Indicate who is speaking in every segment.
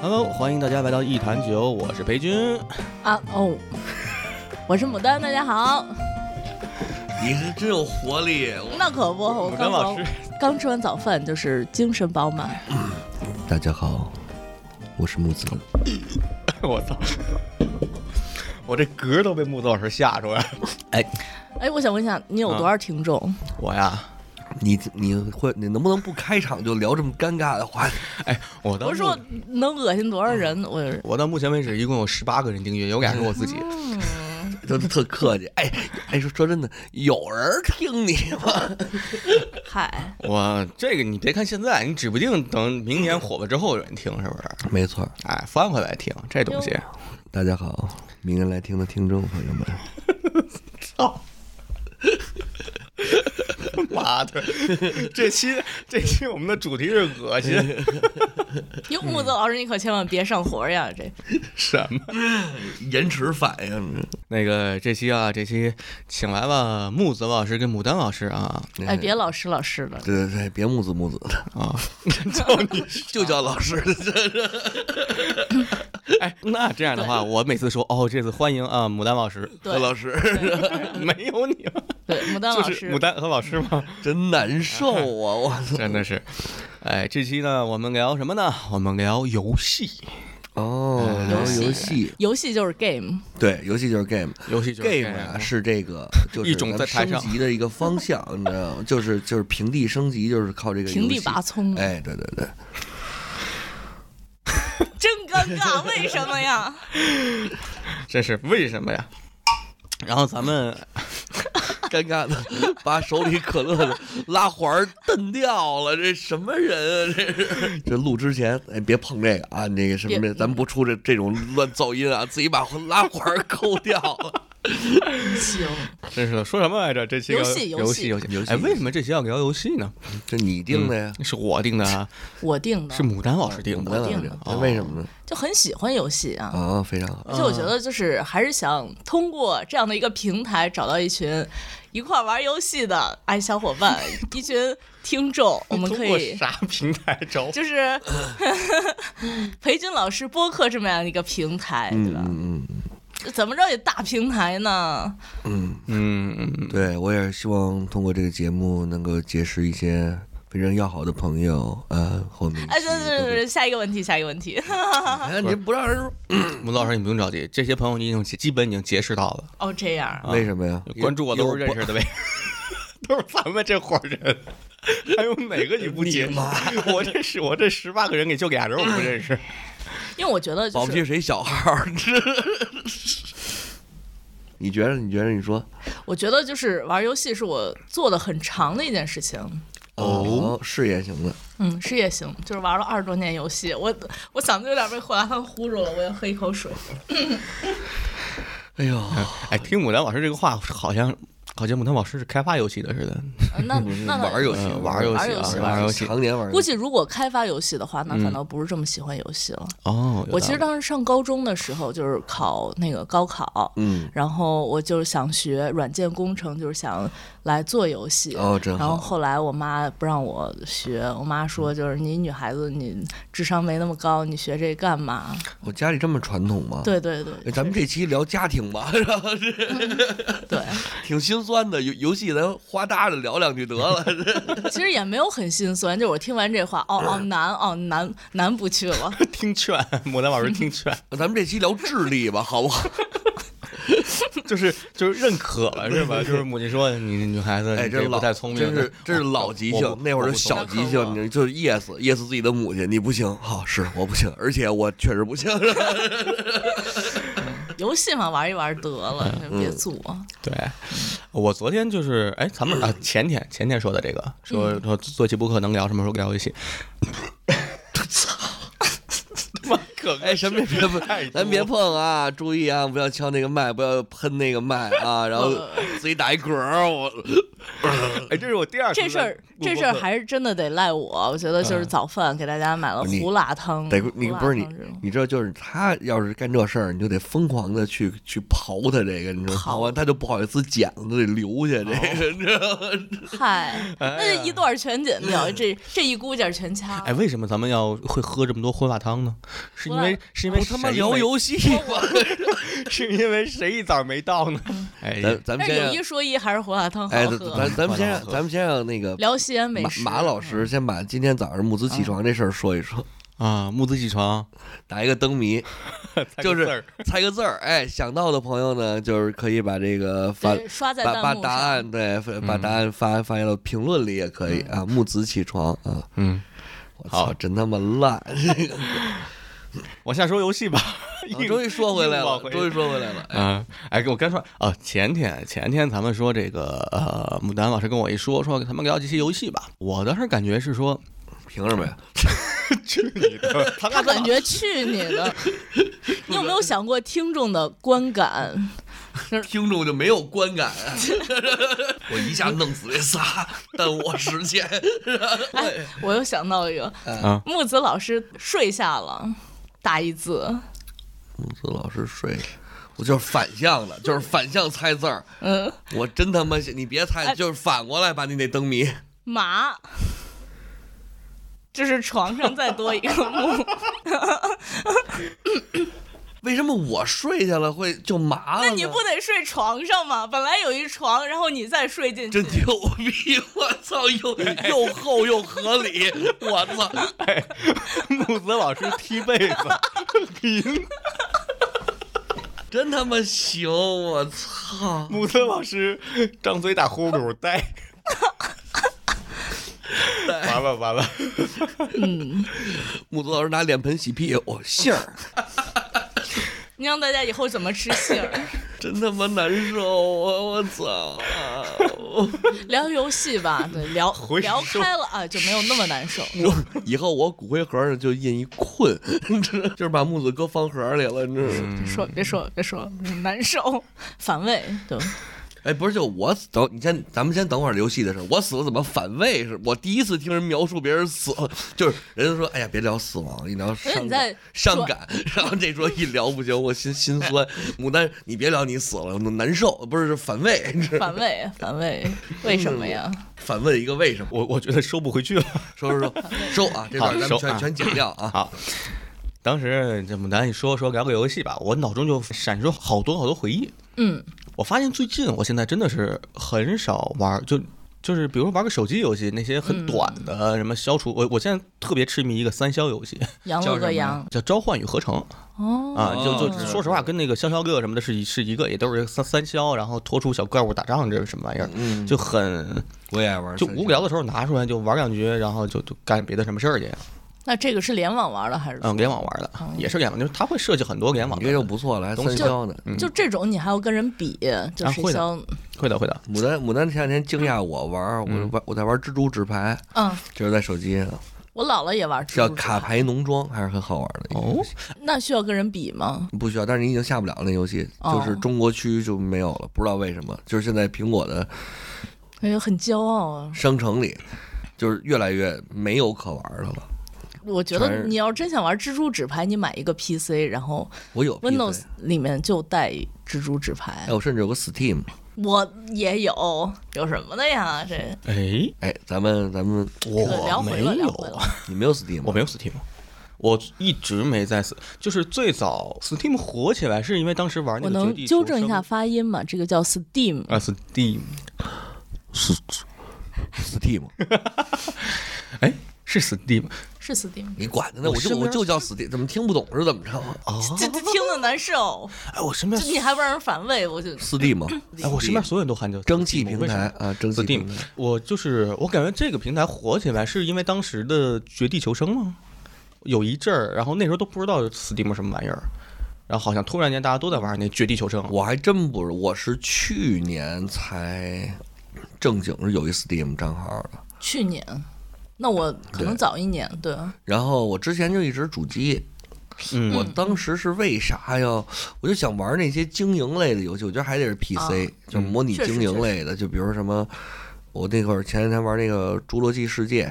Speaker 1: Hello，欢迎大家来到一坛酒，我是裴军。
Speaker 2: 啊哦，我是牡丹，大家好。
Speaker 3: 你是真有活力，我
Speaker 2: 那可不，我刚
Speaker 1: 老
Speaker 2: 刚
Speaker 1: 师，
Speaker 2: 刚吃完早饭，就是精神饱满。
Speaker 3: 大家好，我是木子。
Speaker 1: 我操，我这嗝都被木子老师吓出来了。
Speaker 2: 哎，我想问一下，你有多少听众？
Speaker 1: 我呀，
Speaker 3: 你你会你能不能不开场就聊这么尴尬的话题？
Speaker 1: 哎我到
Speaker 2: 我说
Speaker 1: 目
Speaker 2: 能恶心多少人？我
Speaker 1: 我到目前为止一共有十八个人订阅，有俩是我自己。
Speaker 2: 嗯，
Speaker 3: 都特客气。哎哎，说说真的，有人听你吗？
Speaker 2: 嗨，
Speaker 1: 我这个你别看现在，你指不定等明年火了之后有人听，是不是？
Speaker 3: 没错，
Speaker 1: 哎，翻回来听这东西。
Speaker 3: 大家好，明天来听的听众朋友们，
Speaker 1: 操！ 妈的，这期这期我们的主题是恶心
Speaker 2: 哟，木子老师，你可千万别上火呀！这
Speaker 1: 什么？
Speaker 3: 延迟反应。
Speaker 1: 那个这期啊，这期请来了木子老师跟牡丹老师啊
Speaker 2: 哎，别老师老师的，
Speaker 3: 对对对，别木子木子的，
Speaker 1: 啊，
Speaker 3: 就叫老 师。
Speaker 1: 哎，那这样的话，我每次说哦，这次欢迎啊，牡丹老师，
Speaker 2: 对
Speaker 3: 何老师
Speaker 1: 没有你吗？
Speaker 2: 对，牡丹
Speaker 1: 就
Speaker 2: 老
Speaker 1: 是
Speaker 2: 师
Speaker 1: 牡，丹和老师吗？
Speaker 3: 真难受啊！我 操。
Speaker 1: 真的是，哎，这期呢，我们聊什么呢？我们聊游戏，
Speaker 3: 哦，聊游戏，
Speaker 2: 游戏就是 game，
Speaker 3: 对，游戏就是 game。
Speaker 1: 游戏就是
Speaker 3: game
Speaker 1: 这样
Speaker 3: 啊是这 个就是
Speaker 1: 一种在台
Speaker 3: 咱们
Speaker 1: 上
Speaker 3: 升级的一个方向，你知道吗？就是就是平地升级，就是靠这个游戏
Speaker 2: 平地拔葱
Speaker 3: 哎，对对对，
Speaker 2: 真尴 尬，为什么呀？
Speaker 1: 这是为什么呀？然后咱们
Speaker 3: 尴尬的把手里可乐的拉环儿蹬掉了，这什么人啊？这是 这录之前哎，别碰这个啊，那个什么
Speaker 2: 别
Speaker 3: 的，咱不出这这种乱噪音啊，自己把拉环儿抠掉了。
Speaker 2: 行，
Speaker 1: 真是的，说什么来着？这期
Speaker 2: 游
Speaker 1: 要
Speaker 2: 戏游
Speaker 1: 游
Speaker 2: 戏
Speaker 1: 游戏
Speaker 3: 游戏
Speaker 1: 哎，为什么这期要聊游戏呢？
Speaker 3: 这你定的呀？
Speaker 1: 是我定的啊，
Speaker 2: 我定的
Speaker 1: 是，牡丹老师定
Speaker 3: 我
Speaker 1: 的。
Speaker 3: 定
Speaker 2: 嗯定的哦
Speaker 3: 那为什么呢？
Speaker 2: 就很喜欢游戏啊。
Speaker 3: 啊，非常好。
Speaker 2: 而且我觉得就是还是想通过这样的一个平台找到一群一块儿玩游戏的哎小伙伴，一群听众，我们可
Speaker 1: 通过
Speaker 2: 以
Speaker 1: 啥平台找我？
Speaker 2: 就是 裴军老师播客这么样一个平台，对吧？
Speaker 3: 嗯嗯
Speaker 2: 怎么着也大平台呢？
Speaker 3: 嗯。
Speaker 1: 嗯嗯，嗯
Speaker 3: 对我也是希望通过这个节目能够结识一些非常要好的朋友，呃，和我们一起
Speaker 2: 哎，对对对，对下一个问题，下一个问题。
Speaker 3: 哎，你不让人
Speaker 1: 吴老师，你不用着急，这些朋友你已经基本已经结识到了，
Speaker 2: 哦，这样，
Speaker 3: 为什么呀？
Speaker 1: 啊关注我都是认识的呗， 都是咱们这伙人。 还有哪个你不结
Speaker 3: 你
Speaker 1: 识
Speaker 3: 妈？
Speaker 1: 我这是我这十八个人里就俩人我不认 识。
Speaker 2: 因为我觉得
Speaker 3: 保
Speaker 2: 就
Speaker 3: 不齐
Speaker 2: 是
Speaker 3: 谁小号
Speaker 1: 啊
Speaker 3: 儿。你觉得？你觉得？你说
Speaker 2: 我觉得就是玩游戏是我做的很长的一件事情。
Speaker 1: 哦，
Speaker 3: 呃事业型的，
Speaker 2: 嗯，是也行，就是玩了二十多年游戏，我我嗓子有点被胡辣汤糊住了，我要喝一口水。
Speaker 3: 哎呦，
Speaker 1: 哎，听牡丹老师这个话，好像好像牡丹老师是开发游戏的似的，
Speaker 2: 呃 那那
Speaker 3: 玩儿游戏
Speaker 1: 嗯，玩游
Speaker 2: 玩游
Speaker 1: 戏
Speaker 2: 戏
Speaker 1: 啊，玩游戏。
Speaker 3: 常年玩儿游戏，
Speaker 2: 估计如果开发游戏的话，那
Speaker 3: 嗯
Speaker 2: 反倒不是这么喜欢游戏了。
Speaker 1: 哦，有
Speaker 2: 我其实
Speaker 1: 道
Speaker 2: 当时上高中的时候，就是考那个高考，
Speaker 3: 嗯，
Speaker 2: 然后我就是想学软件工程，就是想来做游戏。
Speaker 3: 哦，真
Speaker 2: 然后
Speaker 3: 好，嗯
Speaker 2: 后来我妈不让我学，我妈说就是你女孩子你智商没那么高，你学这干嘛？
Speaker 3: 我家里这么传统吗？
Speaker 2: 对对对，
Speaker 3: 哎。咱们这期聊家庭吧， 然后是
Speaker 2: 对，
Speaker 3: 挺心酸的。游游戏咱哗嗒的聊两句得了。 哎
Speaker 2: 其实也没有很心酸，就是我听完这话，哦哦难哦难难不去 了。
Speaker 1: 理 听劝，牡丹老师听劝，
Speaker 3: 咱们这期聊智力吧，好不好？
Speaker 1: 就是就是认可了是 吧？就是母亲说你女孩子，
Speaker 3: 哎，
Speaker 1: 你
Speaker 3: 这
Speaker 1: 这
Speaker 3: 老
Speaker 1: 不太聪明，
Speaker 3: 真是真是老急性
Speaker 1: 我不。
Speaker 3: 那会
Speaker 1: 我
Speaker 3: 儿就
Speaker 1: 不
Speaker 3: 小
Speaker 2: 聪明
Speaker 3: 急性，你就是 yes yes 自己的母亲，你不行，好是我不行，而且我确实不 行。
Speaker 2: 游戏嘛，玩一玩得了，
Speaker 3: 嗯
Speaker 2: 就别做。
Speaker 1: 对，我昨天就是哎，咱们啊前天前天说的这个，
Speaker 3: 嗯
Speaker 1: 说说做期播客能聊什么时候聊游 戏。操！妈可
Speaker 3: 哎，什么也别碰，咱别碰啊！注意啊，不要敲那个麦，不要喷那个麦啊， 然后自己打一嗝儿。我
Speaker 1: 哎，这是我第二次
Speaker 2: 这 事儿，
Speaker 1: 录
Speaker 2: 这事
Speaker 1: 播
Speaker 2: 儿
Speaker 1: 客
Speaker 2: 还是真的得赖我。我觉得就是早饭给大家买了
Speaker 3: 嗯你
Speaker 2: 胡辣汤，
Speaker 3: 得
Speaker 2: 胡
Speaker 3: 你
Speaker 2: 辣
Speaker 3: 不是你
Speaker 2: 汤这种，
Speaker 3: 你知道，就是他要是干这事儿，你就得疯狂的去去刨他这个，你知道吗，
Speaker 2: 刨
Speaker 3: 刨完他就不好意思剪了，都得留下这个，你知道吗？
Speaker 2: 嗨，
Speaker 3: 哎
Speaker 2: 那就一段 全剪掉，这这一股劲儿全掐。
Speaker 3: 哎
Speaker 1: 哎，为什么咱们要会喝这么多胡辣汤呢？是是因为是因为
Speaker 3: 不他妈
Speaker 1: 谁
Speaker 3: 聊
Speaker 1: 没，
Speaker 3: 游戏 吗？
Speaker 1: 是因为谁一早没到呢？
Speaker 3: 嗯
Speaker 1: 哎，
Speaker 3: 咱咱们
Speaker 2: 但是
Speaker 3: 先
Speaker 2: 有
Speaker 3: 让
Speaker 2: 一说一，还是胡辣汤好
Speaker 3: 哎，咱
Speaker 2: 喝。
Speaker 3: 咱咱们先让
Speaker 1: 好喝
Speaker 3: 咱们先让那个
Speaker 2: 聊西安美
Speaker 3: 马
Speaker 2: 食，嗯
Speaker 3: 马老师先把今天早上木子起床这事儿说一说，
Speaker 1: 啊，木子起床
Speaker 3: 打一个灯谜，就是猜个字儿。哎，想到的朋友呢，就是可以把这个发
Speaker 2: 对刷在
Speaker 3: 把
Speaker 2: 弹
Speaker 3: 把
Speaker 2: 幕
Speaker 3: 答
Speaker 2: 上。
Speaker 3: 案对发把答案发发到评论里也可以
Speaker 2: 嗯
Speaker 3: 啊。木子起床啊，
Speaker 1: 嗯，
Speaker 3: 我
Speaker 1: 好
Speaker 3: 操，真他妈烂！
Speaker 1: 往下说游戏吧。
Speaker 3: 啊终于说回来
Speaker 1: 硬往
Speaker 3: 了，
Speaker 1: 回
Speaker 3: 终于说回来了。哎
Speaker 1: 啊，哎，我刚说啊，前天前天咱们说这个呃，牡丹老师跟我一说，说咱们聊几期游戏吧。我当时感觉是 说，
Speaker 3: 凭什么呀？
Speaker 2: 他感觉去你 的，你有没有想过听众的观感？
Speaker 3: 听众就没有观感，啊 我一下弄死这仨，但我时间
Speaker 2: 哎， 我又想到一个，
Speaker 3: 嗯
Speaker 1: 啊，
Speaker 2: 木子老师睡下了，打一字，
Speaker 3: 木子老师睡了，我就是反向的，就是反向猜字儿。
Speaker 2: 嗯，
Speaker 3: 我真他妈信，你别
Speaker 2: 哎
Speaker 3: 猜，就是反过来把你那灯谜。
Speaker 2: 麻。 这是床上再多一个 木，
Speaker 3: 为什么我睡下了会就麻了呢？
Speaker 2: 那你不得睡床上吗？本来有一床，然后你再睡进去
Speaker 3: 真，牛逼！我操，又 又厚又合理，我操！
Speaker 1: 木子老师踢被子，
Speaker 3: 真他妈行！我操！
Speaker 1: 木子老师张嘴打呼噜，呆。完了完了，
Speaker 3: 木子老师拿脸盆洗屁股，杏儿，
Speaker 2: 你让大家以后怎么吃杏儿？
Speaker 3: 真他妈难受！我我操！
Speaker 2: 聊游戏 吧，对，聊
Speaker 1: 回
Speaker 2: 聊
Speaker 1: 首
Speaker 2: 开了啊，就没有那么难受。
Speaker 3: 以后我骨灰盒上就印一困， 就是把木子搁方盒里了，你知道吗？
Speaker 2: 别说别说别说，难受，嗯 反胃， 对，
Speaker 3: 哎，不是，就我死等你先，咱们先等会儿游戏的事儿。我死了怎么反胃？是我第一次听人描述别人死了，就是人家说，哎呀，别聊死亡，一
Speaker 2: 因
Speaker 3: 聊
Speaker 2: 为
Speaker 3: 伤
Speaker 2: 你
Speaker 3: 感
Speaker 2: 在，
Speaker 3: 伤
Speaker 2: 说
Speaker 3: 感。然后这桌一聊不行，我心心酸。牡丹，你别聊你死了，我难受，不是是反胃，是
Speaker 2: 反胃反胃，为什么呀？
Speaker 3: 反问一个为什么？
Speaker 1: 我我觉得收不回去了。
Speaker 3: 说说说收啊，这段
Speaker 1: 好
Speaker 3: 咱们
Speaker 1: 收
Speaker 3: 全
Speaker 1: 啊
Speaker 3: 全剪掉啊。
Speaker 1: 好，当时这牡丹一说说聊个游戏吧，我脑中就闪烁好多好多回忆。
Speaker 2: 嗯，
Speaker 1: 我发现最近我现在真的是很少玩儿，就就是比如说玩个手机游戏，那些很短的
Speaker 3: 嗯
Speaker 1: 什么消除，我我现在特别痴迷一个三消游戏，
Speaker 2: 羊
Speaker 3: 叫
Speaker 2: 了
Speaker 3: 什么
Speaker 2: 个
Speaker 3: 呀
Speaker 2: 羊
Speaker 1: 叫《召唤与合成》
Speaker 2: 哦
Speaker 1: 啊，就
Speaker 3: 嗯哦
Speaker 1: 就说实话，跟那个消消乐什么的是一是一个，也都是三三消，然后拖出小怪物打仗，这是什么玩意儿？
Speaker 3: 嗯，
Speaker 1: 就很
Speaker 3: 我也爱玩，
Speaker 1: 就无。聊的时候拿出来就玩两局，然后就就干别的什么事儿去。
Speaker 2: 那这个是联网玩的还是？
Speaker 1: 嗯，联网玩的也是联网，就是它会设计很多联网
Speaker 3: 哦你
Speaker 1: 的。
Speaker 3: 这就不错了，还三消呢。
Speaker 2: 就这种你还要跟人比，就
Speaker 1: 啊
Speaker 2: 谁
Speaker 1: 会的
Speaker 2: 消？
Speaker 1: 会的会的，
Speaker 3: 牡丹牡丹前两天惊讶我玩儿，我玩我在玩蜘蛛纸牌，
Speaker 2: 嗯，
Speaker 3: 就是在手机上
Speaker 2: 我姥姥也玩蜘
Speaker 3: 叫
Speaker 2: 蛛
Speaker 3: 卡
Speaker 2: 侠，
Speaker 3: 牌农庄，还是很好玩的一个游戏。
Speaker 2: 那需要跟人比吗？
Speaker 3: 不需要，但是你已经下不了那游戏，
Speaker 2: 哦
Speaker 3: 就是中国区就没有了，不知道为什么。就是现在苹果的
Speaker 2: 哎呀，很骄傲啊！
Speaker 3: 商城里，就是越来越没有可玩的了。
Speaker 2: 我觉
Speaker 3: 全
Speaker 2: 得
Speaker 3: 是
Speaker 2: 你要真想玩蜘蛛纸牌，你买一个 PC，然后
Speaker 3: 我有 PC
Speaker 2: Windows 里面就带蜘蛛纸牌
Speaker 3: 哎，。我甚至有个 Steam。
Speaker 2: 我也有，有什么的呀？这
Speaker 1: 哎，
Speaker 3: 哎，咱们咱们，哦
Speaker 2: 对聊
Speaker 1: 我
Speaker 2: 回
Speaker 1: 没
Speaker 2: 了，聊
Speaker 1: 有
Speaker 2: 回了。
Speaker 3: 你没有 Steam
Speaker 1: 我
Speaker 3: 吗？
Speaker 1: 没有 Steam，我一直没在 Steam。就是最早 Steam 火起来是因为当时玩那
Speaker 2: 我
Speaker 1: 个《
Speaker 2: 能
Speaker 1: 绝地
Speaker 2: 纠
Speaker 1: 求
Speaker 2: 正一
Speaker 1: 生
Speaker 2: 下发音吗？这个叫 Steam，
Speaker 1: 啊，Steam，
Speaker 3: Steam，
Speaker 1: 哎，是 Steam
Speaker 2: 是 Steam。
Speaker 3: 你管他
Speaker 1: 我
Speaker 3: 呢，我就
Speaker 1: 身
Speaker 3: 我
Speaker 1: 边
Speaker 3: 就叫 Steam，怎么听不懂是怎么着
Speaker 1: 哦。
Speaker 2: 这这听着难 受，
Speaker 1: 哎，我身边
Speaker 2: 这你还不让人反胃，我就
Speaker 3: ？Steam，
Speaker 1: 哎，我身边所有人都喊叫
Speaker 3: 蒸汽
Speaker 1: Steam，
Speaker 3: 平
Speaker 1: 为什
Speaker 3: 台
Speaker 1: 么
Speaker 3: 啊，蒸汽
Speaker 1: Steam
Speaker 3: 平台。，
Speaker 1: 我就是我感觉这个平台火起来是因为当时的《绝地求生》吗？有一阵儿，然后那时候都不知道 Steam 什么玩意儿，然后好像突然间大家都在玩那《绝地求生》。
Speaker 3: 我还真不是，我是去年才正经是有一 Steam 账号的。
Speaker 2: 去年，那我可能早一年，对，
Speaker 3: 然后我之前就一直主机，
Speaker 1: 嗯
Speaker 3: 我当时是为啥呀？我就想玩那些经营类的游戏，我觉得还得是 PC，、就是模拟
Speaker 2: 哦确实
Speaker 3: 经营类的，就比如什么，我那会儿前两天玩那个《侏罗纪世界》，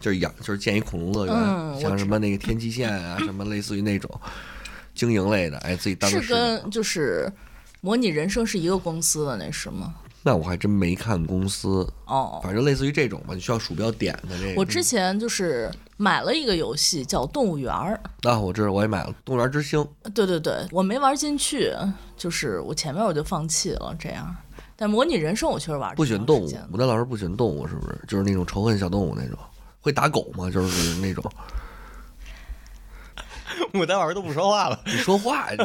Speaker 3: 就是养就是建一恐龙乐园，
Speaker 2: 嗯我
Speaker 3: 像
Speaker 2: 知
Speaker 3: 什么那个天际线啊，什么类似于那种经营类的，哎，自己当个
Speaker 2: 是
Speaker 3: 视角
Speaker 2: 跟就是模拟人生是一个公司的那是吗？
Speaker 3: 那我还真没看公司，
Speaker 2: 哦，
Speaker 3: 反正类似于这种吧，你需要鼠标点的这个。
Speaker 2: 我之前就是买了一个游戏叫《动物园儿
Speaker 3: 啊，我知道我也买了《动物园之星》，》，
Speaker 2: 对对对，我没玩进去，就是我前面我就放弃了这样。但模拟人生我确实玩，
Speaker 3: 不喜欢动物，牡丹老师不喜欢动物是不是？就是那种仇恨小动物那种，会打狗吗？就是那种
Speaker 1: 牡丹老师都不说话了，
Speaker 3: 你说话，你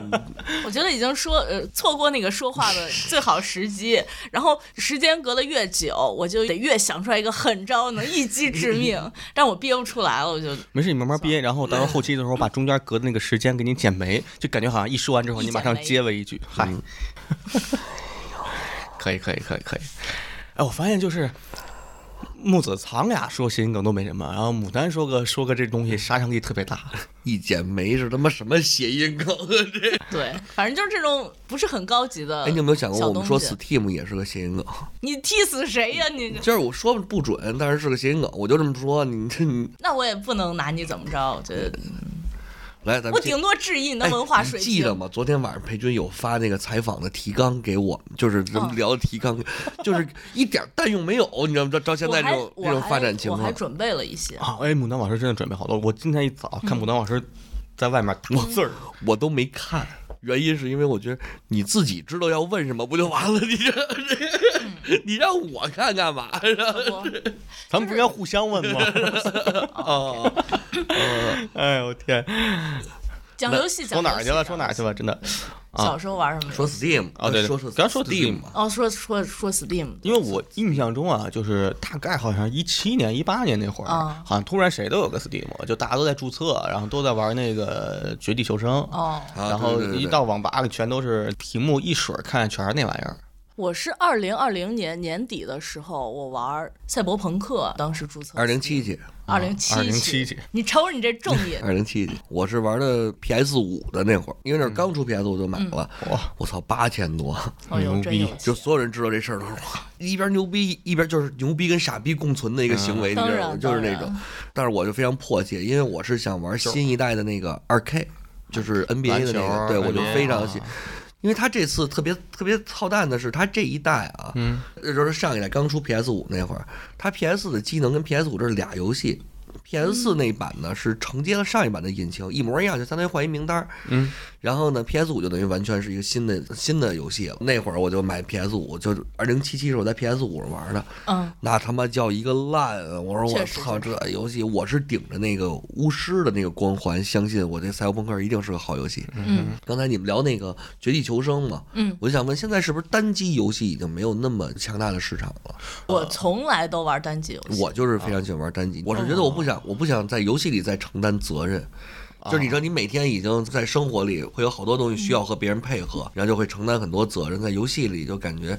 Speaker 2: 我觉得已经说呃错过那个说话的最好时机，然后时间隔得越久，我就得越想出来一个狠招，能一击致
Speaker 3: 嗯
Speaker 2: 命，但我憋不出来了，嗯我就
Speaker 1: 没事，你慢慢憋，然后到时候后期的时候把中间隔的那个时间给你剪没，就感觉好像一说完之后
Speaker 2: 一
Speaker 1: 你马
Speaker 2: 剪
Speaker 1: 上
Speaker 2: 没嗯
Speaker 1: 接了一句，嗨， 可以可以可以可以，哎，我发现就是。木子藏俩说谐音梗都没什么，然后牡丹说个说个这东西杀伤力特别 大，啊
Speaker 3: 一剪梅是他妈什么谐音梗？啊这
Speaker 2: 对，反正就是这种不是很高级的。
Speaker 3: 哎，你有没有想过
Speaker 2: 小
Speaker 3: 我们说
Speaker 2: 东西
Speaker 3: Steam 也是个谐音梗？
Speaker 2: 你踢死谁呀、你
Speaker 3: 就是我说不准，但是是个谐音梗，我就这么说。你这你
Speaker 2: 那我也不能拿你怎么着，我觉得
Speaker 3: 来，咱们
Speaker 2: 我
Speaker 3: 接
Speaker 2: 顶多质疑你的
Speaker 3: 哎
Speaker 2: 文化水
Speaker 3: 你记
Speaker 2: 平。
Speaker 3: 得吗？昨天晚上裴军有发那个采访的提纲给我们，就是咱们聊的提纲，就是一点蛋用没有，你知道吗？照照现
Speaker 2: 我
Speaker 3: 在这
Speaker 2: 还
Speaker 3: 种
Speaker 2: 我
Speaker 3: 这种
Speaker 2: 还
Speaker 3: 发展情
Speaker 2: 我还
Speaker 3: 况，
Speaker 2: 准备了一些，
Speaker 1: 啊，哎，牡丹老师真的准备好了。我今天一早
Speaker 2: 嗯
Speaker 1: 看牡丹老师在外面打字儿，
Speaker 3: 我都没看。原因是因为我觉得你自己知道要问什么不就完了？你这
Speaker 2: 嗯
Speaker 3: 你让我看干嘛？是吧
Speaker 2: 我
Speaker 1: 咱 们不应该互相问吗？
Speaker 3: 哦，
Speaker 1: 哎呦我天，
Speaker 2: 讲游戏
Speaker 1: 说
Speaker 2: 讲
Speaker 1: 哪儿去了？说哪儿
Speaker 2: 儿
Speaker 1: 去了？真的啊
Speaker 2: 小时候玩什么？
Speaker 3: 说 Steam
Speaker 1: 啊，对，
Speaker 3: 说
Speaker 1: 对
Speaker 3: 哦说
Speaker 1: 刚说 Steam 嘛，
Speaker 2: 哦，说说说 Steam，
Speaker 1: 因为我印象中啊，就是大概好像一七年、一八年那会儿，
Speaker 2: 啊
Speaker 1: 好像突然谁都有个 Steam，就大家都在注册，然后都在玩那个《绝地求生》
Speaker 2: 哦，
Speaker 3: 啊
Speaker 1: 然后
Speaker 3: 对对对对
Speaker 1: 一到网吧里全都是屏幕一水儿看全是那玩意儿。
Speaker 2: 我是二零二零年年底的时候，我玩赛博朋克，当时注册
Speaker 3: 二零啊七七
Speaker 2: 二零七
Speaker 1: 2077期
Speaker 2: 你瞅你这 重音
Speaker 3: 二零七七，我是玩的 PS 五的那会儿，因为那刚出 PS 我就买了，
Speaker 1: 哇
Speaker 3: 我操八千多，
Speaker 2: 哦呦，真
Speaker 1: 牛逼
Speaker 2: 有
Speaker 3: 嗯就
Speaker 2: 钱。
Speaker 3: 所有人知道这事儿都是哇，一边牛逼一边就是牛逼跟傻逼共存的一个行为，
Speaker 2: 嗯
Speaker 3: 你
Speaker 2: 当
Speaker 3: 知道吗？
Speaker 2: 然
Speaker 3: 就是那
Speaker 2: 当
Speaker 3: 种
Speaker 2: 然，
Speaker 3: 但是我就非常迫切，因为我是想玩新一代的那个二 K，就是 NBA 的
Speaker 1: 篮
Speaker 3: 那
Speaker 1: 球啊
Speaker 3: 个，对我就
Speaker 1: NBA
Speaker 3: 非常喜。因为他这次特别特别操蛋的是，他这一代啊，嗯，就是上一代刚出 PS 五那会儿，他 PS 的机能跟 PS 五这是俩游戏。PS 四那版呢是承接了上一版的引擎，一模一样，就相当于换一名单儿。
Speaker 1: 嗯，
Speaker 3: 然后呢，PS 五就等于完全是一个新的新的游戏了。那会儿我就买 PS 五，就是二零七七是我在 PS 五上玩的，
Speaker 2: 嗯，
Speaker 3: 那他妈叫一个烂啊！我说我
Speaker 2: 确实
Speaker 3: 操，这游戏我是顶着那个巫师的那个光环，相信我这赛博朋克一定是个好游戏。
Speaker 2: 嗯，
Speaker 3: 刚才你们聊那个《绝地求生》嘛，
Speaker 2: 嗯，
Speaker 3: 我就想问，现在是不是单机游戏已经没有那么强大的市场了？
Speaker 2: 我从来都玩单机游戏。
Speaker 3: 我就是非
Speaker 2: 啊
Speaker 3: 常喜欢玩单机，我是觉得
Speaker 2: 哦
Speaker 3: 我不想，我不想在游戏里再承担责任。就是
Speaker 2: 哦
Speaker 3: 你知道，你每天已经在生活里会有好多东西需要和别人配
Speaker 2: 嗯
Speaker 3: 合，然后就会承担很多责任。在游戏里就感觉，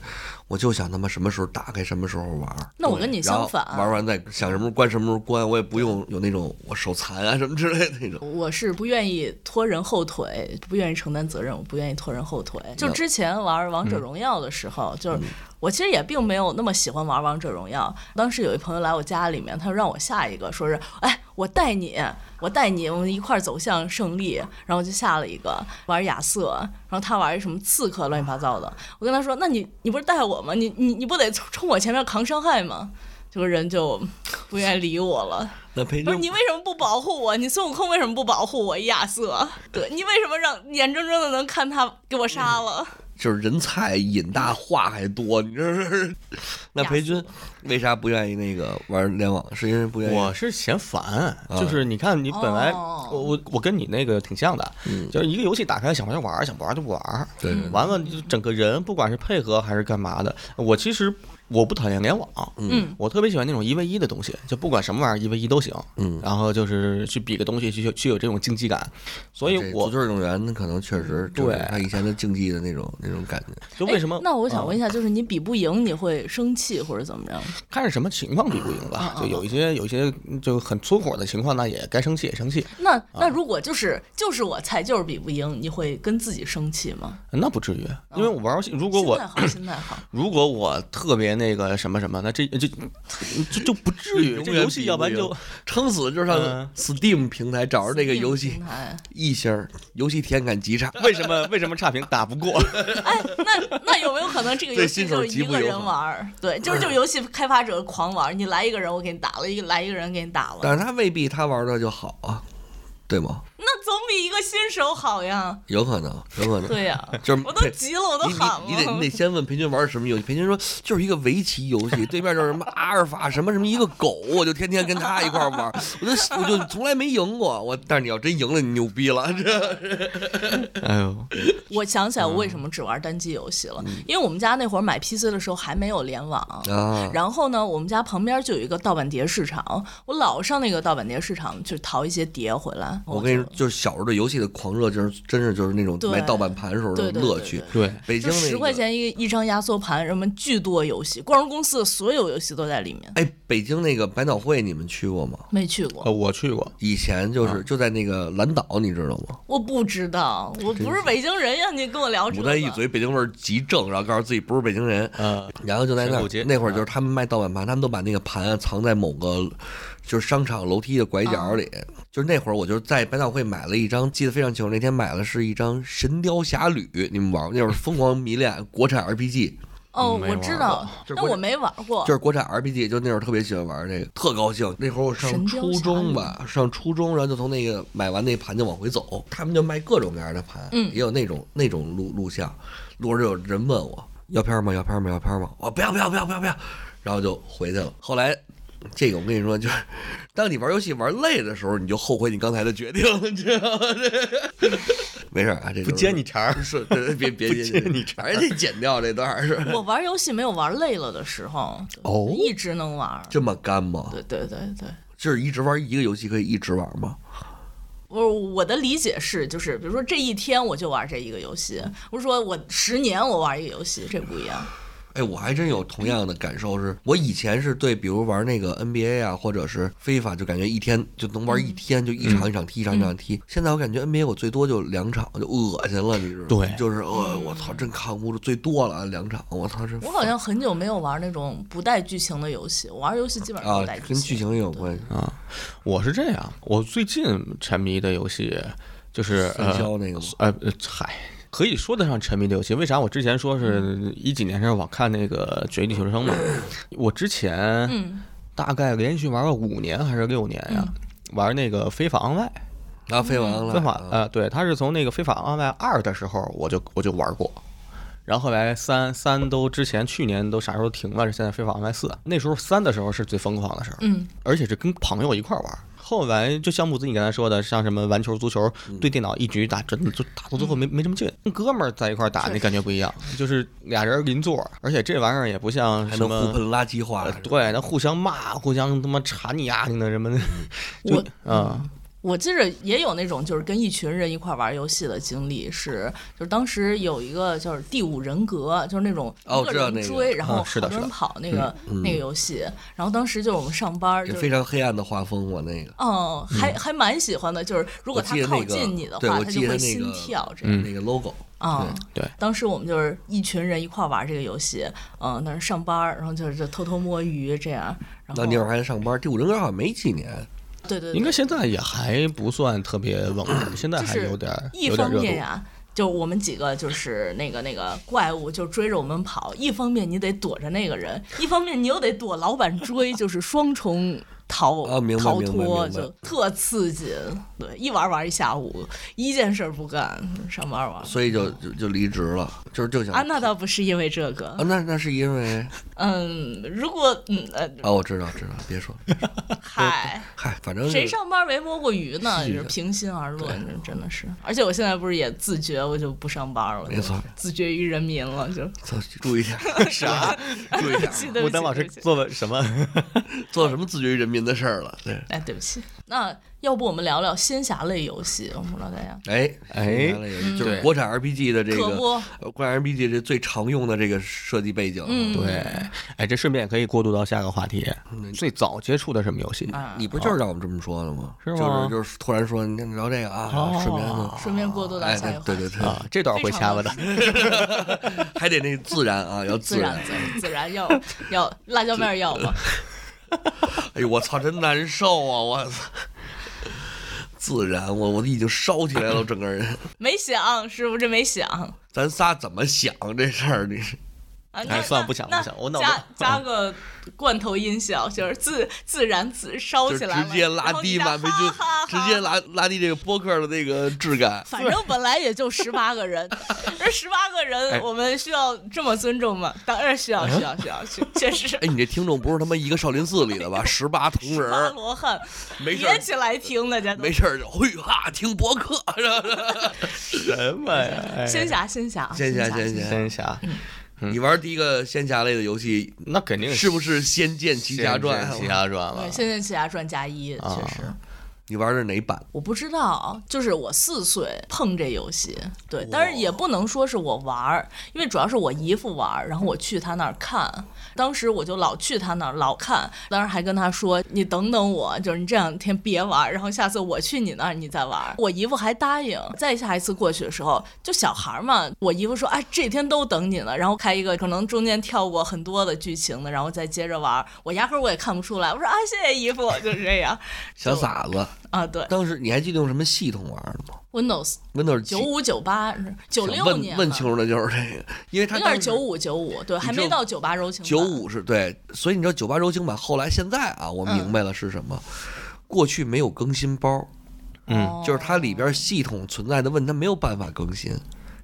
Speaker 3: 我就想他妈什么时候打开，什么时候玩。
Speaker 2: 那我跟你
Speaker 3: 然
Speaker 2: 相
Speaker 3: 后
Speaker 2: 反啊
Speaker 3: 玩完再想什么时候关，什么时候关，我也不用有那种我手残啊什么之类的那种。
Speaker 2: 我是不愿意拖人后腿，不愿意承担责任，我不愿意拖人后腿。就之前玩王者荣耀的时候，就是我其实也并没有那么喜欢玩王者荣耀。当时有一朋友来我家里面，他让我下一个，说是哎，我带你，我带你，我们一块儿走向胜利。然后我就下了一个玩亚瑟，然后他玩一什么刺客乱七八糟的。我跟他说，那你你不是带我吗？你你你不得冲冲我前面扛伤害吗？这个人就不愿意理我了。
Speaker 3: 那裴
Speaker 2: 不是你
Speaker 3: 军，
Speaker 2: 为什么不保护我？你孙悟空为什么不保护我亚 瑟？对你为什么让眼睁睁的能看他给我杀 了？
Speaker 3: 就是人菜瘾大，话还多，你这是。 那裴军为啥不愿意那个玩联网？是因为不愿意？
Speaker 1: 我是嫌烦，
Speaker 3: 啊
Speaker 1: 就是你看，你本来
Speaker 2: 哦
Speaker 1: 我我我跟你那个挺像的，就是一个游戏打开想玩就玩，想玩就玩，
Speaker 3: 嗯对对
Speaker 1: 完了就整个人不管是配合还是干嘛的，我其实我不讨厌联网，
Speaker 2: 嗯，
Speaker 1: 我特别喜欢那种一 v 一的东西，就不管什么玩意儿一 v 一都行，
Speaker 3: 嗯
Speaker 1: 然后就是去比个东西，去去有这种竞技感，所以
Speaker 3: 啊这
Speaker 1: 我
Speaker 3: 足球运动员那可能确实就是
Speaker 1: 对
Speaker 3: 他以前的竞技的那种那种感觉。
Speaker 1: 就为什么啊
Speaker 2: 哎那我想问一下，就是你比不赢，你会生气或者怎么样？
Speaker 1: 看是什么情况比不赢
Speaker 2: 嗯
Speaker 1: 吧，就有一些有一些就很粗火的情况，那也该生气也生气，
Speaker 2: 那那如果就是就是我菜就是比不赢，你会跟自己生气吗？
Speaker 1: 那不至于，因为我玩游戏，如果我
Speaker 2: 心态好，心态好。
Speaker 1: 如果我特别谁那个什么什么，那这这这就不至 于。
Speaker 3: 永
Speaker 1: 这
Speaker 3: 远
Speaker 1: 游戏
Speaker 3: 比
Speaker 1: 要不然
Speaker 3: 赢
Speaker 1: 就
Speaker 3: 撑死就
Speaker 1: 嗯
Speaker 3: 上 Steam 平台找着那个游戏
Speaker 2: 平台
Speaker 3: 异星儿，游戏体验感极差。
Speaker 1: 为什么为什么差评打不过？
Speaker 2: 哎，那那有没有可能这个游戏就一个人玩儿？对，就是就游戏开发者狂玩儿，你来一个人我给你打了，一个来一个人给你打了，
Speaker 3: 但是他未必他玩的就好啊，对吗？
Speaker 2: 那总比一个新手好呀。
Speaker 3: 有可能，有可能。
Speaker 2: 对呀、
Speaker 3: 就是
Speaker 2: 我都
Speaker 3: 对
Speaker 2: 急了，我都
Speaker 3: 你
Speaker 2: 喊了。
Speaker 3: 你你得你 得先问培军玩什么游戏，培军说就是一个围棋游戏，对面就是什么阿尔法什么什么一个狗，我就天天跟他一块儿玩，我就我就从来没赢过。我但是你要真赢了，你牛逼了， 这
Speaker 1: 哎呦，
Speaker 2: 我想起来
Speaker 3: 嗯
Speaker 2: 我为什么只玩单机游戏了，因为我们家那会儿买 PC 的时候还没有联网。
Speaker 3: 啊，
Speaker 2: 然后呢，我们家旁边就有一个盗版碟市场，我老上那个盗版碟市场去淘一些碟回来。
Speaker 3: 我跟你说，就是小时候对游戏的狂热，就是真是就是那种
Speaker 2: 哦对
Speaker 3: 买盗版盘时候
Speaker 2: 对
Speaker 3: 的
Speaker 2: 对
Speaker 3: 乐趣。
Speaker 1: 对，
Speaker 3: 北京
Speaker 2: 就
Speaker 3: 那个
Speaker 2: 十块，钱一一张压缩盘，人们巨多游戏，光荣公司的所有游戏都在里面。
Speaker 3: 哎，北京那个百脑汇你们去过吗？
Speaker 2: 没去 过，
Speaker 3: 哦
Speaker 1: 呃，我去过，
Speaker 3: 以前
Speaker 1: 啊
Speaker 3: 就是就在那个蓝岛，你知道吗？
Speaker 2: 我不知道，我不是北京人呀，你跟我聊这
Speaker 3: 牡
Speaker 2: 个
Speaker 3: 丹一嘴北京味儿极正，然后告诉自己不是北京人，
Speaker 1: 呃，
Speaker 3: 然后就在那
Speaker 1: 神谷街啊
Speaker 3: 儿那会儿就是他们卖盗版盘，他们都把那个盘啊藏在某个就是商场楼梯的拐
Speaker 2: 啊
Speaker 3: 角里。就是那会儿我就在百脑汇买了一张，记得非常清楚，那天买的是一张《神雕侠侣》，你们玩过？那会儿疯狂迷恋国产 RPG。
Speaker 2: 哦，
Speaker 1: 没
Speaker 2: 我
Speaker 1: 玩
Speaker 2: 知道，
Speaker 3: 就是
Speaker 2: 但
Speaker 3: 国
Speaker 2: 我没玩过。
Speaker 3: 就是国产 RPG，就那会儿特别喜欢玩这个，特高兴。那会儿我上
Speaker 2: 神雕侠
Speaker 3: 初
Speaker 2: 侣
Speaker 3: 中吧，上初中，然后就从那个买完那盘就往回走，他们就卖各种各样的盘，
Speaker 2: 嗯
Speaker 3: 也有那种那种录录像，路上就有人问我要片儿吗？要片儿吗？要片儿吗？我不要不要不要不要不要，然后就回去了。后来。这个我跟你说，就是当你玩游戏玩累的时候，你就后悔你刚才的决定，你知道吗？没事儿啊，这就是
Speaker 1: 不接你茬儿，
Speaker 3: 是，对别别
Speaker 1: 不接你茬
Speaker 3: 茬，这剪掉这段儿是
Speaker 2: 我玩游戏没有玩累了的时候，
Speaker 3: 哦
Speaker 2: 一直能玩。
Speaker 3: 这么干吗？
Speaker 2: 对对对对，
Speaker 3: 就是一直玩一个游戏可以一直玩吗？
Speaker 2: 我我的理解是，就是比如说这一天我就玩这一个游戏，不是说我十年我玩一个游戏，这不一样。
Speaker 3: 哎，我还真有同样的感受是，我以前是对，比如玩那个 NBA 啊，或者是非法，就感觉一天就能玩一天，就一场一场踢，一场一场踢。现在我感觉 NBA 我最多就两场，就恶心了，你知道吗？
Speaker 1: 对
Speaker 3: 就是呃，我操，真扛不住，最多了啊两场，我操，真
Speaker 2: 我好像很久没有玩那种不带剧情的游戏，我玩游戏基本上
Speaker 3: 啊
Speaker 2: 都带，
Speaker 3: 跟剧情也有关系。
Speaker 1: 我是这样，我最近沉迷的游戏就是
Speaker 3: 三
Speaker 1: 呃
Speaker 3: 消那个吗？
Speaker 1: 呃，呃嗨。可以说得上沉迷的游戏，为啥我之前说是一几年上网看那个《绝地求生》嘛？我之前
Speaker 2: 嗯，
Speaker 1: 大概连续玩了五年还是六年呀、玩那个《非法 online》。
Speaker 3: 啊，飞完了，
Speaker 1: 非法
Speaker 3: 啊
Speaker 1: 呃，对，他是从那个《非法 online 二》的时候我就我就玩过，然后后来三三都之前去年都啥时候停了，现在《非法 online 四》那时候三的时候是最疯狂的时候，
Speaker 2: 嗯，
Speaker 1: 而且是跟朋友一块儿玩。后来就像木子你刚才说的，像什么篮球、足球，
Speaker 3: 嗯
Speaker 1: 对电脑一局打，真的就打到最后没没什么劲。跟哥们儿在一块儿打，那感觉不一样，就是俩人邻座，而且这玩意儿也不像
Speaker 3: 还
Speaker 1: 什
Speaker 3: 能
Speaker 1: 么
Speaker 3: 互喷垃圾话
Speaker 1: 呃，对，那互相骂，互相他妈缠你呀，你那什么的，
Speaker 3: 嗯
Speaker 1: 就
Speaker 2: 我
Speaker 1: 啊，
Speaker 2: 我记着也有那种就是跟一群人一块玩游戏的经历，是就是当时有一个就是第五人格，就是那种
Speaker 3: 哦
Speaker 2: 一个
Speaker 3: 知道那
Speaker 2: 人
Speaker 3: 个
Speaker 2: 追，然后
Speaker 1: 啊是
Speaker 2: 好
Speaker 1: 的
Speaker 2: 多人
Speaker 1: 是的
Speaker 2: 跑那个那个游戏，然后当时就是我们上班
Speaker 3: 嗯也
Speaker 2: 就是
Speaker 3: 非。常黑暗的画风，我那个。
Speaker 2: 哦，还还蛮喜欢的，就是如果
Speaker 3: 嗯我
Speaker 2: 他
Speaker 3: 记得
Speaker 2: 靠
Speaker 3: 那个
Speaker 2: 近你的
Speaker 3: 对
Speaker 2: 话，
Speaker 3: 我
Speaker 2: 他
Speaker 3: 记
Speaker 2: 就
Speaker 3: 得
Speaker 2: 会
Speaker 3: 那
Speaker 2: 心
Speaker 3: 个嗯
Speaker 2: 跳这样。
Speaker 3: 那个 logo，
Speaker 2: 啊，
Speaker 1: 对，
Speaker 2: 当时我们就是一群人一块玩这个游戏，嗯，那儿上班，然后就是就偷偷摸鱼这样。然
Speaker 3: 那
Speaker 2: 后
Speaker 3: 那会儿还上班，第五人格好像没几年，
Speaker 2: 对对对，
Speaker 1: 应该现在也还不算特别稳 固，现在
Speaker 2: 就
Speaker 1: 还
Speaker 2: 是
Speaker 1: 有点儿
Speaker 2: 一
Speaker 1: 有点
Speaker 2: 方
Speaker 1: 热
Speaker 2: 面
Speaker 1: 度。
Speaker 2: 呀、就我们几个就是那个那个怪物就追着我们跑，一方面你得躲着那个人，一方面你又得躲老板追，就是双重逃、
Speaker 3: 啊明白
Speaker 2: 逃
Speaker 3: 明白
Speaker 2: 脱，
Speaker 3: 明白
Speaker 2: 就特刺激。对，一玩玩一下午，一件事儿不干，上班玩。
Speaker 3: 所以就就就离职了，就是就
Speaker 2: 嗯
Speaker 3: 想
Speaker 2: 啊，那倒不是因为这
Speaker 3: 啊
Speaker 2: 个，
Speaker 3: 那那是因为
Speaker 2: 嗯，如果嗯呃，
Speaker 3: 啊，我知道知道，别说，
Speaker 2: 嗨，
Speaker 3: 嗨，反正
Speaker 2: 谁
Speaker 3: 是
Speaker 2: 上班没摸过鱼呢？
Speaker 3: 是
Speaker 2: 就是平心而论，这真的是。而且我现在不是也自觉，我就不上班了，
Speaker 3: 没错
Speaker 2: 就自觉于人民了，就
Speaker 3: 操 注意点，
Speaker 1: 啥？
Speaker 3: 注意点，
Speaker 2: 记得
Speaker 1: 牡丹老师做了什么？
Speaker 3: 做什么自绝于人民您的事儿了。对，
Speaker 2: 哎，对不起，那要不我们聊聊仙侠类游戏？我们老大家
Speaker 3: 哎
Speaker 1: 哎
Speaker 3: 原来也是就是
Speaker 1: 对
Speaker 3: 国产 RPG 的这
Speaker 2: 嗯可
Speaker 3: 个
Speaker 2: 不
Speaker 3: 呃国产 RPG 这最常用的这个设计背景。啊
Speaker 2: 嗯
Speaker 1: 对，哎，这顺便可以过渡到下个话题，最早接触的什么游戏？
Speaker 2: 啊，
Speaker 3: 你不就是让我们这么说的吗？
Speaker 1: 是
Speaker 3: 就是
Speaker 1: 吗
Speaker 3: 就是突然说，你看聊这个啊，
Speaker 1: 哦
Speaker 3: 顺便呢，
Speaker 2: 顺便过渡到
Speaker 3: 哎
Speaker 2: 下一个话题
Speaker 3: 对对对，
Speaker 1: 啊，这段会掐吧的。
Speaker 3: 还得那自然啊，要
Speaker 2: 自然
Speaker 3: 然。
Speaker 2: 自然自然要要辣椒面儿 要吗？
Speaker 3: 哎呦，我操，真难受啊！我操，自然，我我已经烧起来了，我整个人。
Speaker 2: 没想，是不是没想啊？
Speaker 3: 咱仨怎么想这事儿？你是
Speaker 2: 那
Speaker 1: 算了
Speaker 2: 那
Speaker 1: 不想
Speaker 2: 那
Speaker 1: 不想我脑子
Speaker 2: 加加 个罐头音效，就是自自然自烧
Speaker 3: 就
Speaker 2: 起来了，
Speaker 3: 直接拉
Speaker 2: 然后你
Speaker 3: 低
Speaker 2: 再
Speaker 3: 满分，就
Speaker 2: 哈哈哈
Speaker 3: 直接拉拉低这个播客的那个质感。
Speaker 2: 反正本来也就十八个 人，这十八个
Speaker 3: 哎
Speaker 2: 人，我们需要这么尊重吗？当然需要，需要，需要，确确实。
Speaker 3: 哎，你这听众不是他妈一个少林寺里的吧？十八铜人
Speaker 2: 八
Speaker 3: 儿，
Speaker 2: 罗汉，
Speaker 3: 没事儿
Speaker 2: 别起来听大家都
Speaker 3: 没。事儿就嘿哈听播客， 是吧？
Speaker 1: 什么呀哎
Speaker 2: 仙侠，仙侠，
Speaker 3: 仙侠
Speaker 2: 侠，
Speaker 3: 仙侠
Speaker 1: 仙侠，
Speaker 3: 你玩第一个仙侠类的游戏
Speaker 1: 那肯定
Speaker 3: 是不是《仙剑奇
Speaker 1: 嗯仙
Speaker 3: 侠传啊
Speaker 1: 剑》？奇侠传
Speaker 2: 对，
Speaker 1: 了
Speaker 2: 《仙剑奇侠传》加一，确实。
Speaker 3: 你玩的是哪版？
Speaker 2: 我不知道，就是我四岁碰这游戏，对
Speaker 3: 哇，
Speaker 2: 但是也不能说是我玩儿，因为主要是我姨父玩儿，然后我去他那儿看，当时我就老去他那儿老看，当时还跟他说你等等我，就是你这两天别玩儿，然后下次我去你那儿你再玩儿。我姨父还答应，再下一次过去的时候，就小孩儿嘛，我姨父说哎这几天都等你呢，然后开一个可能中间跳过很多的剧情的，然后再接着玩儿，我压根儿我也看不出来，我说啊谢谢姨父，就是这样
Speaker 3: 小傻子，
Speaker 2: 啊，对
Speaker 3: 当时你还记得用什么系统玩的吗
Speaker 2: ，Windows。
Speaker 3: ？Windows
Speaker 2: 九
Speaker 3: 几
Speaker 2: 五九八九
Speaker 3: 想
Speaker 2: 六
Speaker 3: 问
Speaker 2: 年
Speaker 3: 问
Speaker 2: 了
Speaker 3: 清楚的就是这个，因为他
Speaker 2: 应
Speaker 3: 当
Speaker 2: 该
Speaker 3: 时
Speaker 2: 是九五九五，对，还
Speaker 3: 知道
Speaker 2: 没到九八柔情哦版。
Speaker 3: 九五是对，所以你知道九八柔情版后来现在啊，我
Speaker 2: 嗯
Speaker 3: 明白了是什么。过去没有更新包，
Speaker 2: 哦，
Speaker 3: 嗯就是它里边系统存在的问题，它没有办法更新，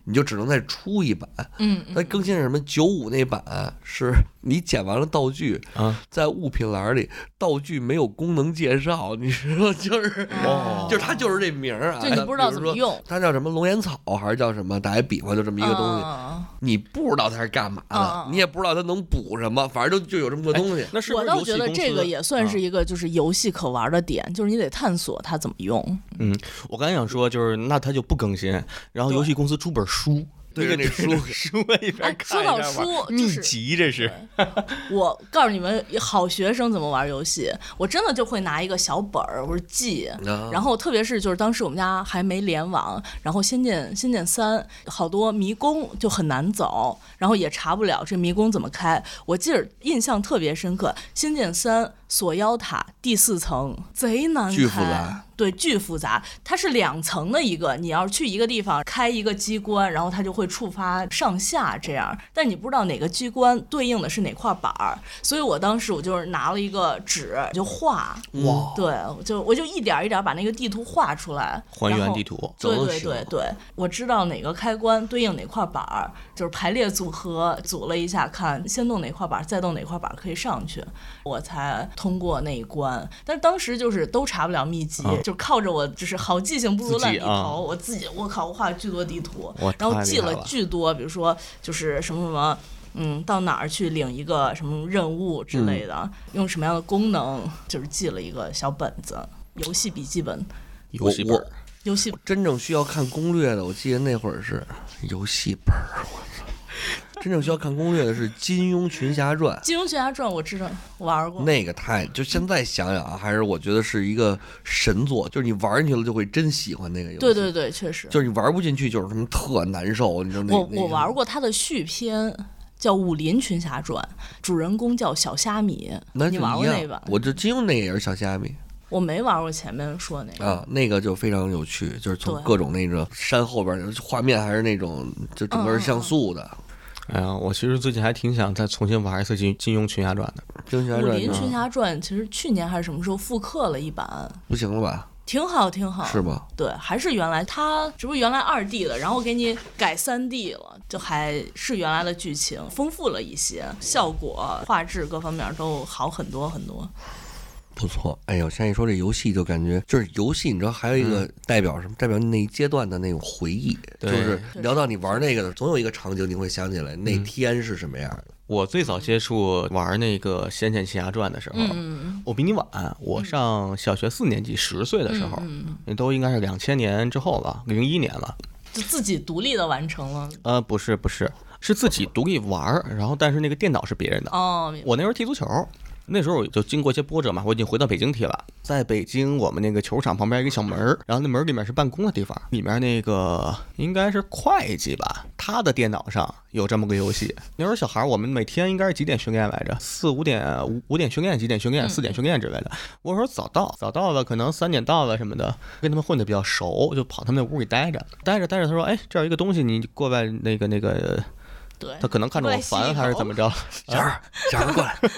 Speaker 3: 你就只能再出一版。
Speaker 2: 嗯，嗯
Speaker 3: 它更新是什么？九五那版是你捡完了道具，
Speaker 1: 啊，
Speaker 3: 在物品栏里道具没有功能介绍，你知道 就是。
Speaker 1: 哦
Speaker 3: 就是它就是这名儿啊，
Speaker 2: 就你不知道怎么用
Speaker 3: 比如说它叫什么龙眼草还是叫什么？打一比方，就这么一个东西，
Speaker 2: 嗯
Speaker 3: 你不知道它是干嘛的
Speaker 2: 嗯，嗯哎
Speaker 3: 你也不知道它能补什么，反正就就有这么个东西。
Speaker 1: 那是不
Speaker 2: 我
Speaker 1: 是
Speaker 2: 倒
Speaker 1: 游戏
Speaker 2: 觉得
Speaker 1: 公
Speaker 2: 这
Speaker 1: 司啊
Speaker 2: 个也
Speaker 3: 啊
Speaker 2: 算是一个就是游戏可玩的点，就是你得探索它怎么用。
Speaker 1: 嗯，我刚才想说就是那它就不更新，然后游戏公司出本书，
Speaker 3: 对着那书
Speaker 1: 书一边
Speaker 2: 哎
Speaker 1: 看
Speaker 2: 说
Speaker 1: 一
Speaker 2: 到
Speaker 1: 边玩
Speaker 2: 书就
Speaker 1: 秘
Speaker 2: 是
Speaker 1: 籍这是
Speaker 3: 嗯
Speaker 2: 我告诉你们，好学生怎么玩游戏，我真的就会拿一个小本儿，我说记。
Speaker 3: 啊
Speaker 2: 然后特别是就是当时我们家还没联网，然后《仙剑》《仙剑三》好多迷宫就很难走，然后也查不了这迷宫怎么开。我记得印象特别深刻，《仙剑三》锁妖塔第四层贼难开，
Speaker 3: 巨复杂
Speaker 2: 对，巨复杂。它是两层的一个，你要是去一个地方开一个机关，然后它就会触发上下这样，但你不知道哪个机关对应的是哪块板儿，所以我当时我就是拿了一个纸就画，
Speaker 1: 哦
Speaker 3: 哇，
Speaker 2: 对，我就我就一点儿一点儿把那个地图画出来，
Speaker 1: 还
Speaker 2: 然
Speaker 1: 原
Speaker 2: 后
Speaker 1: 地。图，
Speaker 2: 对
Speaker 3: 走
Speaker 2: 对
Speaker 3: 起
Speaker 2: 对对，我知道哪个开关对应哪块板儿，就是排列组合组了一下，看先动哪块板儿，再动哪块板儿可以上去，我才通过那一关。但是当时就是都查不了秘籍，就靠着我就是好记性不如
Speaker 1: 啊自
Speaker 2: 烂
Speaker 1: 己
Speaker 2: 笔头，
Speaker 1: 啊
Speaker 2: 我自己我靠，我画了巨多地图
Speaker 1: 哇，
Speaker 2: 然后
Speaker 1: 太厉
Speaker 2: 记
Speaker 1: 害
Speaker 2: 了
Speaker 1: 了
Speaker 2: 巨多，比如说就是什么什么。嗯，到哪儿去领一个什么任务之类的，
Speaker 3: 嗯
Speaker 2: 用什么样的功能，就是记了一个小本子，游戏笔记本，
Speaker 1: 游戏本
Speaker 3: 我
Speaker 1: 儿
Speaker 2: 游戏
Speaker 3: 真正需要看攻略的，我记得那会儿是游戏本儿，我操！真正需要看攻略的是《金庸群侠传》，
Speaker 2: 《金庸群侠传》我知道玩过，
Speaker 3: 那个太就现在想想啊，还是我觉得是一个神作，就是你玩进去了就会真喜欢那个游戏。
Speaker 2: 对对，对，确实，
Speaker 3: 就是你玩不进去就是他妈特难受，你知道那
Speaker 2: 我
Speaker 3: 那个
Speaker 2: 我玩过它的续篇。叫《武林群侠传》，主人公叫小虾米，
Speaker 3: 那就
Speaker 2: 你玩过
Speaker 3: 一样
Speaker 2: 那版？
Speaker 3: 我就金庸那个也是小虾米
Speaker 2: 我没玩过前面说那个。
Speaker 3: 啊，那个就非常有趣，就是从
Speaker 2: 对
Speaker 3: 各种那种山后边儿画面还是那种就整
Speaker 2: 嗯
Speaker 3: 个是像素的。
Speaker 1: 哎呀，我其实最近还挺想再重新玩一次金《金庸群侠传》的。
Speaker 3: 金庸群侠
Speaker 2: 武
Speaker 3: 传啊
Speaker 2: 林
Speaker 3: 呢
Speaker 2: 群侠传》其实去年还是什么时候复刻了一版，
Speaker 3: 不行了吧？
Speaker 2: 挺好，挺好。
Speaker 3: 是吗？
Speaker 2: 对，还是原来它只不过原来二 D 的，然后给你改三 D 了，就还是原来的剧情，丰富了一些，效果、画质各方面都好很多很多。
Speaker 3: 不错，哎呦，现在一说这游戏，就感觉就是游戏，你知道还有一个代表什么？代表那一阶段的那种回忆，就
Speaker 1: 嗯对嗯
Speaker 3: 是聊到你玩那个的，总有一个场景你会想起来那天是什么样的。
Speaker 1: 我最早接触玩那个《仙剑奇侠传》的时候，
Speaker 2: 嗯
Speaker 1: 我比你晚，我上小学四年级，十岁的时候，
Speaker 2: 嗯
Speaker 1: 那都应该是两千年之后了，零一年了。
Speaker 2: 就自己独立的完成了。
Speaker 1: 呃，不是不是，是自己独立玩儿，然后但是那个电脑是别人的。
Speaker 2: 哦，
Speaker 1: 我那时候踢足球，那时候我就经过一些波折嘛，我已经回到北京踢了。在北京，我们那个球场旁边一个小门儿，然后那门儿里面是办公的地方，里面那个应该是会计吧，他的电脑上有这么个游戏。那时候小孩儿，我们每天应该是几点训练来着？四五点、五五点训练，几点训练？四点训练之类的。我说早到，早到了，可能三点到了什么的，跟他们混的比较熟，就跑他们那屋里待着，待着待着，他说：“哎，这儿有一个东西，你过来那个那个。”
Speaker 2: 对，
Speaker 1: 他可能看着我烦还是怎么着？
Speaker 3: 小孩，小孩过来，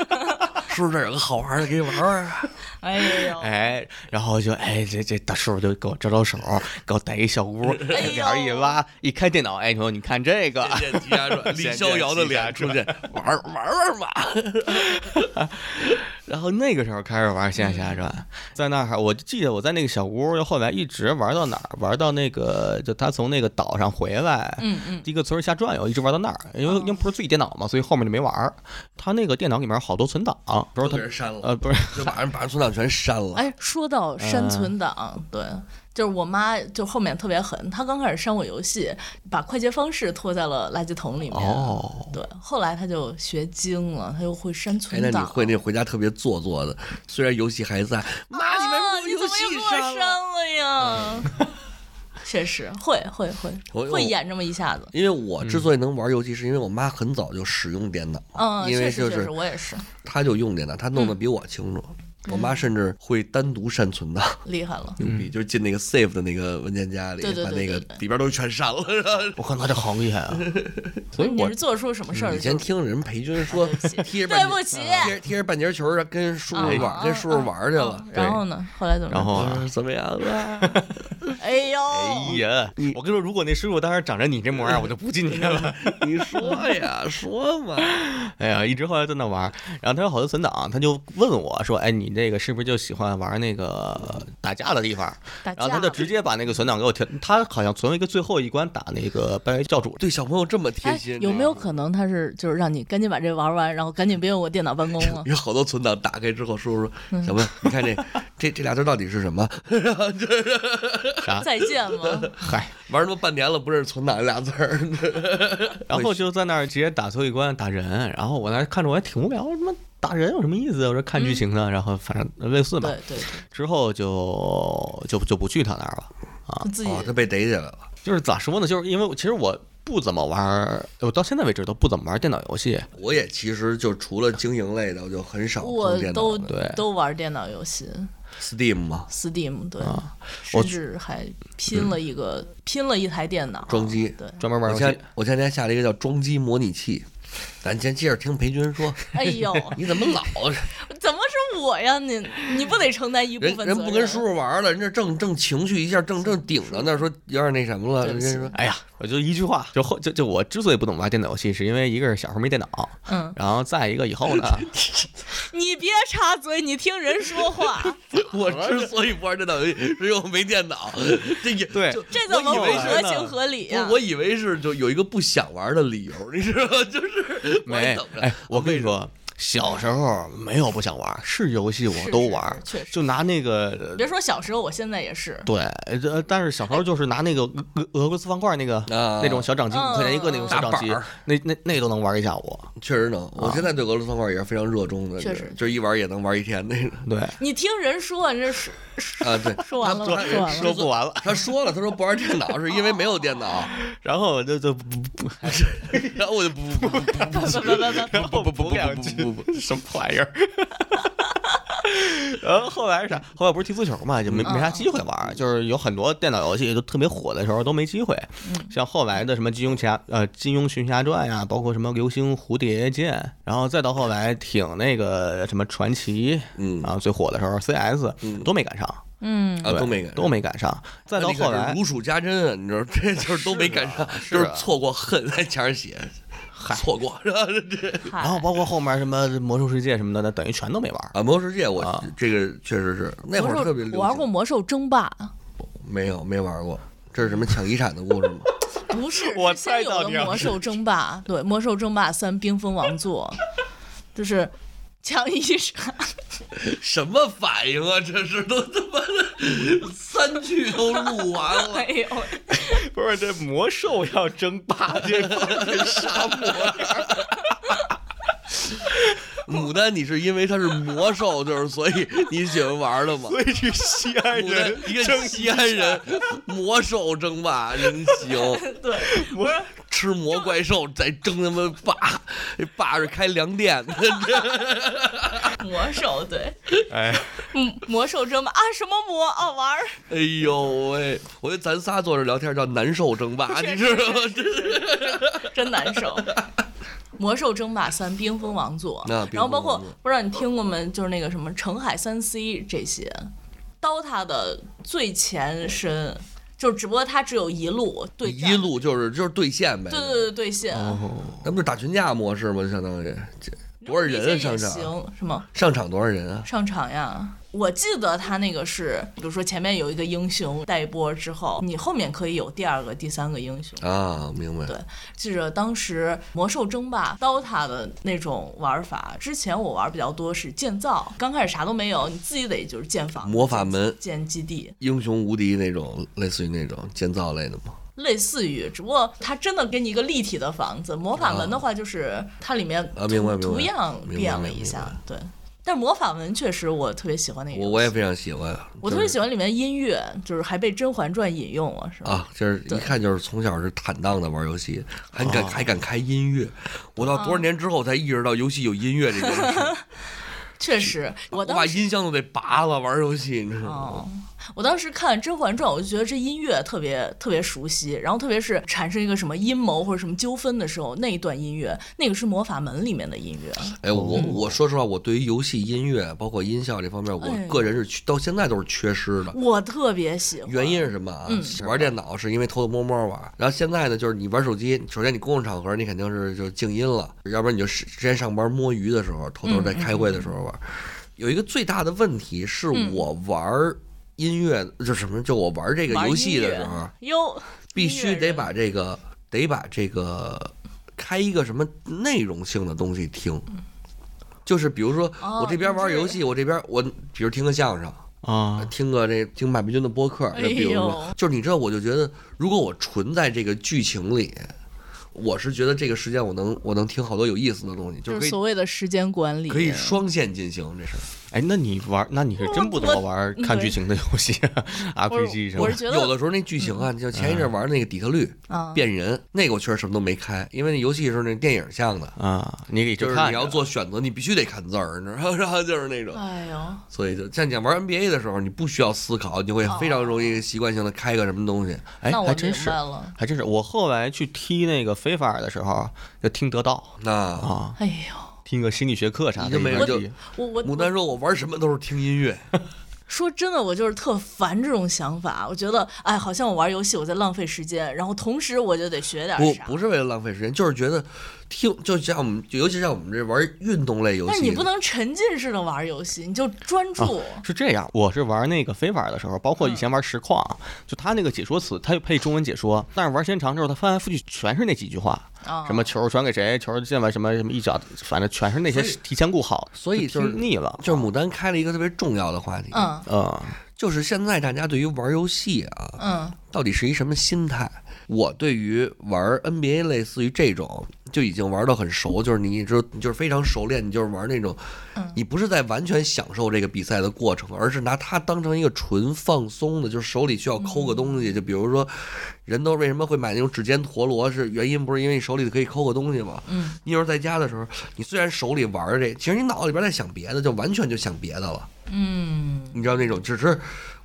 Speaker 3: 叔叔这儿有个好玩的，给你玩 玩啊。
Speaker 2: 哎呦，
Speaker 1: 哎，然后就哎，这这大叔就给我招招手，给我带一小屋，哎脸儿一拉，一开电脑，哎，你说你看这个，
Speaker 3: 见提家说，李逍遥的脸出现，玩儿玩儿玩儿嘛。
Speaker 1: 然后那个时候开始玩《仙剑奇侠传》，在那儿我记得我在那个小屋，又后来一直玩到哪儿？玩到那个就他从那个岛上回来，
Speaker 2: 嗯嗯，
Speaker 1: 一个村儿下转悠，一直玩到那儿，因为因为不是自己电脑嘛，所以后面就没玩儿。他那个电脑里面好多存档，不是
Speaker 3: 都
Speaker 1: 他
Speaker 3: 给人删了
Speaker 1: 呃，不是
Speaker 3: 就把人把人存档全删了。
Speaker 2: 哎，说
Speaker 1: 嗯
Speaker 2: 到删存档，对，就是我妈就后面特别狠，她刚开始删我游戏，把快捷方式拖在了垃圾桶里面。
Speaker 1: 哦，
Speaker 2: 对，后来她就学精了，她又会删
Speaker 3: 哎，
Speaker 2: 存
Speaker 3: 那
Speaker 2: 档。
Speaker 3: 你会那回家特别做作的，虽然游戏还在，妈，你
Speaker 2: 啊，
Speaker 3: 们
Speaker 2: 你
Speaker 3: 游
Speaker 2: 怎么又
Speaker 3: 戏
Speaker 2: 给我删
Speaker 3: 了。嗯
Speaker 2: 了呀？ 确实会会会
Speaker 3: 我
Speaker 2: 会演这么一下子。
Speaker 3: 因为我之所以能玩游戏，是因为我妈很早就使用电脑，
Speaker 2: 嗯，
Speaker 3: 因为
Speaker 2: 确实
Speaker 3: 就
Speaker 2: 确
Speaker 3: 是
Speaker 2: 实，嗯我也 是
Speaker 3: 她就用电脑，她弄得比我清楚。我
Speaker 2: 嗯
Speaker 3: 妈甚至会单独删存档，
Speaker 2: 厉害了。
Speaker 3: 牛 逼！就是进那个 save 的那个文件夹里
Speaker 2: 对，对
Speaker 3: 把
Speaker 2: 对
Speaker 3: 那个
Speaker 2: 对对
Speaker 3: 里边都全删了。然 后
Speaker 1: 我看他这好厉害啊，所以
Speaker 2: 你
Speaker 1: 我
Speaker 2: 是做出什么事儿？
Speaker 3: 嗯以前听人裴军 说
Speaker 2: 对不起，
Speaker 3: 踢着半嗯
Speaker 2: 对不起
Speaker 3: 踢着踢着半截球儿跟叔叔
Speaker 2: 啊
Speaker 3: 玩，跟叔叔玩去了。
Speaker 2: 然后呢？后来怎么？
Speaker 1: 然后啊
Speaker 3: 我说怎么样啊？
Speaker 2: 哎呦，
Speaker 1: 哎呀，我跟你说，如果那师傅当时长着你这模样，我就不进去 了。
Speaker 2: 嗯
Speaker 3: 你说呀，说嘛。
Speaker 1: 哎呀，一直后来在那玩儿，然后他有好多存档，他就问我说：“哎，你这个是不是就喜欢玩那个打架的地方？”
Speaker 2: 打
Speaker 1: 然
Speaker 2: 架
Speaker 1: 后他就直接把那个存档给我调，他好像存了一个最后一关打那个拜月教主。
Speaker 3: 对小朋友这么贴
Speaker 2: 哎
Speaker 3: 心，，？
Speaker 2: 有没有可能他是就是让你赶紧把这玩完，然后赶紧别用我电脑办公了
Speaker 3: 有好多存档打开之后，叔叔说：“小朋友，你看这这这俩字到底是什么？
Speaker 2: 再见 了，
Speaker 1: 嗨，
Speaker 3: 玩他妈半年了，不认识存档这俩字儿。
Speaker 1: 然后就在那儿直接打最后一关打人，然后我那儿看着我还挺无聊，他妈打人有什么意思？我说看剧情呢，然后反正类似吧
Speaker 2: 嗯对。对对，
Speaker 1: 之后就就就不去他那儿了。
Speaker 2: 就自”己
Speaker 3: 哦，他被逮起来了。
Speaker 1: 就是咋说呢？就是因为我其实我不怎么玩儿，我到现在为止都不怎么玩儿电脑游戏。
Speaker 3: 我也其实就除了经营类的，我就很少
Speaker 2: 我
Speaker 3: 碰电脑
Speaker 2: 都
Speaker 3: 的。
Speaker 1: 对
Speaker 2: 都玩电脑游戏
Speaker 3: Steam 嘛，
Speaker 2: ，Steam 对，
Speaker 3: 啊
Speaker 1: 我
Speaker 2: 甚至还拼了一个拼了一台电脑
Speaker 3: 嗯装机
Speaker 2: 对，
Speaker 1: 专门玩
Speaker 3: 我
Speaker 1: 儿游
Speaker 3: 前
Speaker 1: 戏。
Speaker 3: 我前天下了一个叫“装机模拟器”，咱先接着听裴军说，
Speaker 2: 哎呦，
Speaker 3: 你怎么老
Speaker 2: 怎么是我呀？你你不得承担一部
Speaker 3: 人
Speaker 2: 分
Speaker 3: 人
Speaker 2: 责
Speaker 3: 不
Speaker 2: 任
Speaker 3: 跟叔叔玩了，人这正正情绪一下正正顶着呢，说有点那什么了，
Speaker 2: 对
Speaker 3: 人
Speaker 2: 不
Speaker 3: 家
Speaker 2: 起
Speaker 3: 说
Speaker 1: 哎呀，我就一句话，就后就就我之所以不懂玩电脑游戏，是因为一个是小时候没电脑，
Speaker 2: 嗯，
Speaker 1: 然后再一个以后 呢，
Speaker 2: 你别插嘴，你听人说话，
Speaker 3: 我之所以不玩电脑游戏，是因为我没电脑。这也
Speaker 1: 对
Speaker 3: 就
Speaker 2: 这怎么
Speaker 3: 我以
Speaker 2: 不
Speaker 3: 为是
Speaker 2: 合情合理啊呀
Speaker 3: 不？我以为是就有一个不想玩的理由，你知道吗？ 就是我还
Speaker 1: 没
Speaker 3: 等着
Speaker 1: 哎，我跟你说。小时候没有不想玩儿，是游戏我都玩儿，
Speaker 2: 是是是确实
Speaker 1: 就拿那个
Speaker 2: 别说小时候，我现在也是，
Speaker 1: 对，呃，但是小时候就是拿那个俄俄俄罗斯方块那个、
Speaker 3: 啊嗯
Speaker 1: 那种小掌机，五块钱一个那种小掌机
Speaker 3: 打板儿，
Speaker 1: 那那那都能玩一下午。
Speaker 3: 确实能。我现在对俄罗斯方块也是非常热衷的，
Speaker 2: 确实
Speaker 3: 就是一玩也能玩一天那个。
Speaker 1: 对，
Speaker 2: 你听人说，你这说
Speaker 3: 啊，对，
Speaker 2: 说完了吗
Speaker 3: 他
Speaker 2: 说完了吗
Speaker 1: 说不完了，
Speaker 3: 他说了，他说不玩电脑是因为没有电脑，
Speaker 1: 然后我就就不不不
Speaker 3: 然后我就不不不不不
Speaker 2: 不不不不
Speaker 1: 然后
Speaker 3: 不不不不
Speaker 1: 两
Speaker 3: 不
Speaker 1: 句
Speaker 3: 不不
Speaker 1: 什么破玩意儿。然后后来是啥？后来不是踢足球嘛，就没没啥机会玩儿，就是有很多电脑游戏都特别火的时候都没机会。像后来的什么《金庸奇侠》呃《金庸群侠传》呀，包括什么《流星蝴蝶剑》，然后再到后来挺那个什么传奇，
Speaker 3: 嗯
Speaker 1: 啊最火的时候 CS 都没赶上，
Speaker 2: 嗯，
Speaker 3: 啊
Speaker 1: 对
Speaker 3: 都没赶上
Speaker 1: 都没赶上。再到后来
Speaker 3: 那个是如数家珍啊，你知道， 这就是都没赶上，
Speaker 1: 是
Speaker 3: 就
Speaker 1: 啊
Speaker 3: 是错过恨在墙上写，错过是吧？ 这
Speaker 2: 嗨
Speaker 1: 然后包括后面什么魔兽世界什么的，那等于全都没玩儿。
Speaker 3: 啊，魔兽世界我这个确实是那
Speaker 2: 魔
Speaker 3: 会儿
Speaker 2: 兽
Speaker 3: 特别流行，
Speaker 2: 我玩过魔兽争霸，
Speaker 3: 没有没玩过，这是什么抢遗产的故事吗？
Speaker 2: 不是，
Speaker 1: 我
Speaker 2: 是先
Speaker 1: 猜到
Speaker 2: 有
Speaker 1: 你
Speaker 2: 的
Speaker 1: 要
Speaker 2: 魔
Speaker 1: 是
Speaker 2: 兽争霸，对，魔兽争霸三冰封王座，就是抢衣裳，
Speaker 3: 什么反应啊？ 这是都他妈的三句都录完了
Speaker 2: 哎，呦喂，
Speaker 1: 不是这魔兽要争霸，这
Speaker 3: 沙漠。牡丹，你是因为它是魔兽，就是所以你喜欢玩的 吗？
Speaker 1: 所以是西安
Speaker 3: 牡丹
Speaker 1: 人，
Speaker 3: 一个西安人，魔兽争霸人行，
Speaker 2: 对，
Speaker 1: 魔
Speaker 3: 吃魔怪兽再争他妈霸， 霸是开粮店 的，
Speaker 2: 魔兽，对，
Speaker 1: 哎，
Speaker 2: 嗯，魔兽争霸啊，什么魔啊玩儿，
Speaker 3: 哎呦喂！我觉得咱仨坐着聊天叫难受争霸，你知道吗？
Speaker 2: 真难 受。魔兽争霸三，冰封王座
Speaker 3: 那，
Speaker 2: 然后包括
Speaker 3: 冰封王座
Speaker 2: 不知道你听过没，就是那个什么澄海三 C 这些，DOTA 的最前身，就只不过它只有一路对战
Speaker 3: 一，路就是就是对线呗，
Speaker 2: 对对对对线，
Speaker 3: 咱们就是打群架模式嘛，就相当于这哦多少人啊
Speaker 2: 这些
Speaker 3: 上
Speaker 2: 也
Speaker 3: 场？
Speaker 2: 行，是吗？
Speaker 3: 上场多少人啊？
Speaker 2: 上场呀。我记得他那个是，比如说前面有一个英雄带波之后，你后面可以有第二个、第三个英雄。
Speaker 3: 啊，明白
Speaker 2: 对。记着当时魔兽争霸、DOTA 的那种玩法，之前我玩比较多是建造，刚开始啥都没有，你自己得就是建房、
Speaker 3: 魔法门
Speaker 2: 建基地，
Speaker 3: 英雄无敌那种，类似于那种建造类的嘛。
Speaker 2: 类似于，只不过它真的给你一个立体的房子。魔法门的话，就是它里面
Speaker 3: 啊明白明白
Speaker 2: 图样
Speaker 3: 明白
Speaker 2: 变了
Speaker 3: 明白
Speaker 2: 一下
Speaker 3: 明白，
Speaker 2: 对。但魔法门确实我特别喜欢那个
Speaker 3: 我
Speaker 2: 游戏，
Speaker 3: 我也非常喜欢，
Speaker 2: 我特别喜欢里面音乐，就是还被《甄嬛传》引用了，是吧？
Speaker 3: 啊，就是一看就是从小是坦荡的玩游戏，还
Speaker 2: 哦
Speaker 3: 敢还敢开音乐。我到多少年之后才意识到游戏有音乐这件事，
Speaker 2: 确实， 我
Speaker 3: 我
Speaker 2: 当
Speaker 3: 把
Speaker 2: 时
Speaker 3: 音箱都得拔了玩游戏，你知道吗？
Speaker 2: 哦，我当时看《甄嬛传》，我就觉得这音乐特别特别熟悉，然后特别是产生一个什么阴谋或者什么纠纷的时候，那一段音乐，那个是魔法门里面的音乐，
Speaker 3: 哎，我我说实话，我对于游戏音乐包括音效这方面，
Speaker 2: 哎
Speaker 3: 我个人是缺到现在都是缺失的。
Speaker 2: 我特别喜欢。
Speaker 3: 原因是什么啊？
Speaker 2: 嗯
Speaker 3: 玩电脑是因为偷偷摸摸玩，然后现在呢，就是你玩手机，首先你公共场合你肯定是就静音了，要不然你就是之前上班摸鱼的时候，偷偷
Speaker 2: 嗯
Speaker 3: 在开会的时候玩。有一个最大的问题是
Speaker 2: 嗯
Speaker 3: 我玩音乐，就什么，就我玩这个
Speaker 2: 玩
Speaker 3: 游戏的时
Speaker 2: 音
Speaker 3: 候啊
Speaker 2: 乐，哟，
Speaker 3: 必须得
Speaker 2: 音
Speaker 3: 把这个得把这个开一个什么内容性的东西听，就是比如说
Speaker 2: 嗯哦
Speaker 3: 我这边玩游戏，我这边我比如听个相声。
Speaker 1: 啊，
Speaker 3: 听个这听马伯钧的播客，
Speaker 2: 哎
Speaker 3: 就比如说，
Speaker 2: 呦
Speaker 3: 就是你知道，我就觉得，如果我纯在这个剧情里，我是觉得这个时间我能我能听好多有意思的东西，就
Speaker 2: 乐人就
Speaker 3: 是可
Speaker 2: 是
Speaker 3: 以
Speaker 2: 所谓的时间管理，啊
Speaker 3: 可以双线进行这事儿。
Speaker 1: 哎，那你玩，那你是真不怎么玩看剧情的游戏啊
Speaker 2: 我
Speaker 1: ，RPG
Speaker 2: 是
Speaker 1: 什
Speaker 2: 我
Speaker 1: 么
Speaker 2: 是？觉得嗯
Speaker 3: 有的时候那剧情啊，就前一
Speaker 1: 嗯
Speaker 3: 阵玩那个底特律
Speaker 2: 啊，
Speaker 3: 变人，那个我确实什么都没开，因为那游戏是那电影像的，
Speaker 1: 啊，你得去
Speaker 3: 就是
Speaker 1: 看
Speaker 3: 你要
Speaker 1: 着
Speaker 3: 做选择，你必须得看字儿，你知道吗？然 后就是那种，
Speaker 2: 哎呦，
Speaker 3: 所以就像你玩 NBA 的时候，你不需要思考，你就会
Speaker 2: 嗯
Speaker 3: 非常容易习惯性的开个什么东西。
Speaker 1: 哎，
Speaker 2: 那我
Speaker 1: 还真是
Speaker 2: 明白了，
Speaker 1: 还真是。我后来去踢那个非法尔的时候，就听得到
Speaker 3: 那
Speaker 1: 啊，
Speaker 2: 哎呦，
Speaker 1: 听个心理学课啥
Speaker 3: 你
Speaker 1: 的
Speaker 3: 就
Speaker 1: 一
Speaker 3: 没
Speaker 1: 边
Speaker 3: 人
Speaker 1: 踢。
Speaker 3: 就
Speaker 2: 我我
Speaker 3: 牡丹说，我玩什么都是听音乐，
Speaker 2: 说真的，我就是特烦这种想法。我觉得，哎，好像我玩游戏我在浪费时间，然后同时我就得学点
Speaker 3: 不
Speaker 2: 啥。
Speaker 3: 不是为了浪费时间，就是觉得听，就像我们，就尤其像我们这玩运动类游
Speaker 2: 但是
Speaker 3: 戏，哦
Speaker 2: 你不能沉浸式的玩游戏，你就专注。
Speaker 1: 是这样，我是玩那个非法尔的时候，
Speaker 3: 嗯
Speaker 1: 包括以前玩实况，就他那个解说词，他就配中文解说，但是玩时间长之后，他翻来覆去全是那几句话，
Speaker 2: 啊
Speaker 1: 什么球传给谁，球进了什么什么一脚，反正全是那些
Speaker 3: 所以
Speaker 1: 提前顾好，
Speaker 3: 所以就是
Speaker 1: 听腻了。
Speaker 3: 就是牡丹开了一个特别重要的话题，
Speaker 2: 嗯
Speaker 1: 嗯，
Speaker 3: 就是现在大家对于玩游戏啊，
Speaker 2: 嗯
Speaker 3: 到底是一什么心态？我对于玩 NBA 类似于这种就已经玩到很熟，就是你知道你就是非常熟练，你就是玩那种，你不是在完全享受这个比赛的过程，而是拿它当成一个纯放松的，就是手里需要抠个东西，就比如说人都为什么会买那种指尖陀螺，是原因不是因为你手里可以抠个东西吗？
Speaker 2: 嗯，
Speaker 3: 你有时候在家的时候，你虽然手里玩这，其实你脑子里边在想别的，就完全就想别的了。
Speaker 2: 嗯，
Speaker 3: 你知道那种，只是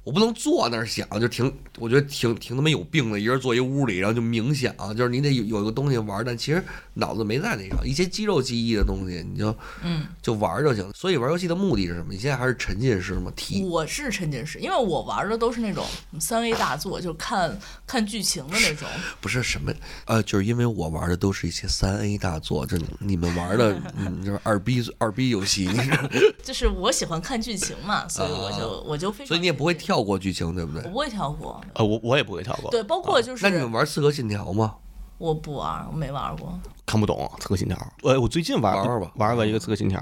Speaker 3: 我不能坐那儿想，就挺，我觉得挺挺他妈有病的，一人坐一屋里，然后就冥想，就是你得有有一个东西玩儿，但其实脑子没在那上，一些肌肉记忆的东西，你就
Speaker 2: 嗯，
Speaker 3: 就玩儿就行。所以玩游戏的目的是什么？你现在还是沉浸式吗？体
Speaker 2: 嗯我是沉浸式，因为我玩的都是那种三 A 大作，就看看剧情的那种。
Speaker 3: 不是什么，呃，就是因为我玩的都是一些三 A 大作，就是你们玩的，嗯，就是二 B 二 B 游戏，你知道吗
Speaker 2: 就是我喜欢看剧情嘛，所以我就、我就非常，
Speaker 3: 啊所以你也不会，跳过剧情，对不
Speaker 2: 我
Speaker 3: 对？
Speaker 2: 不会跳过。
Speaker 1: 呃，我我也不会跳过，
Speaker 2: 对，包括就是、
Speaker 3: 那你们玩《刺客信条》吗？
Speaker 2: 我不玩，我没玩过。
Speaker 1: 看不懂《刺客信条》。呃，我最近玩
Speaker 3: 玩玩吧
Speaker 1: 玩过一个《刺客信条》，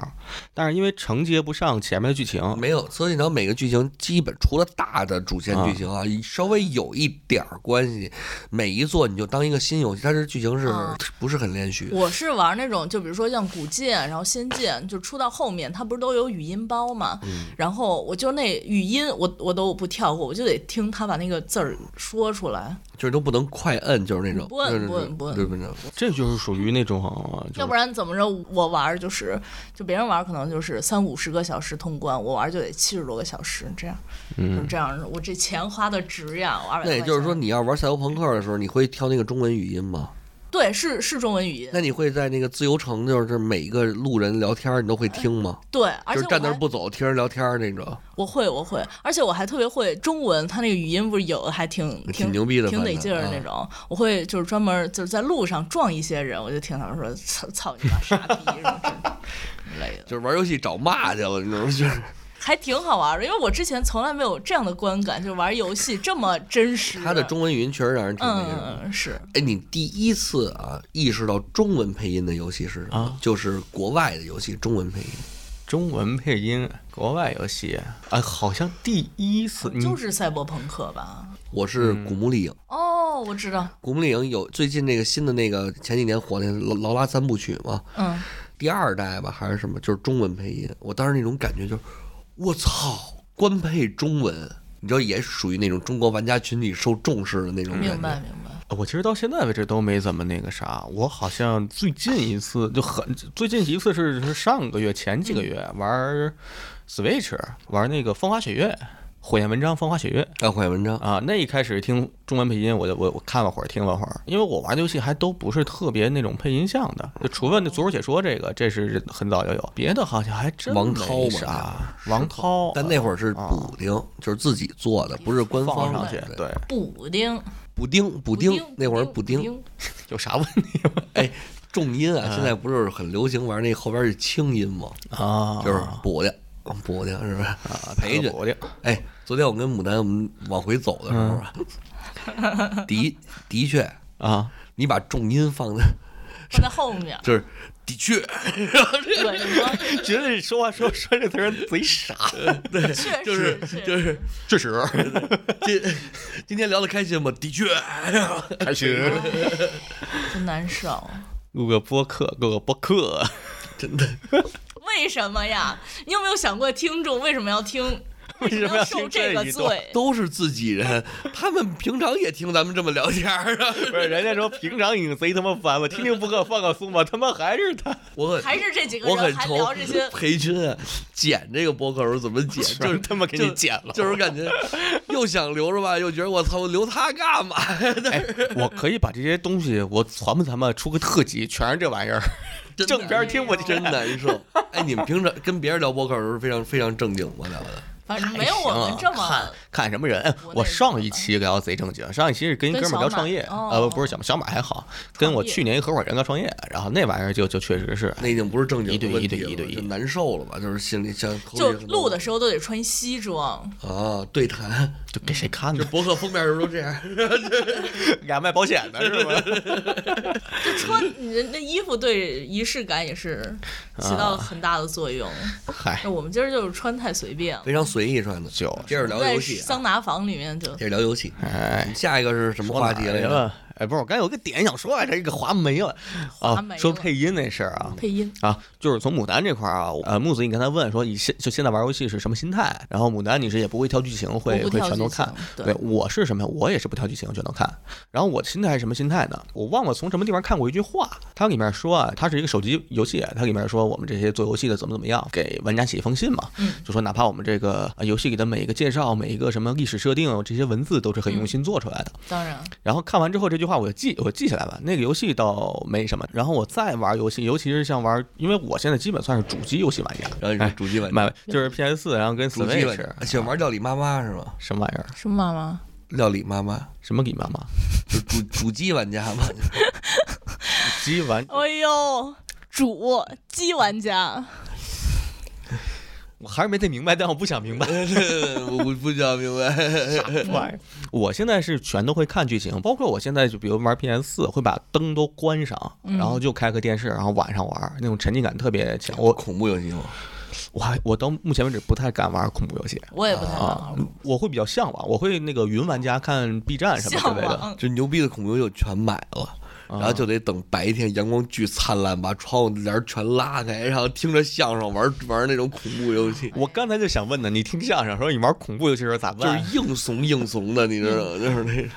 Speaker 1: 但是因为承接不上前面的剧情，
Speaker 3: 啊没有，《刺客信条》每个剧情基本除了大的主线剧情啊，稍微有一点儿关系，每一座你就当一个新游戏，但是剧情是
Speaker 2: 啊
Speaker 3: 不是很连续？
Speaker 2: 我是玩那种，就比如说像古剑，然后仙剑，就出到后面，它不是都有语音包嘛？
Speaker 3: 嗯
Speaker 2: 然后我就那语音，我我都不跳过，我就得听他把那个字儿说出来，
Speaker 3: 就是都不能快摁，就是那种
Speaker 2: 不摁
Speaker 3: 就是
Speaker 2: 不摁不摁
Speaker 3: 对不对？
Speaker 1: 这就是属于那种，就是
Speaker 2: 要不然怎么着？我玩儿就是，就别人玩儿可能就是三五十个小时通关，我玩儿就得七十多个小时这样，就是这样，我这钱花的值呀，我二百。
Speaker 3: 嗯那也就是说，，你要玩赛博朋克的时候，你会挑那个中文语音吗？
Speaker 2: 对，是是中文语音，
Speaker 3: 那你会在那个自由城，就是每一个路人聊天，你都会听吗？
Speaker 2: 对，呃而且
Speaker 3: 就是
Speaker 2: 我
Speaker 3: 站那儿
Speaker 2: 还
Speaker 3: 不走，听人聊天那种。
Speaker 2: 我会，我会，而且我还特别会中文，它那个语音不是有的还挺
Speaker 3: 挺牛逼的
Speaker 2: 挺
Speaker 3: 反
Speaker 2: 得
Speaker 3: 正
Speaker 2: 劲儿的那
Speaker 3: 啊
Speaker 2: 种。我会就是专门就是在路上撞一些人，我就听他们说“操操你妈傻逼”什么之类的，
Speaker 3: 就是玩游戏找骂去了，你知道吗？就是
Speaker 2: 还挺好玩儿的。因为我之前从来没有这样的观感，就是玩游戏这么真实。
Speaker 3: 他的中文语音确实让人挺那
Speaker 2: 嗯
Speaker 3: 什么。
Speaker 2: 嗯嗯是
Speaker 3: 哎，你第一次啊意识到中文配音的游戏是什么？
Speaker 1: 啊
Speaker 3: 就是国外的游戏中文配音，
Speaker 1: 中文配音国外游戏啊、好像第一次
Speaker 3: 嗯
Speaker 1: 你
Speaker 2: 就是赛博朋克吧？
Speaker 3: 我是《古墓丽影》。
Speaker 2: 哦，我知道，
Speaker 3: 古墓丽影有最近那个新的那个前几年火那劳劳拉三部曲嘛，
Speaker 2: 嗯，
Speaker 3: 第二代吧还是什么，就是中文配音。我当时那种感觉就是，我操，官配中文，你知道也属于那种中国玩家群体受重视的那种感觉。
Speaker 2: 明白明白。
Speaker 1: 呃我其实到现在为止都没怎么那个啥，我好像最近一次就很最近一次是是上个月前
Speaker 3: 嗯
Speaker 1: 几个月玩 Switch 玩那个《风花雪月》。火焰文章《风花雪月
Speaker 3: 要写文章》
Speaker 1: 啊，那一开始听中文配音，我就我我看了会儿，听了会儿，因为我玩的游戏还都不是特别那种配音像的，就除了那《足球解说》这个，这是很早就有，别的好像还真
Speaker 3: 王涛
Speaker 1: 没
Speaker 3: 吧
Speaker 1: 啥，王涛，呃
Speaker 3: 但那会儿是补丁，就是自己做的，不是官
Speaker 1: 啊放
Speaker 3: 方
Speaker 1: 上
Speaker 3: 的
Speaker 1: 去，
Speaker 3: 对，
Speaker 1: 对，
Speaker 2: 补丁，
Speaker 3: 补丁补
Speaker 2: 补
Speaker 3: 丁，那会儿补
Speaker 2: 补
Speaker 3: 丁，
Speaker 2: 丁
Speaker 1: 有啥问题吗？
Speaker 3: 哎，重音
Speaker 2: 嗯
Speaker 3: 啊，现在不是很流行玩那后边是轻音吗？
Speaker 1: 啊，
Speaker 3: 就是补丁
Speaker 2: 啊
Speaker 3: 补丁，是不是？ 培训
Speaker 1: 我的
Speaker 3: 哎，昨天我跟牡丹我们往回走的时候啊，
Speaker 2: 嗯
Speaker 3: 的的确，
Speaker 1: 啊，
Speaker 3: 你把重音放在，
Speaker 2: 放在后面
Speaker 3: 就是 的确，
Speaker 2: 对，你说
Speaker 1: 觉得说话说说这词儿贼傻，
Speaker 2: 确
Speaker 3: 就
Speaker 2: 实
Speaker 3: 是就是
Speaker 1: 这是
Speaker 3: 今今天聊的开心吗？的确，
Speaker 1: 开心。
Speaker 2: 真难受。
Speaker 1: 录个播客，录个播 客，
Speaker 3: 真的
Speaker 2: 为什么呀？你有没有想过听众为什么要听？
Speaker 1: 为什么
Speaker 2: 要
Speaker 1: 要
Speaker 2: 受
Speaker 1: 听
Speaker 2: 这个
Speaker 1: 一段？
Speaker 2: 罪？
Speaker 3: 都是自己人，他们平常也听咱们这么聊天儿啊。
Speaker 1: 不是，人家说平常已经贼他妈烦了，听听播客放个松吧，他妈还是他。
Speaker 3: 我很
Speaker 2: 还是这几个
Speaker 3: 我
Speaker 2: 人
Speaker 3: 很
Speaker 2: 还
Speaker 3: 愁？
Speaker 2: 聊这些
Speaker 3: 裴军啊，剪这个播客时候怎么剪，
Speaker 1: 全
Speaker 3: 就是
Speaker 1: 他妈给你剪了
Speaker 3: 就就是感觉又想留着吧，又觉得我操，我留他干嘛呀？
Speaker 1: 哎，我可以把这些东西，我攒吧攒吧，出个特辑，全是这玩意儿，
Speaker 3: 真
Speaker 1: 正片儿听不
Speaker 3: 真
Speaker 1: 见。
Speaker 3: 难受。哎，你们平常跟别人聊播客的时候非常非常正经吗？聊的
Speaker 2: 反正没有我们这么
Speaker 1: 哎啊看看什么人？哎
Speaker 2: 国内
Speaker 1: 我上一期聊贼正经，上一期是跟一
Speaker 2: 嗯跟
Speaker 1: 哥们儿
Speaker 2: 小
Speaker 1: 聊
Speaker 2: 马
Speaker 1: 创业，
Speaker 2: 哦
Speaker 1: 呃，不是小马小马还好，跟我
Speaker 2: 创业
Speaker 1: 去年一合伙人聊创业，然后那玩意儿就就确实是，
Speaker 3: 那已经不是正经
Speaker 1: 一对
Speaker 3: 的问
Speaker 1: 一
Speaker 3: 题
Speaker 1: 对
Speaker 3: 了
Speaker 1: 一对一
Speaker 3: 就难受了吧？就是心里像
Speaker 2: 就录的
Speaker 3: 时
Speaker 2: 时候都得穿西装，
Speaker 3: 候啊，对谈，
Speaker 1: 就给谁看
Speaker 3: 就
Speaker 1: 呢？
Speaker 3: 博客封面的时候都这样。
Speaker 1: 俩卖保险的是吗？
Speaker 2: 就穿人那衣服对仪式感也 是起到
Speaker 1: 啊
Speaker 2: 了很大的作用。
Speaker 1: 嗨
Speaker 2: 那，我们今儿就是穿太随便了
Speaker 3: 非，常随意穿的。
Speaker 1: 就是
Speaker 3: 接着聊
Speaker 2: 在
Speaker 3: 游戏啊，
Speaker 2: 桑拿房里面就
Speaker 3: 接着聊游戏。
Speaker 1: 哎，
Speaker 3: 下一个是什么话题
Speaker 1: 说
Speaker 3: 来
Speaker 1: 哪儿
Speaker 3: 着？
Speaker 1: 了？哎，不是，我刚才有个点想说来着，这个划没了。
Speaker 2: 划
Speaker 1: 啊
Speaker 2: 没，了
Speaker 1: 说配音那事儿啊。
Speaker 2: 配音。
Speaker 1: 啊，就是从牡丹这块儿啊，呃，木子，你刚才问说你现就现在玩游戏是什么心态？然后牡丹你是也不会挑剧情，会
Speaker 2: 我不
Speaker 1: 会
Speaker 2: 挑
Speaker 1: 全都
Speaker 2: 剧情
Speaker 1: 看。
Speaker 2: 对
Speaker 1: 对我是什么呀？我也是不挑剧情，全都看。然后我的心态是什么心态呢？我忘了从什么地方看过一句话，它里面说啊，它是一个手机游戏，它里面说我们这些做游戏的怎么怎么样，给玩家写一封信嘛，
Speaker 2: 嗯
Speaker 1: 就说哪怕我们这个呃游戏里的每一个介绍、每一个什么历史设定这些文字都是很用心做出来的。
Speaker 2: 当然，
Speaker 1: 然后看完之后，这句句话我就记我记下来了。那个游戏倒没什么，然后我再玩游戏，尤其是像玩，因为我现在基本算是主机游戏玩家，
Speaker 3: 然后你说主机玩家，
Speaker 2: 嗯
Speaker 1: 买就是 PS 四，然后跟
Speaker 3: 主机玩
Speaker 1: Switch 啊
Speaker 3: 家喜欢玩料理妈妈是吗？
Speaker 1: 什么玩意儿，
Speaker 4: 什么妈妈？
Speaker 3: 料理妈妈
Speaker 1: 什么给妈妈
Speaker 3: 就主 主机玩家嘛，
Speaker 1: 机玩，
Speaker 2: 哎呦，
Speaker 4: 主机玩 家，
Speaker 1: 我还是没太明白，但我不想明
Speaker 3: 嗯
Speaker 1: 白。
Speaker 3: 我不不想明 白。
Speaker 1: 玩意儿。我现在是全都会看剧情，包括我现在就比如玩 PS 四，会把灯都关上，
Speaker 2: 嗯
Speaker 1: 然后就开个电视，然后晚上玩，那种沉浸感特别强。我
Speaker 3: 恐怖游戏吗？
Speaker 1: 我还我到目前为止不太敢玩恐怖游戏
Speaker 2: 我也不太敢玩
Speaker 1: 啊，我会比较向往，我会那个云玩家看 B 站什么之
Speaker 2: 向
Speaker 1: 类的。
Speaker 2: 往。
Speaker 3: 就牛逼的恐怖游戏全买了。然后就得等白天阳光巨灿烂，把窗户帘儿全拉开，然后听着相声玩 玩那种恐怖游 戏，
Speaker 1: 我刚才就想问呢，你听相声说你玩恐怖游戏的时候咋
Speaker 3: 就
Speaker 1: 办？
Speaker 3: 是硬怂硬怂的， 你知道吗，就是那种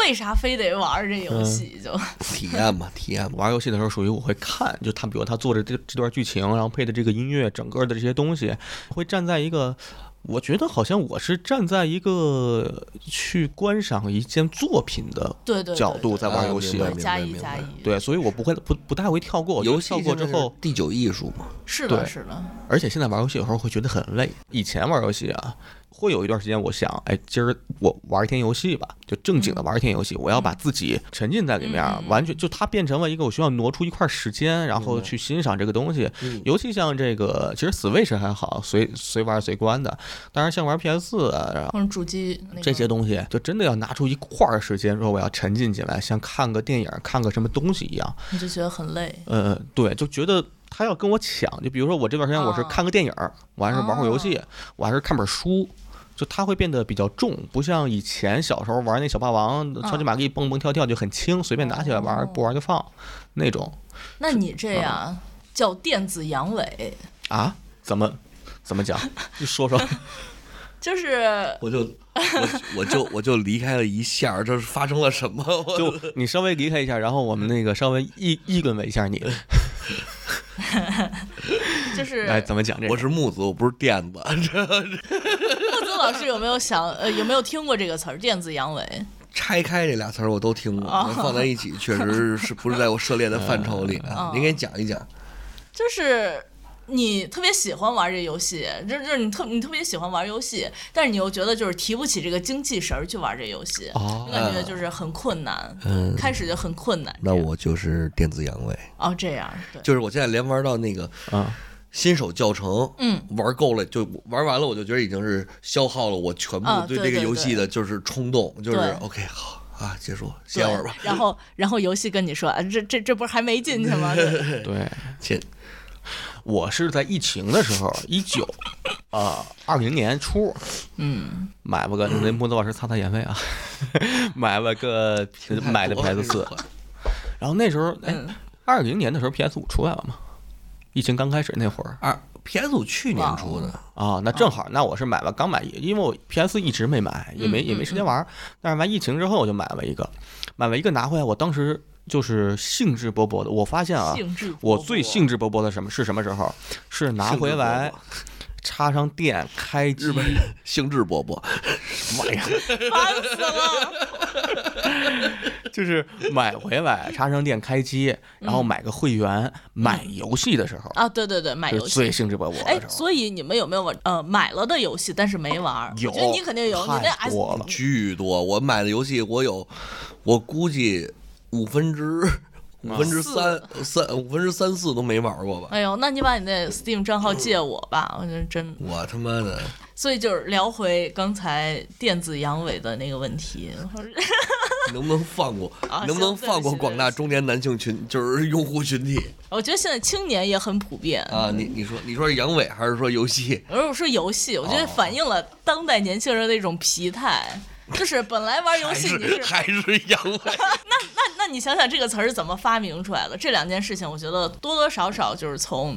Speaker 2: 为啥非得玩儿这游
Speaker 1: 嗯
Speaker 2: 戏？就
Speaker 3: 体验嘛，体验嘛。
Speaker 1: 玩游戏的时候，属于我会看，就他比如他做的这这段剧情，然后配的这个音乐，整个的这些东西，会站在一个，我觉得好像我是站在一个去观赏一件作品的
Speaker 2: 对对对
Speaker 1: 角度在玩游戏
Speaker 3: 明
Speaker 2: 对，
Speaker 3: 白啊明白
Speaker 2: 加一
Speaker 3: 明
Speaker 2: 加
Speaker 3: 白
Speaker 2: 一，
Speaker 1: 对，所以我不会不不太会跳过，我觉得
Speaker 3: 游戏
Speaker 1: 跳过之
Speaker 3: 现在是
Speaker 1: 后，
Speaker 3: 第九艺术嘛，
Speaker 2: 是的，
Speaker 1: 对
Speaker 2: 是的，
Speaker 1: 而且现在玩游戏有时候会觉得很累。以前玩游戏啊，会有一段时间，我想，哎，今儿我玩一天游戏吧，就正经的玩一天游戏，我要把自己沉浸在里面，啊完全就它变成了一个我需要挪出一块时间，然后去欣赏这个东西。
Speaker 3: 嗯
Speaker 1: 尤其像这个，其实 Switch 还好，随随玩随关的。当然，像玩 PS 4啊，然后
Speaker 2: 或者主机那个
Speaker 1: 这些东西，就真的要拿出一块儿时间，说我要沉浸进来，像看个电影、看个什么东西一样。
Speaker 2: 你就觉得很累。
Speaker 1: 呃，对，就觉得他要跟我抢，就比如说我这段时间我是
Speaker 2: 哦
Speaker 1: 看个电影儿，我还是玩会儿游戏，我还是看本儿书，就他会变得比较重，不像以前小时候玩那小霸王、超级玛丽蹦蹦跳跳就很轻，随便拿起来玩儿，不玩儿就放那种
Speaker 2: 那你这样叫电子阳痿，
Speaker 1: 啊？怎么怎么讲？你说说，
Speaker 2: 就是
Speaker 3: 我就我我就我就离开了一下儿，这是发生了什么？ 我
Speaker 1: 就你稍微离开一下，然后我们那个稍微议议论了一下你，
Speaker 2: 就是
Speaker 1: 哎，怎么讲这
Speaker 3: 我
Speaker 1: 个？
Speaker 3: 是木子，我不是垫子，
Speaker 2: 木 子老师有没有想呃有没有听过这个词儿“电子阳痿
Speaker 3: 拆开这俩词儿我都听过，
Speaker 2: 哦
Speaker 3: 放在一 起确实是不是在我涉猎的范畴里
Speaker 2: 哦？
Speaker 3: 啊您给讲一讲，”？
Speaker 2: 就是你特别喜欢玩这游戏，就就是你特你特别喜欢玩游戏，但是你又觉得就是提不起这个精气神儿去玩这游戏，
Speaker 1: 哦
Speaker 2: 就感觉就是很困难，
Speaker 3: 嗯
Speaker 2: 开始就很困难。
Speaker 3: 那我就是电子阳痿，
Speaker 2: 哦这样对，
Speaker 3: 就是我现在连玩到那个
Speaker 1: 啊，
Speaker 3: 新手教程，
Speaker 2: 嗯，
Speaker 3: 玩够了就玩完了，我就觉得已经是消耗了我全部
Speaker 2: 啊
Speaker 3: 对
Speaker 2: 对
Speaker 3: 这个
Speaker 2: 对
Speaker 3: 游戏的就是冲动，就是
Speaker 2: 对
Speaker 3: OK 好啊，结束，歇
Speaker 2: 对
Speaker 3: 会儿吧，
Speaker 2: 然后然后游戏跟你说啊这这这不是还没进去吗？ 对
Speaker 1: 对。
Speaker 3: 切，
Speaker 1: 我是在疫情的时候，一九啊二零年初，嗯，买了个那木子老师擦擦眼泪啊， 买了个买的 PS 四，然后那时候哎，
Speaker 3: 嗯
Speaker 2: 嗯
Speaker 1: 二零年的时候 PS 五出来了嘛，疫情刚开始那会儿
Speaker 3: 二 PS 啊五去年出的，
Speaker 1: 啊，那正
Speaker 3: 嗯
Speaker 1: 好，那我是买了刚买，因为我 PS 一直没买，也没也没时间玩
Speaker 3: 嗯
Speaker 1: 儿，但是完疫情之后我就买了一个，买了一个拿回来，我当时就是兴致勃勃的，我发现啊，
Speaker 2: 兴致勃勃
Speaker 1: 我最兴致勃勃的什么是什么时候？是拿回来
Speaker 3: 兴致勃勃，
Speaker 1: 插上电，开机
Speaker 3: 日，本人兴致勃勃，
Speaker 1: 妈呀，
Speaker 2: 烦死了。
Speaker 1: 就是买回来插上电开机，然
Speaker 2: 嗯
Speaker 1: 后买个会员，买游戏的时候，
Speaker 2: 啊，对对对，买
Speaker 1: 就是
Speaker 2: 游
Speaker 1: 最
Speaker 2: 戏。
Speaker 1: 兴致勃勃
Speaker 2: 哎
Speaker 1: 的，时候。
Speaker 2: 所以你们有没有玩呃买了的游戏，但是没玩儿？
Speaker 1: 有
Speaker 2: 我觉得你肯定有。你那
Speaker 1: 太
Speaker 2: S
Speaker 1: 多了
Speaker 3: 巨多。我买的游戏，我有，我估计五分之五分之三三五分之三四都没玩过吧。
Speaker 2: 哎呦，那你把你那 Steam 账号借我吧，我觉得真。
Speaker 3: 我他妈的，
Speaker 2: 所以就是聊回刚才电子阳痿的那个问题，
Speaker 3: 能不能放过？
Speaker 2: 啊
Speaker 3: 能不
Speaker 2: 行对
Speaker 3: 能
Speaker 2: 不起
Speaker 3: 放过广
Speaker 2: 对不
Speaker 3: 大
Speaker 2: 起
Speaker 3: 中年男性群，就是用户群体
Speaker 2: 我觉得现在青年也很普遍。
Speaker 3: 啊？你你说，你说是阳痿还是说游戏？
Speaker 2: 而我说游戏，我觉
Speaker 1: 哦
Speaker 2: 得反映了当代年轻人的一种疲态，就是本来玩游
Speaker 3: 还
Speaker 2: 戏你
Speaker 3: 是还是阳痿？
Speaker 2: 那那你想想这个词儿是怎么发明出来的？这两件事情，我觉得多多少少就是从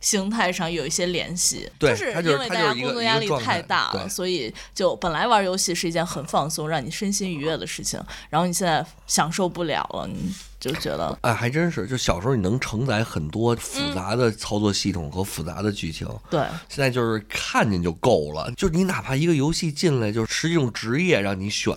Speaker 2: 形态上有一些联系，
Speaker 3: 对
Speaker 2: 就是
Speaker 3: 它就是
Speaker 2: 因为
Speaker 3: 它
Speaker 2: 大
Speaker 3: 就
Speaker 2: 家
Speaker 3: 是一
Speaker 2: 工
Speaker 3: 个
Speaker 2: 作
Speaker 3: 一
Speaker 2: 压
Speaker 3: 个
Speaker 2: 力
Speaker 3: 状态
Speaker 2: 太大了，
Speaker 3: 对
Speaker 2: 所以就本来玩游戏是一件很放松、让你身心愉悦的事情，然后你现在享受不了了，你就觉得
Speaker 3: 哎，还真是，就小时候你能承载很多复杂的操作系统和复杂的剧情，
Speaker 2: 对。
Speaker 3: 现在就是看见就够了。就你哪怕一个游戏进来，就是是一种职业让你选，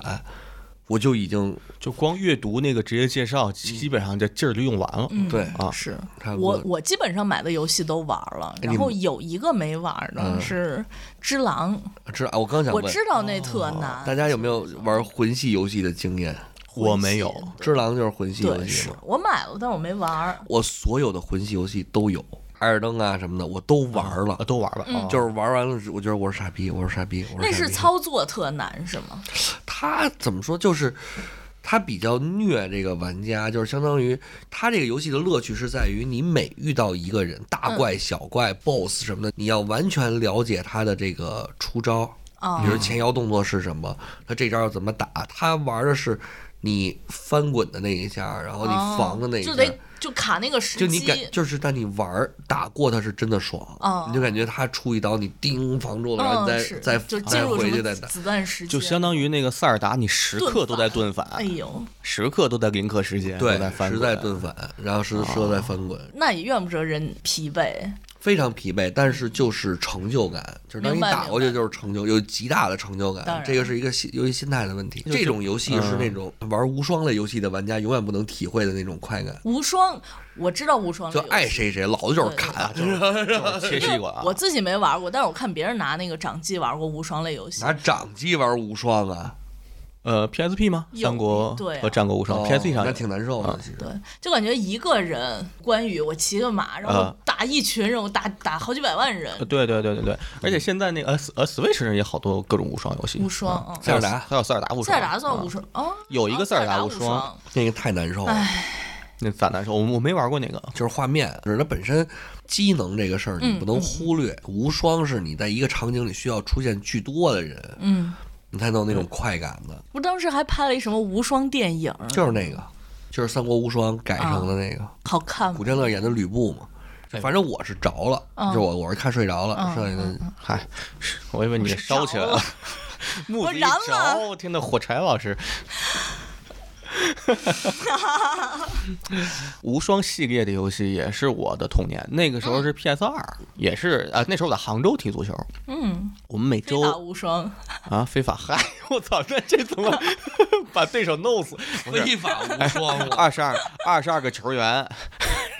Speaker 3: 我就已经
Speaker 1: 就光阅读那个职业介绍，
Speaker 3: 嗯
Speaker 1: 基本上这劲儿就用完了。
Speaker 2: 嗯，
Speaker 3: 对
Speaker 1: 啊
Speaker 2: 是
Speaker 3: 差不
Speaker 2: 我
Speaker 3: 多哎
Speaker 2: 我基本上买的游戏都玩了，
Speaker 3: 你
Speaker 2: 然后有一个没玩的
Speaker 3: 嗯
Speaker 2: 是《只狼》，
Speaker 3: 知道。我刚想
Speaker 2: 我
Speaker 3: 问，哦
Speaker 2: 知道那特难，
Speaker 3: 大家有没有玩魂系游戏的经验？
Speaker 1: 我没有，
Speaker 3: 只狼就是魂系游
Speaker 2: 对，
Speaker 3: 戏
Speaker 2: 是
Speaker 3: 嘛。
Speaker 2: 我买了，但我没玩儿。
Speaker 3: 我所有的魂系游戏都有，艾尔登啊什么的我都玩
Speaker 1: 啊，
Speaker 3: 了，
Speaker 1: 都玩吧。
Speaker 2: 嗯
Speaker 1: 啊
Speaker 3: 就是玩完了之后，我觉得我是傻逼，我是傻逼，我
Speaker 2: 那
Speaker 3: 是
Speaker 2: 是
Speaker 3: 傻逼
Speaker 2: 操作特难是吗？
Speaker 3: 他怎么说，就是他比较虐这个玩家，就是相当于他这个游戏的乐趣是在于你每遇到一个人，大怪、小怪、BOSS 什么的，你要完全了解他的这个出招，
Speaker 2: 啊
Speaker 3: 比如前摇动作是什么，他这招要怎么打，他玩的是你翻滚的那一下，然后哦你防的那一下。
Speaker 2: 哦就得就卡那个时
Speaker 3: 就
Speaker 2: 机，
Speaker 3: 你感就是，但你玩儿打过他是真的爽，
Speaker 2: 哦
Speaker 3: 你就感觉他出一刀，你叮防住了，然后
Speaker 2: 嗯
Speaker 3: 你再、
Speaker 2: 是
Speaker 3: 再
Speaker 2: 就进
Speaker 3: 再
Speaker 2: 入
Speaker 3: 回
Speaker 2: 什
Speaker 3: 去
Speaker 2: 么
Speaker 3: 再
Speaker 2: 子
Speaker 3: 打，
Speaker 2: 子弹时间，
Speaker 1: 就相当于那个塞尔达，你时刻都在盾
Speaker 2: 哎
Speaker 1: 反，
Speaker 2: 呦，
Speaker 1: 时刻都在临刻时间，
Speaker 3: 对
Speaker 1: 都在，翻
Speaker 3: 实
Speaker 1: 滚哦
Speaker 3: 在盾反，然后实实在翻滚，
Speaker 2: 那也怨不着人疲惫。
Speaker 3: 非常疲惫，但是就是成就感，就是当你
Speaker 2: 明白
Speaker 3: 打过去
Speaker 2: 明白
Speaker 3: 就是成就，有极大的成就
Speaker 2: 当
Speaker 3: 感。
Speaker 2: 然
Speaker 3: 这个是一个心游戏心态的问题。这种游戏
Speaker 1: 嗯
Speaker 3: 是那种玩无双类游戏的玩家永远不能体会的那种快感，
Speaker 2: 无双，我知道无双
Speaker 3: 就
Speaker 2: 这个游戏
Speaker 3: 爱谁谁，老子就是砍，
Speaker 1: 就是切
Speaker 2: 因为
Speaker 1: 西瓜啊
Speaker 2: 我！自己没玩过，但是我看别人拿那个掌机玩过无双类游戏，
Speaker 3: 拿掌机玩无双啊，
Speaker 1: 呃，PSP 吗？
Speaker 2: 有
Speaker 1: 三国
Speaker 2: 对啊
Speaker 1: 和战国无双
Speaker 3: 哦
Speaker 1: ，PSP 上
Speaker 3: 那
Speaker 1: 有
Speaker 3: 挺难受的
Speaker 1: 啊。
Speaker 3: 其实
Speaker 2: 对，就感觉一个人关羽，我骑个马，然后
Speaker 1: 啊
Speaker 2: 打一群人，我打打好几百万人
Speaker 1: 呃，对对对对对，而
Speaker 3: 嗯
Speaker 1: 且现在那个呃呃 Switch 上也好多各种无双游戏，
Speaker 2: 无双
Speaker 1: 啊还
Speaker 2: 嗯
Speaker 1: 有
Speaker 3: 塞尔达
Speaker 1: 还有塞尔达无双，
Speaker 2: 塞尔达算
Speaker 1: 啊
Speaker 2: 无双哦，
Speaker 1: 有一个
Speaker 2: 啊
Speaker 1: 塞
Speaker 2: 塞
Speaker 1: 尔达
Speaker 2: 达
Speaker 1: 无双
Speaker 2: 双，
Speaker 3: 那个太难受了。
Speaker 1: 那咋难受？我我没玩过那个，
Speaker 3: 就是画面，就是它本身机能这个事儿，你
Speaker 2: 嗯
Speaker 3: 不能忽略。无双是你在一个场景里需要出现巨多的人，
Speaker 2: 嗯，
Speaker 3: 你才能有那种快感的。
Speaker 2: 我当时还拍了一什么无双电影，
Speaker 3: 就是那个，就是《三国无双》改
Speaker 2: 啊
Speaker 3: 成的那个，
Speaker 2: 好看吗
Speaker 3: 古？天乐演的吕布嘛。反正我是着了，
Speaker 2: 嗯
Speaker 3: 就是我我是看睡着了，剩下的
Speaker 1: 嗨，是我以为你给烧起来
Speaker 2: 着
Speaker 1: 了
Speaker 2: 了，
Speaker 1: 木
Speaker 2: 我
Speaker 1: 子一
Speaker 2: 燃
Speaker 1: 着，天呐，火柴老 师。无双系列的游戏也是我的童年，那个时候是 PS 二、也是啊、那时候我在杭州踢足球，
Speaker 2: 嗯，
Speaker 1: 我们每
Speaker 2: 非法
Speaker 1: 周
Speaker 2: 无双，
Speaker 1: 啊非法嗨， 我操，那这怎 么把对手弄死？不
Speaker 2: 嗯
Speaker 1: 是
Speaker 3: 非法无双嘛。
Speaker 1: 哎二十二二十二个球员，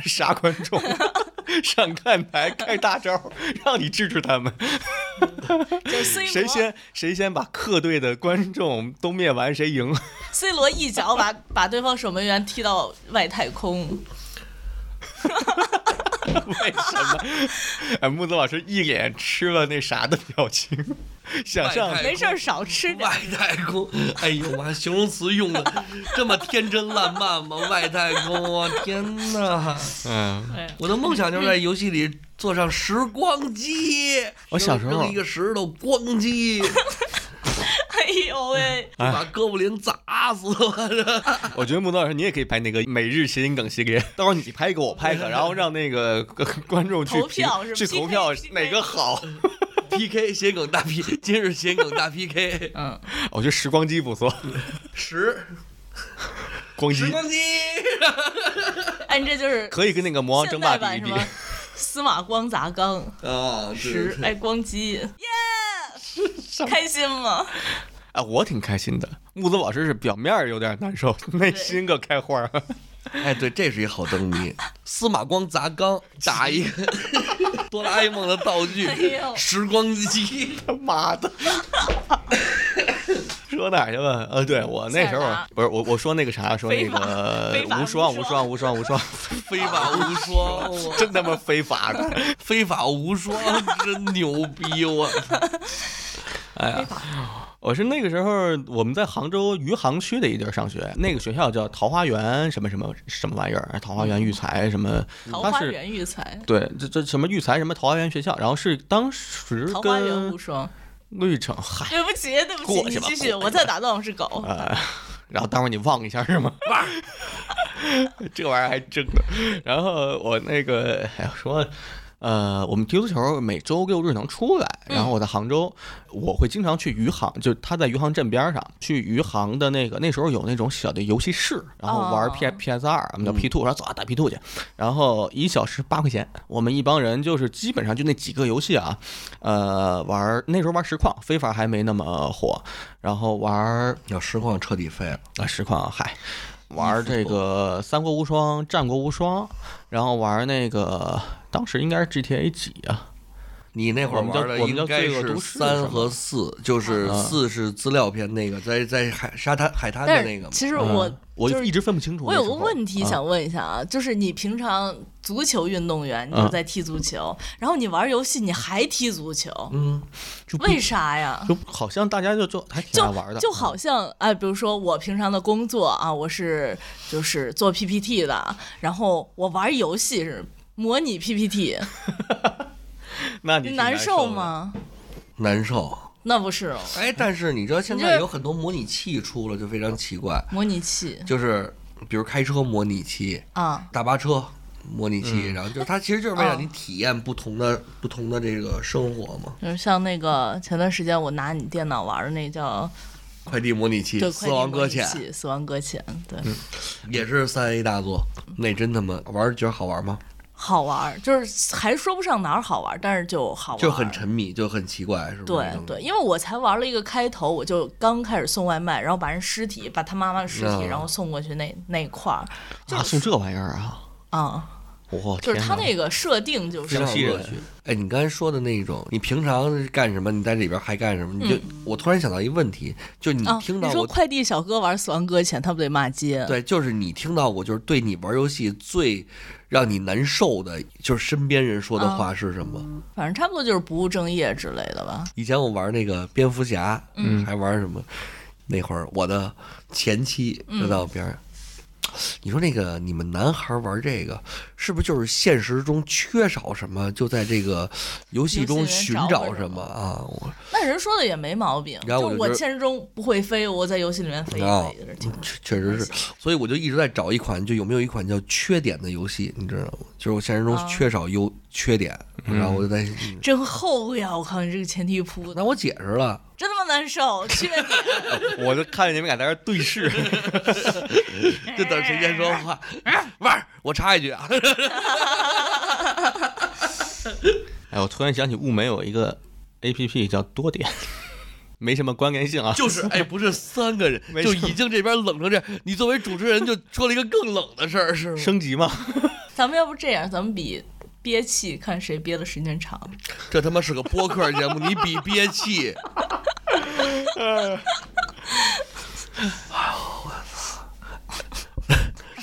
Speaker 1: 杀观众， 上看台开大招，让你治治他们。
Speaker 2: 就 C 罗
Speaker 1: 谁先谁先把客队的观众都灭完，谁赢。
Speaker 2: C 罗一脚把把对方守门员踢到外太空，
Speaker 1: 为什么？哎，木子老师一脸吃了那啥的表情，想象
Speaker 3: 外太
Speaker 2: 没事儿少吃点。
Speaker 3: 外太空，哎呦妈，形容词用的这么天真烂漫吗？外太空，我天哪！
Speaker 1: 嗯，
Speaker 2: 哎
Speaker 3: 我的梦想就是在游戏里坐上时光机。
Speaker 1: 我小时候
Speaker 3: 扔一个石头咣 叽，
Speaker 2: 哎呦喂，
Speaker 3: 把哥布林砸死了。
Speaker 1: 我觉得木子老师你也可以拍那个每日谐音梗系列，到时候你拍一个，我拍一个，然后让那个呃观众去
Speaker 2: 投票
Speaker 1: 评
Speaker 2: 是
Speaker 1: 去
Speaker 2: PK
Speaker 1: 投票
Speaker 2: PK
Speaker 1: 哪个好。
Speaker 3: PK 谐梗大 P，今日谐梗大 PK，
Speaker 2: 嗯，
Speaker 1: 我觉得时光机不错，
Speaker 3: 十
Speaker 1: 光机
Speaker 3: 时光机。
Speaker 2: 哎，你这就是
Speaker 1: 可以跟那个魔王
Speaker 2: 现
Speaker 1: 争霸
Speaker 2: 代
Speaker 1: 比
Speaker 2: 版
Speaker 1: 一
Speaker 2: 什
Speaker 1: 比
Speaker 2: 么。司马光砸缸，
Speaker 3: 啊，是
Speaker 2: 十哎光机， 耶，开心吗？
Speaker 1: 哎，我挺开心的。木子老师是表面儿有点难受，内心个开花儿。
Speaker 3: 哎，对，这是一好灯谜。司马光砸缸，打一 个哆啦 A 梦的道具
Speaker 2: 哎呦，
Speaker 3: 时光机。
Speaker 1: 他妈 的！说哪儿去了？呃，对我那时
Speaker 2: 塞尔
Speaker 1: 候
Speaker 2: 达
Speaker 1: 不是我我说那个啥，说那
Speaker 2: 非法
Speaker 1: 个
Speaker 2: 非法
Speaker 1: 无
Speaker 2: 无
Speaker 1: 双
Speaker 2: 双
Speaker 1: 无双无双无 双，
Speaker 3: 非法无双， 我
Speaker 1: 真他妈非法的！
Speaker 3: 非法无双真牛逼！我
Speaker 1: 我是那个时候我们在杭州余杭区的一地儿上学，那个学校叫桃花源什么什么什么玩意儿，桃花源育才什么，
Speaker 2: 桃
Speaker 1: 它
Speaker 2: 花
Speaker 1: 是
Speaker 2: 源育才，
Speaker 1: 对这这什么育才什么桃花源学校，然后是当时
Speaker 2: 桃花源
Speaker 1: 跟
Speaker 2: 无双。
Speaker 1: 绿城嗨
Speaker 2: 对不起，对不起，
Speaker 1: 过去
Speaker 2: 你
Speaker 1: 吧
Speaker 2: 继
Speaker 1: 过去
Speaker 2: 续，
Speaker 1: 吧
Speaker 2: 我再打断，我是狗。
Speaker 1: 呃，然后待会儿你望一下是吗？ 这玩意儿还真的。然后我那个哎呀说，呃，我们踢足球每周六日能出来，然后我在杭州，我会经常去余杭，就他在余杭镇边上，去余杭的那个那时候有那种小的游戏室，然后玩
Speaker 2: 哦
Speaker 1: P P S 二，我们叫 P two，然后走啊打 P two 去，然后一小时八块钱，我们一帮人就是基本上就那几个游戏啊，呃，玩那时候玩实况，非法还没那么火，然后玩
Speaker 3: 要实况彻底废了。
Speaker 1: 啊，实况嗨，玩儿这个《三国无双》《战国无双》，然后玩儿那个当时应该是 GTA 几啊？
Speaker 3: 你那会儿
Speaker 1: 我们叫
Speaker 3: 玩的
Speaker 1: 我们
Speaker 3: 应
Speaker 1: 叫
Speaker 3: 该
Speaker 1: 罪恶
Speaker 3: 是
Speaker 1: 都市
Speaker 3: 三
Speaker 1: 是
Speaker 3: 和四，就是四是资料片那个，在在海沙滩海滩的
Speaker 2: 但
Speaker 3: 那个
Speaker 2: 是
Speaker 3: 嘛。
Speaker 2: 其实我
Speaker 1: 嗯我
Speaker 2: 就是
Speaker 1: 一直分不清楚
Speaker 2: 我
Speaker 1: 那时
Speaker 2: 有
Speaker 1: 候。
Speaker 2: 个问题想问一下啊，就是你平常足球运动员，你
Speaker 1: 嗯
Speaker 2: 就在踢足球，然后你玩游戏，你还踢足球，
Speaker 3: 嗯，
Speaker 1: 就不
Speaker 2: 为啥呀？
Speaker 1: 就好像大家就就还嗯挺
Speaker 2: 就
Speaker 1: 爱玩的，嗯
Speaker 2: 就好像哎，比如说我平常的工作啊，我是就是做 PPT 的，然后我玩游戏是模拟 PPT，
Speaker 1: 嗯。那你
Speaker 2: 你
Speaker 1: 挺
Speaker 2: 难
Speaker 1: 受
Speaker 2: 受
Speaker 1: 的？啊
Speaker 2: 吗？
Speaker 3: 难受。
Speaker 2: 那不是哦
Speaker 3: 哎，但是你知道现
Speaker 2: 你
Speaker 3: 在
Speaker 2: 这
Speaker 3: 有很多模拟器出了，就非常奇怪，
Speaker 2: 模拟器
Speaker 3: 就是比如开车模拟器、
Speaker 2: 啊，
Speaker 3: 大巴车模拟
Speaker 1: 嗯
Speaker 3: 器，然后就是它其实就是为了
Speaker 2: 哦
Speaker 3: 你体验不同的不同的这个生活嘛。
Speaker 2: 就是像那个前段时间我拿你电脑玩的那叫
Speaker 3: 快递模拟器
Speaker 2: 对
Speaker 3: 《
Speaker 2: 《
Speaker 3: 死亡搁浅》
Speaker 2: 《死亡搁浅》对。
Speaker 3: 也是三 A 大作，那真他妈玩儿觉得好玩吗？
Speaker 2: 好玩儿，就是还说不上哪儿好玩儿，但是就好玩儿，
Speaker 3: 就很沉迷，就很奇怪，是吧？
Speaker 2: 对对，因为我才玩了一个开头，我就刚开始送外卖，然后把人尸体，把他妈妈的尸体，
Speaker 3: 嗯
Speaker 2: 然后送过去那那一块儿
Speaker 1: 啊，送这玩意儿啊！
Speaker 2: 啊、
Speaker 1: 我
Speaker 2: 就是他
Speaker 1: 天
Speaker 2: 那个设定就是
Speaker 3: 非常
Speaker 1: 吸
Speaker 3: 有
Speaker 1: 人
Speaker 3: 乐趣。哎，你刚才说的那种，你平常是干什么？你在里边还干什么？你就、我突然想到一问题，就你
Speaker 2: 啊，
Speaker 3: 听
Speaker 2: 嗯你
Speaker 3: 到
Speaker 2: 说
Speaker 3: 过，
Speaker 2: 快递小哥玩《死亡搁浅》，他不得骂街？
Speaker 3: 对，就是你听到过，就是对你玩游戏最让你难受的，就是身边人说的
Speaker 2: 哦
Speaker 3: 话是什么？
Speaker 2: 反正差不多就是不务正业之类的吧。
Speaker 3: 以前我玩那个蝙蝠侠，嗯，还玩什么？那会儿我的前妻
Speaker 2: 嗯
Speaker 3: 就在我边上。你说那个你们男孩玩这个，是不是就是现实中缺少什么，就在这个游戏中
Speaker 2: 游戏里
Speaker 3: 寻
Speaker 2: 面找
Speaker 3: 找
Speaker 2: 什
Speaker 3: 什
Speaker 2: 么
Speaker 3: 么啊？我
Speaker 2: 那人说的也没毛病，
Speaker 3: 然后我
Speaker 2: 就
Speaker 3: 就
Speaker 2: 我
Speaker 3: 觉得
Speaker 2: 现实中不会飞，我在游戏里面飞一
Speaker 3: 啊
Speaker 2: 飞，挺
Speaker 3: 确确实是，所以我就一直在找一款，就有没有一款叫缺点的游戏，你知道吗？就是我现实中
Speaker 2: 啊
Speaker 3: 缺少优缺点，然后我就在，嗯
Speaker 2: 真后悔啊！我靠，你这个前提铺的
Speaker 3: 那我解释 了，
Speaker 2: 真他妈难受，缺点。
Speaker 1: 哪！我就看见你们俩在这儿对视，
Speaker 3: 就等谁先说话。玩儿，我插一句啊，
Speaker 1: 哎，我突然想起物美有一个 A P P 叫多点， 没什么关联性啊，
Speaker 3: 就是哎，不是三个人，
Speaker 1: 没
Speaker 3: 就
Speaker 1: 错
Speaker 3: 已经这边冷成这样，你作为主持人就说了一个更冷的事儿，是吗？
Speaker 1: 升级嘛。
Speaker 2: 咱们要不这样，咱们比憋气，看谁憋的时间长。
Speaker 3: 这他妈是个播客节目，你比憋气。哎呦我操！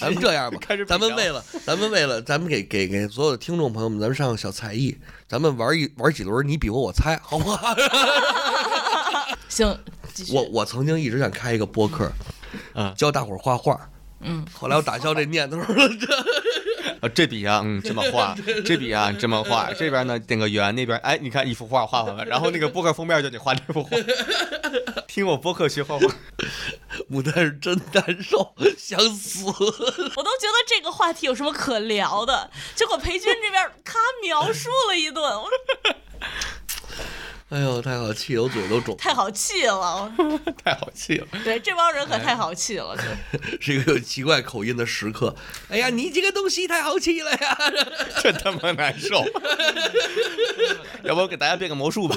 Speaker 3: 咱们这样吧
Speaker 1: 开始，比
Speaker 3: 咱们
Speaker 1: 较
Speaker 3: 为了，咱们为了，咱们给给给所有的听众朋友们，咱们上个小才艺，咱们玩一玩几轮，你比划我猜，好不 好？
Speaker 2: 行，继续。
Speaker 3: 我我曾经一直想开一个播客，
Speaker 1: 嗯
Speaker 3: 教大伙儿画画，嗯，后来我打消这念头了，
Speaker 1: 啊，这笔啊，嗯，这么画，这笔啊，这么画，这边呢点个圆，那边哎，你看一幅画画完了，然后那个播客封面就你画这幅画，听我播客学画画，
Speaker 3: 牡丹是真难受，想死。
Speaker 2: 我都觉得这个话题有什么可聊的，结果裴军这边咔描述了一顿，我说
Speaker 3: 哎呦，太好，气得我嘴都肿。
Speaker 2: 太好气了。我说
Speaker 1: 太好气了。
Speaker 2: 对，这帮人可太好气了。
Speaker 3: 是一个有奇怪口音的食客。哎呀，你这个东西太好气了呀！
Speaker 1: 真他妈难受，要不我给大家变个魔术吧？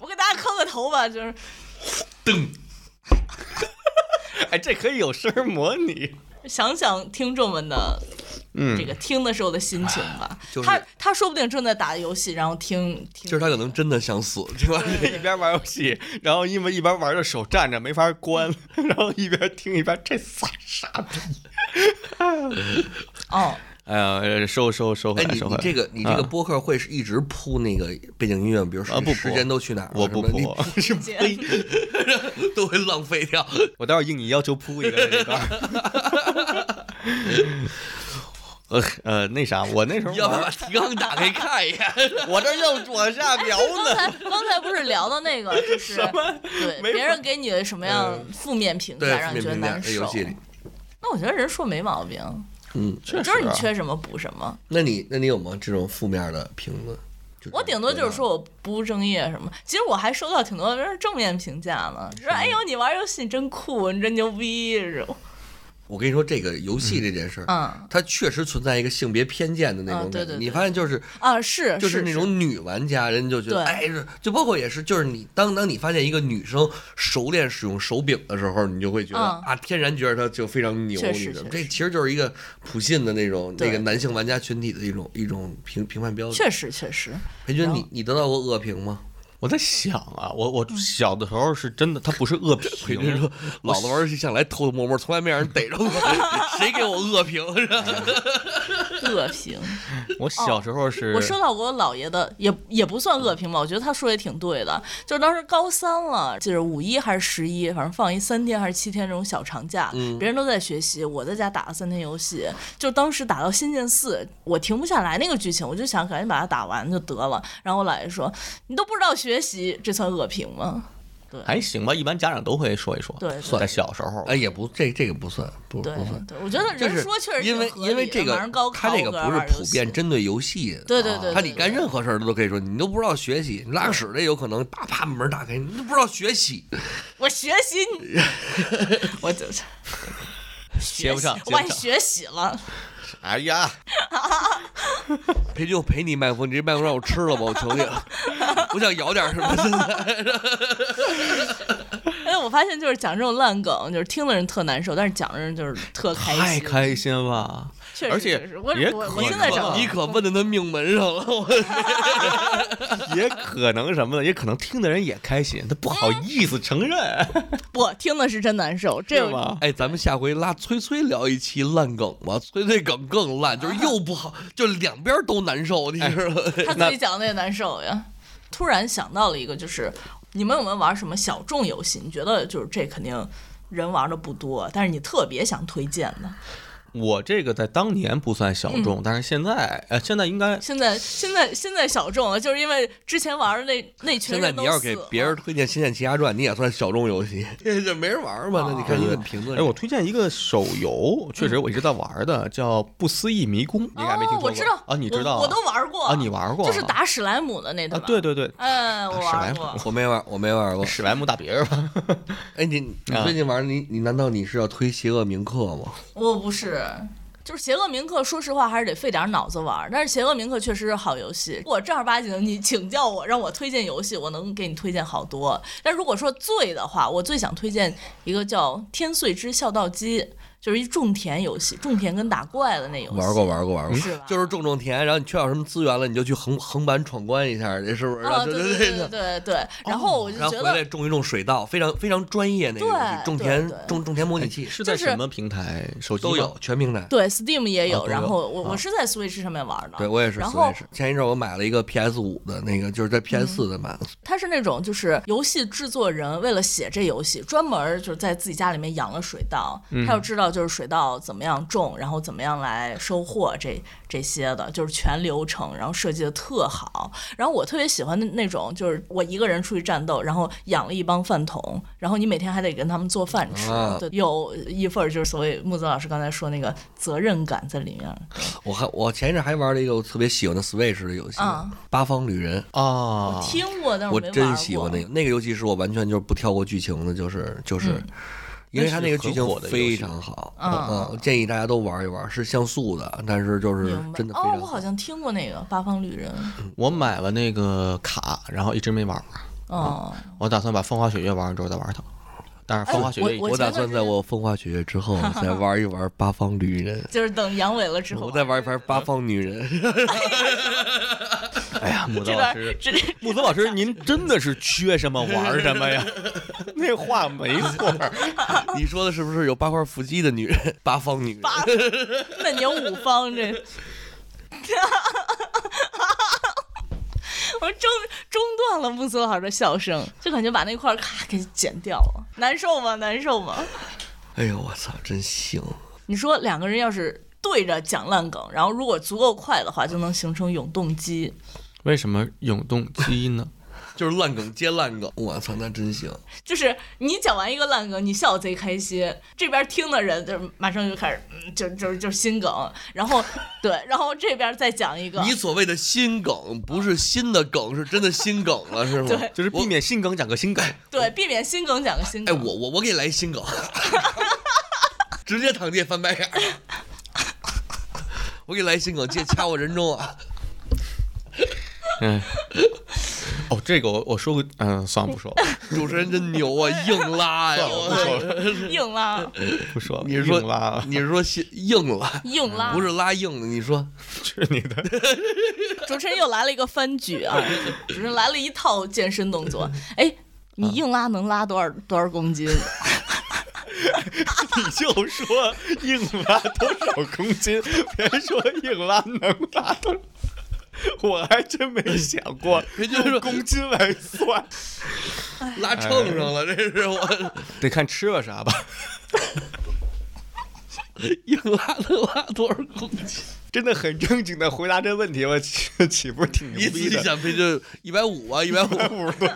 Speaker 2: 我给大家磕个头吧，就是
Speaker 1: 哎，这可以有声儿模拟。
Speaker 2: 想想听众们的。这个听的时候的心情吧，
Speaker 3: 嗯啊就是
Speaker 2: 他他说不定正在打游戏，然后听听，
Speaker 3: 就是他可能真的想死，对吧？
Speaker 1: 一边玩游戏，然后因为一边玩着手站着没法关，然后一边听一边这傻傻逼。
Speaker 2: 哦，
Speaker 1: 哎呀，收收收回
Speaker 3: 哎，
Speaker 1: 来，
Speaker 3: 你
Speaker 1: 收
Speaker 3: 你
Speaker 1: 回来。
Speaker 3: 这个你这个播客会是一直铺那个背景音乐，比如说
Speaker 1: 啊不
Speaker 3: 时
Speaker 1: 铺
Speaker 3: 间都去哪儿了？
Speaker 1: 我不
Speaker 3: 什么
Speaker 1: 铺，
Speaker 2: 是
Speaker 3: 哎
Speaker 2: 呸，
Speaker 3: 你 都会浪费掉。
Speaker 1: 我待会儿应你要求铺一个这一段儿。 呃呃，那啥，我那时候
Speaker 3: 要不
Speaker 1: 玩
Speaker 3: 然把
Speaker 1: 儿，
Speaker 3: 提纲打开看 一眼。
Speaker 1: 我这又左下描
Speaker 2: 刚
Speaker 1: 呢。
Speaker 2: 才刚才不哎是聊到那个， 就是对
Speaker 1: 没
Speaker 2: 别人给你的什么样负面评价，
Speaker 3: 呃对，
Speaker 2: 让你
Speaker 3: 面
Speaker 2: 觉得
Speaker 3: 评价
Speaker 2: 难
Speaker 3: 在
Speaker 2: 受
Speaker 3: 游？戏里，
Speaker 2: 那我觉得人说没毛病，
Speaker 3: 嗯，
Speaker 1: 确实
Speaker 2: 就
Speaker 1: 啊，
Speaker 2: 是你缺什么补什么。
Speaker 3: 那你那你有吗？这种负面的评论？就
Speaker 2: 我顶多就是说我不务正业什么。
Speaker 3: 啊
Speaker 2: 其实我还收到挺多人正面评价呢，说哎呦你玩游戏你真酷，你真牛逼，这种
Speaker 3: 我跟你说，这个游戏这件事儿，
Speaker 2: 嗯
Speaker 3: 它确实存在一个性别偏见的那种
Speaker 2: 嗯
Speaker 3: 感觉。
Speaker 2: 对对对
Speaker 3: 你发现就是
Speaker 2: 啊是
Speaker 3: 就是那种女玩家，人就觉
Speaker 2: 对
Speaker 3: 得哎，这就包括也是，就是你当当你发现一个女生熟练使用手柄的时候，你就会觉得、
Speaker 2: 嗯
Speaker 3: 啊，天然觉得她就非常牛。
Speaker 2: 确
Speaker 3: 你
Speaker 2: 实
Speaker 3: 知道吗
Speaker 2: 确
Speaker 3: 这
Speaker 2: 实
Speaker 3: 其实就是一个普信的那种那
Speaker 2: 对
Speaker 3: 个男性玩家群体的一种一种评评判标准。
Speaker 2: 确实确实，
Speaker 3: 裴军，
Speaker 2: 然后
Speaker 3: 你你得到过恶评吗？
Speaker 1: 我在想啊，我我小的时候是真的，它不是恶
Speaker 3: 裴军
Speaker 1: 评，
Speaker 3: 说， 老子玩游戏向来偷偷摸摸，从来没让人逮 着过，谁给我恶评？是吧
Speaker 2: 恶评。
Speaker 1: 我小时候是
Speaker 2: 哦我收到过我姥爷的，也也不算恶评吧，我觉得他说也挺对的。就是当时高三了，就是五一还是十一，反正放一三天还是七天这种小长假，
Speaker 3: 嗯
Speaker 2: 别人都在学习，我在家打了三天游戏。就当时打到《仙剑四》，我停不下来那个剧情，我就想赶紧把它打完就得了。然后我姥爷说：“你都不知道学习，这算恶评吗
Speaker 1: 还行吧，一般家长都会说一说。
Speaker 2: 对对
Speaker 1: 在小时候，
Speaker 3: 哎，也不，这这个不算，不？”
Speaker 2: 对
Speaker 3: 不算。
Speaker 2: 对，我觉得
Speaker 3: 就
Speaker 2: 人
Speaker 3: 是
Speaker 2: 说确实挺
Speaker 3: 因为
Speaker 2: 合理
Speaker 3: 因为这
Speaker 2: 的马
Speaker 3: 个
Speaker 2: 上高，考
Speaker 3: 他这个
Speaker 2: 我搁
Speaker 3: 不
Speaker 2: 那玩游
Speaker 3: 是普遍
Speaker 2: 戏
Speaker 3: 针对游戏的，
Speaker 2: 对对对
Speaker 3: 他
Speaker 2: 对
Speaker 3: 你干任何事儿都可以说，你都不知道学习，你拉个屎的有可能啪啪门打开，你都不知道学习，
Speaker 2: 我学习你， 我就是
Speaker 1: 接不上，接
Speaker 2: 我把
Speaker 1: 不
Speaker 2: 你
Speaker 1: 上。
Speaker 2: 学习了。
Speaker 1: 哎呀，
Speaker 3: 裴军，我赔你麦克风，你这麦克风让我吃了吧，我求你了，我想咬点什么。现在
Speaker 2: 哎，我发现就是讲这种烂梗，就是听的人特难受，但是讲的人就是特开心。
Speaker 1: 太开心了！
Speaker 2: 确实，
Speaker 1: 而且
Speaker 2: 确实我
Speaker 1: 也
Speaker 2: 我
Speaker 1: 可
Speaker 2: 我现在
Speaker 1: 能
Speaker 2: 找
Speaker 1: 啊
Speaker 3: 你可问到他命门上了，我
Speaker 1: 也可能什么的，也可能听的人也开心，他不好意思承认，
Speaker 2: 不听的是真难受，这
Speaker 1: 是吗？
Speaker 3: 哎，咱们下回拉崔崔聊一期烂梗吧，崔崔梗更烂，就是又不好，就两边都难受，你知道吗？
Speaker 2: 哎他自己讲的也难受呀。突然想到了一个，就是你们有没有玩什么小众游戏？你觉得就是这肯定人玩的不多，但是你特别想推荐的。
Speaker 1: 我这个在当年不算小
Speaker 2: 嗯
Speaker 1: 众，但是现在，呃，现在应该
Speaker 2: 现在现在现在小众了，就是因为之前玩的那那群
Speaker 3: 现在
Speaker 2: 人
Speaker 3: 你
Speaker 2: 都
Speaker 3: 要是给
Speaker 2: 死了
Speaker 3: 别人推荐《仙剑奇侠传》，你也算小众游戏，这没人玩嘛？那你看你怎么评论？
Speaker 1: 哎，我推荐一个手游，确实我一直在玩的，叫《不思议迷宫》，你应该没听说
Speaker 2: 嗯哦，
Speaker 1: 过
Speaker 2: 我知道
Speaker 1: 啊？你知道啊？
Speaker 2: 我我都玩过
Speaker 1: 啊，你玩过啊？
Speaker 2: 就是打史莱姆的那
Speaker 1: 啊
Speaker 2: 个，吧？
Speaker 1: 对对对，
Speaker 2: 嗯，我
Speaker 1: 史莱
Speaker 2: 玩
Speaker 1: 姆
Speaker 2: 过。
Speaker 3: 哎我没玩，我没玩过。
Speaker 1: 史莱姆大别人吧？
Speaker 3: 哎，你你
Speaker 1: 啊
Speaker 3: 最近玩你你难道你是要推《邪恶铭刻》吗？
Speaker 2: 我不是，就是《邪恶铭刻》，说实话还是得费点脑子玩儿。但是《邪恶铭刻》确实是好游戏。我正儿八经的，你请教我，让我推荐游戏，我能给你推荐好多。但如果说醉的话，我最想推荐一个叫《天穗之孝道机》，就是一种田游戏，种田跟打怪的那游戏。
Speaker 3: 玩过，玩过，玩过，
Speaker 2: 哦是吧
Speaker 3: 就是种种田，然后你缺少什么资源了，你就去横横版闯关一下，这是不是？然
Speaker 2: 啊，
Speaker 3: 后
Speaker 2: 对
Speaker 3: 就
Speaker 2: 对对对对对。然后我就
Speaker 3: 哦然
Speaker 2: 觉
Speaker 3: 后回
Speaker 2: 得
Speaker 3: 来种一种水稻，非常非常专业那个游戏，
Speaker 2: 对
Speaker 3: 种田
Speaker 2: 对对
Speaker 3: 种种田模拟器
Speaker 1: 是在
Speaker 2: 哎就是
Speaker 1: 什么平台？手机
Speaker 3: 都
Speaker 1: 吗
Speaker 3: 有，全平台。
Speaker 2: 对 Steam 也
Speaker 3: 啊
Speaker 2: 有，
Speaker 3: 都
Speaker 2: 然
Speaker 3: 有
Speaker 2: 后我、
Speaker 3: 啊
Speaker 2: 我是在 Switch 上面玩的，
Speaker 3: 对我也是
Speaker 2: 然后
Speaker 3: ，Switch。前一阵我买了一个 PS 五的那个，就是在 PS 四的版，
Speaker 2: 他是那种就是游戏制作人为了写这游戏，专门儿就是在自己家里面养了水稻，
Speaker 3: 嗯
Speaker 2: 他要知道就是水稻怎么样种，然后怎么样来收获这这些的，就是全流程，然后设计的特好。然后我特别喜欢的那种就是我一个人出去战斗，然后养了一帮饭桶，然后你每天还得跟他们做饭吃，
Speaker 3: 啊
Speaker 2: 对，有一份儿就是所谓木子老师刚才说那个责任感在里面。
Speaker 3: 我还我前一阵还玩了一个我特别喜欢的 Switch 的游戏，
Speaker 2: 啊
Speaker 3: 八方旅人》。
Speaker 1: 啊
Speaker 2: 我，听过，但是
Speaker 3: 我
Speaker 2: 没
Speaker 3: 真
Speaker 2: 玩
Speaker 3: 喜
Speaker 2: 过
Speaker 3: 欢那个那个游戏，是我完全就是不跳过剧情的，就是就是，因为它那个剧情非常好，
Speaker 2: 那是很火的游戏嗯，
Speaker 3: 嗯我建议大家都玩一玩，是像素的，但是就是
Speaker 2: 明白
Speaker 3: 真的非
Speaker 2: 哦，
Speaker 3: 常嗯
Speaker 2: 我好像听过那个《八方旅人》
Speaker 1: 我买了那个卡，然后一直没玩儿，
Speaker 3: 啊
Speaker 2: 哦，
Speaker 1: 我打算把《风花雪月》玩完之后再玩它。但是《风花雪月》已
Speaker 2: 哎
Speaker 1: 经
Speaker 2: 我
Speaker 3: 我打
Speaker 2: 前段
Speaker 3: 算
Speaker 2: 时
Speaker 3: 在
Speaker 2: 间
Speaker 3: 我风花雪月 之后再玩一玩《八方旅人》。
Speaker 2: 就是等阳痿了之后
Speaker 3: 我再玩一盘《八方女人》，
Speaker 1: 哎呀，木子
Speaker 2: 这
Speaker 1: 老
Speaker 2: 段
Speaker 1: 师，
Speaker 2: 这
Speaker 1: 木子老师，您真的是缺什么玩什么呀？那话没错儿，
Speaker 3: 你说的是不是有八块腹肌的女人？八方女人，
Speaker 2: 八嫩牛五方这。 我中中断了木子老师的笑声，就感觉把那块儿咔给剪掉了，难受吗？难受吗？
Speaker 3: 哎呦我操，真行！
Speaker 2: 你说两个人要是对着讲烂梗，然后如果足够快的话，就能形成永动机。
Speaker 1: 为什么永动机呢？
Speaker 3: 就是烂梗接烂梗，我操，那真行！
Speaker 2: 就是你讲完一个烂梗，你笑得贼开心，这边听的人就马上就开始，嗯，就就就新梗，然后对，然后这边再讲 一个，
Speaker 3: 你所谓的新梗不是新的梗，是真的新梗了，是吗？
Speaker 2: 对
Speaker 1: 就是避免新梗讲个新 梗，
Speaker 2: 对，避免新梗讲个新
Speaker 3: 哎，
Speaker 2: 梗。
Speaker 3: 我我我给你来一新梗， 直接躺地翻白眼儿。我给你来一新梗，借掐我人中啊！
Speaker 1: 嗯，哦，这个我我说过，嗯，算了，不说了，
Speaker 3: 主持人真牛啊，硬拉呀！
Speaker 1: 算了不说了，
Speaker 2: 硬
Speaker 1: 嗯
Speaker 2: 拉，
Speaker 1: 不哎说了，
Speaker 3: 你是说
Speaker 1: 硬拉
Speaker 3: 你是说新硬拉，
Speaker 2: 硬拉，
Speaker 3: 不是拉硬的？你说
Speaker 1: 去 你的，
Speaker 2: 主持人又来了一个翻举 啊，主持人来了一套健身动作。
Speaker 1: 嗯
Speaker 2: 哎，你硬拉能拉多少多少 公斤？
Speaker 1: 你就说硬拉多少公斤， 别说硬拉能拉多少。我还真没想 过用公斤来算，
Speaker 3: 拉秤上了，这是我
Speaker 1: 得看吃了啥吧。
Speaker 3: 硬拉能拉多少公斤？
Speaker 1: 真的很正经的回答这问题，我岂岂不是挺
Speaker 3: 你
Speaker 1: 牛
Speaker 3: 仔
Speaker 1: 逼
Speaker 3: 细
Speaker 1: 的？
Speaker 3: 想，这就一百五啊，一百五。
Speaker 1: 五十多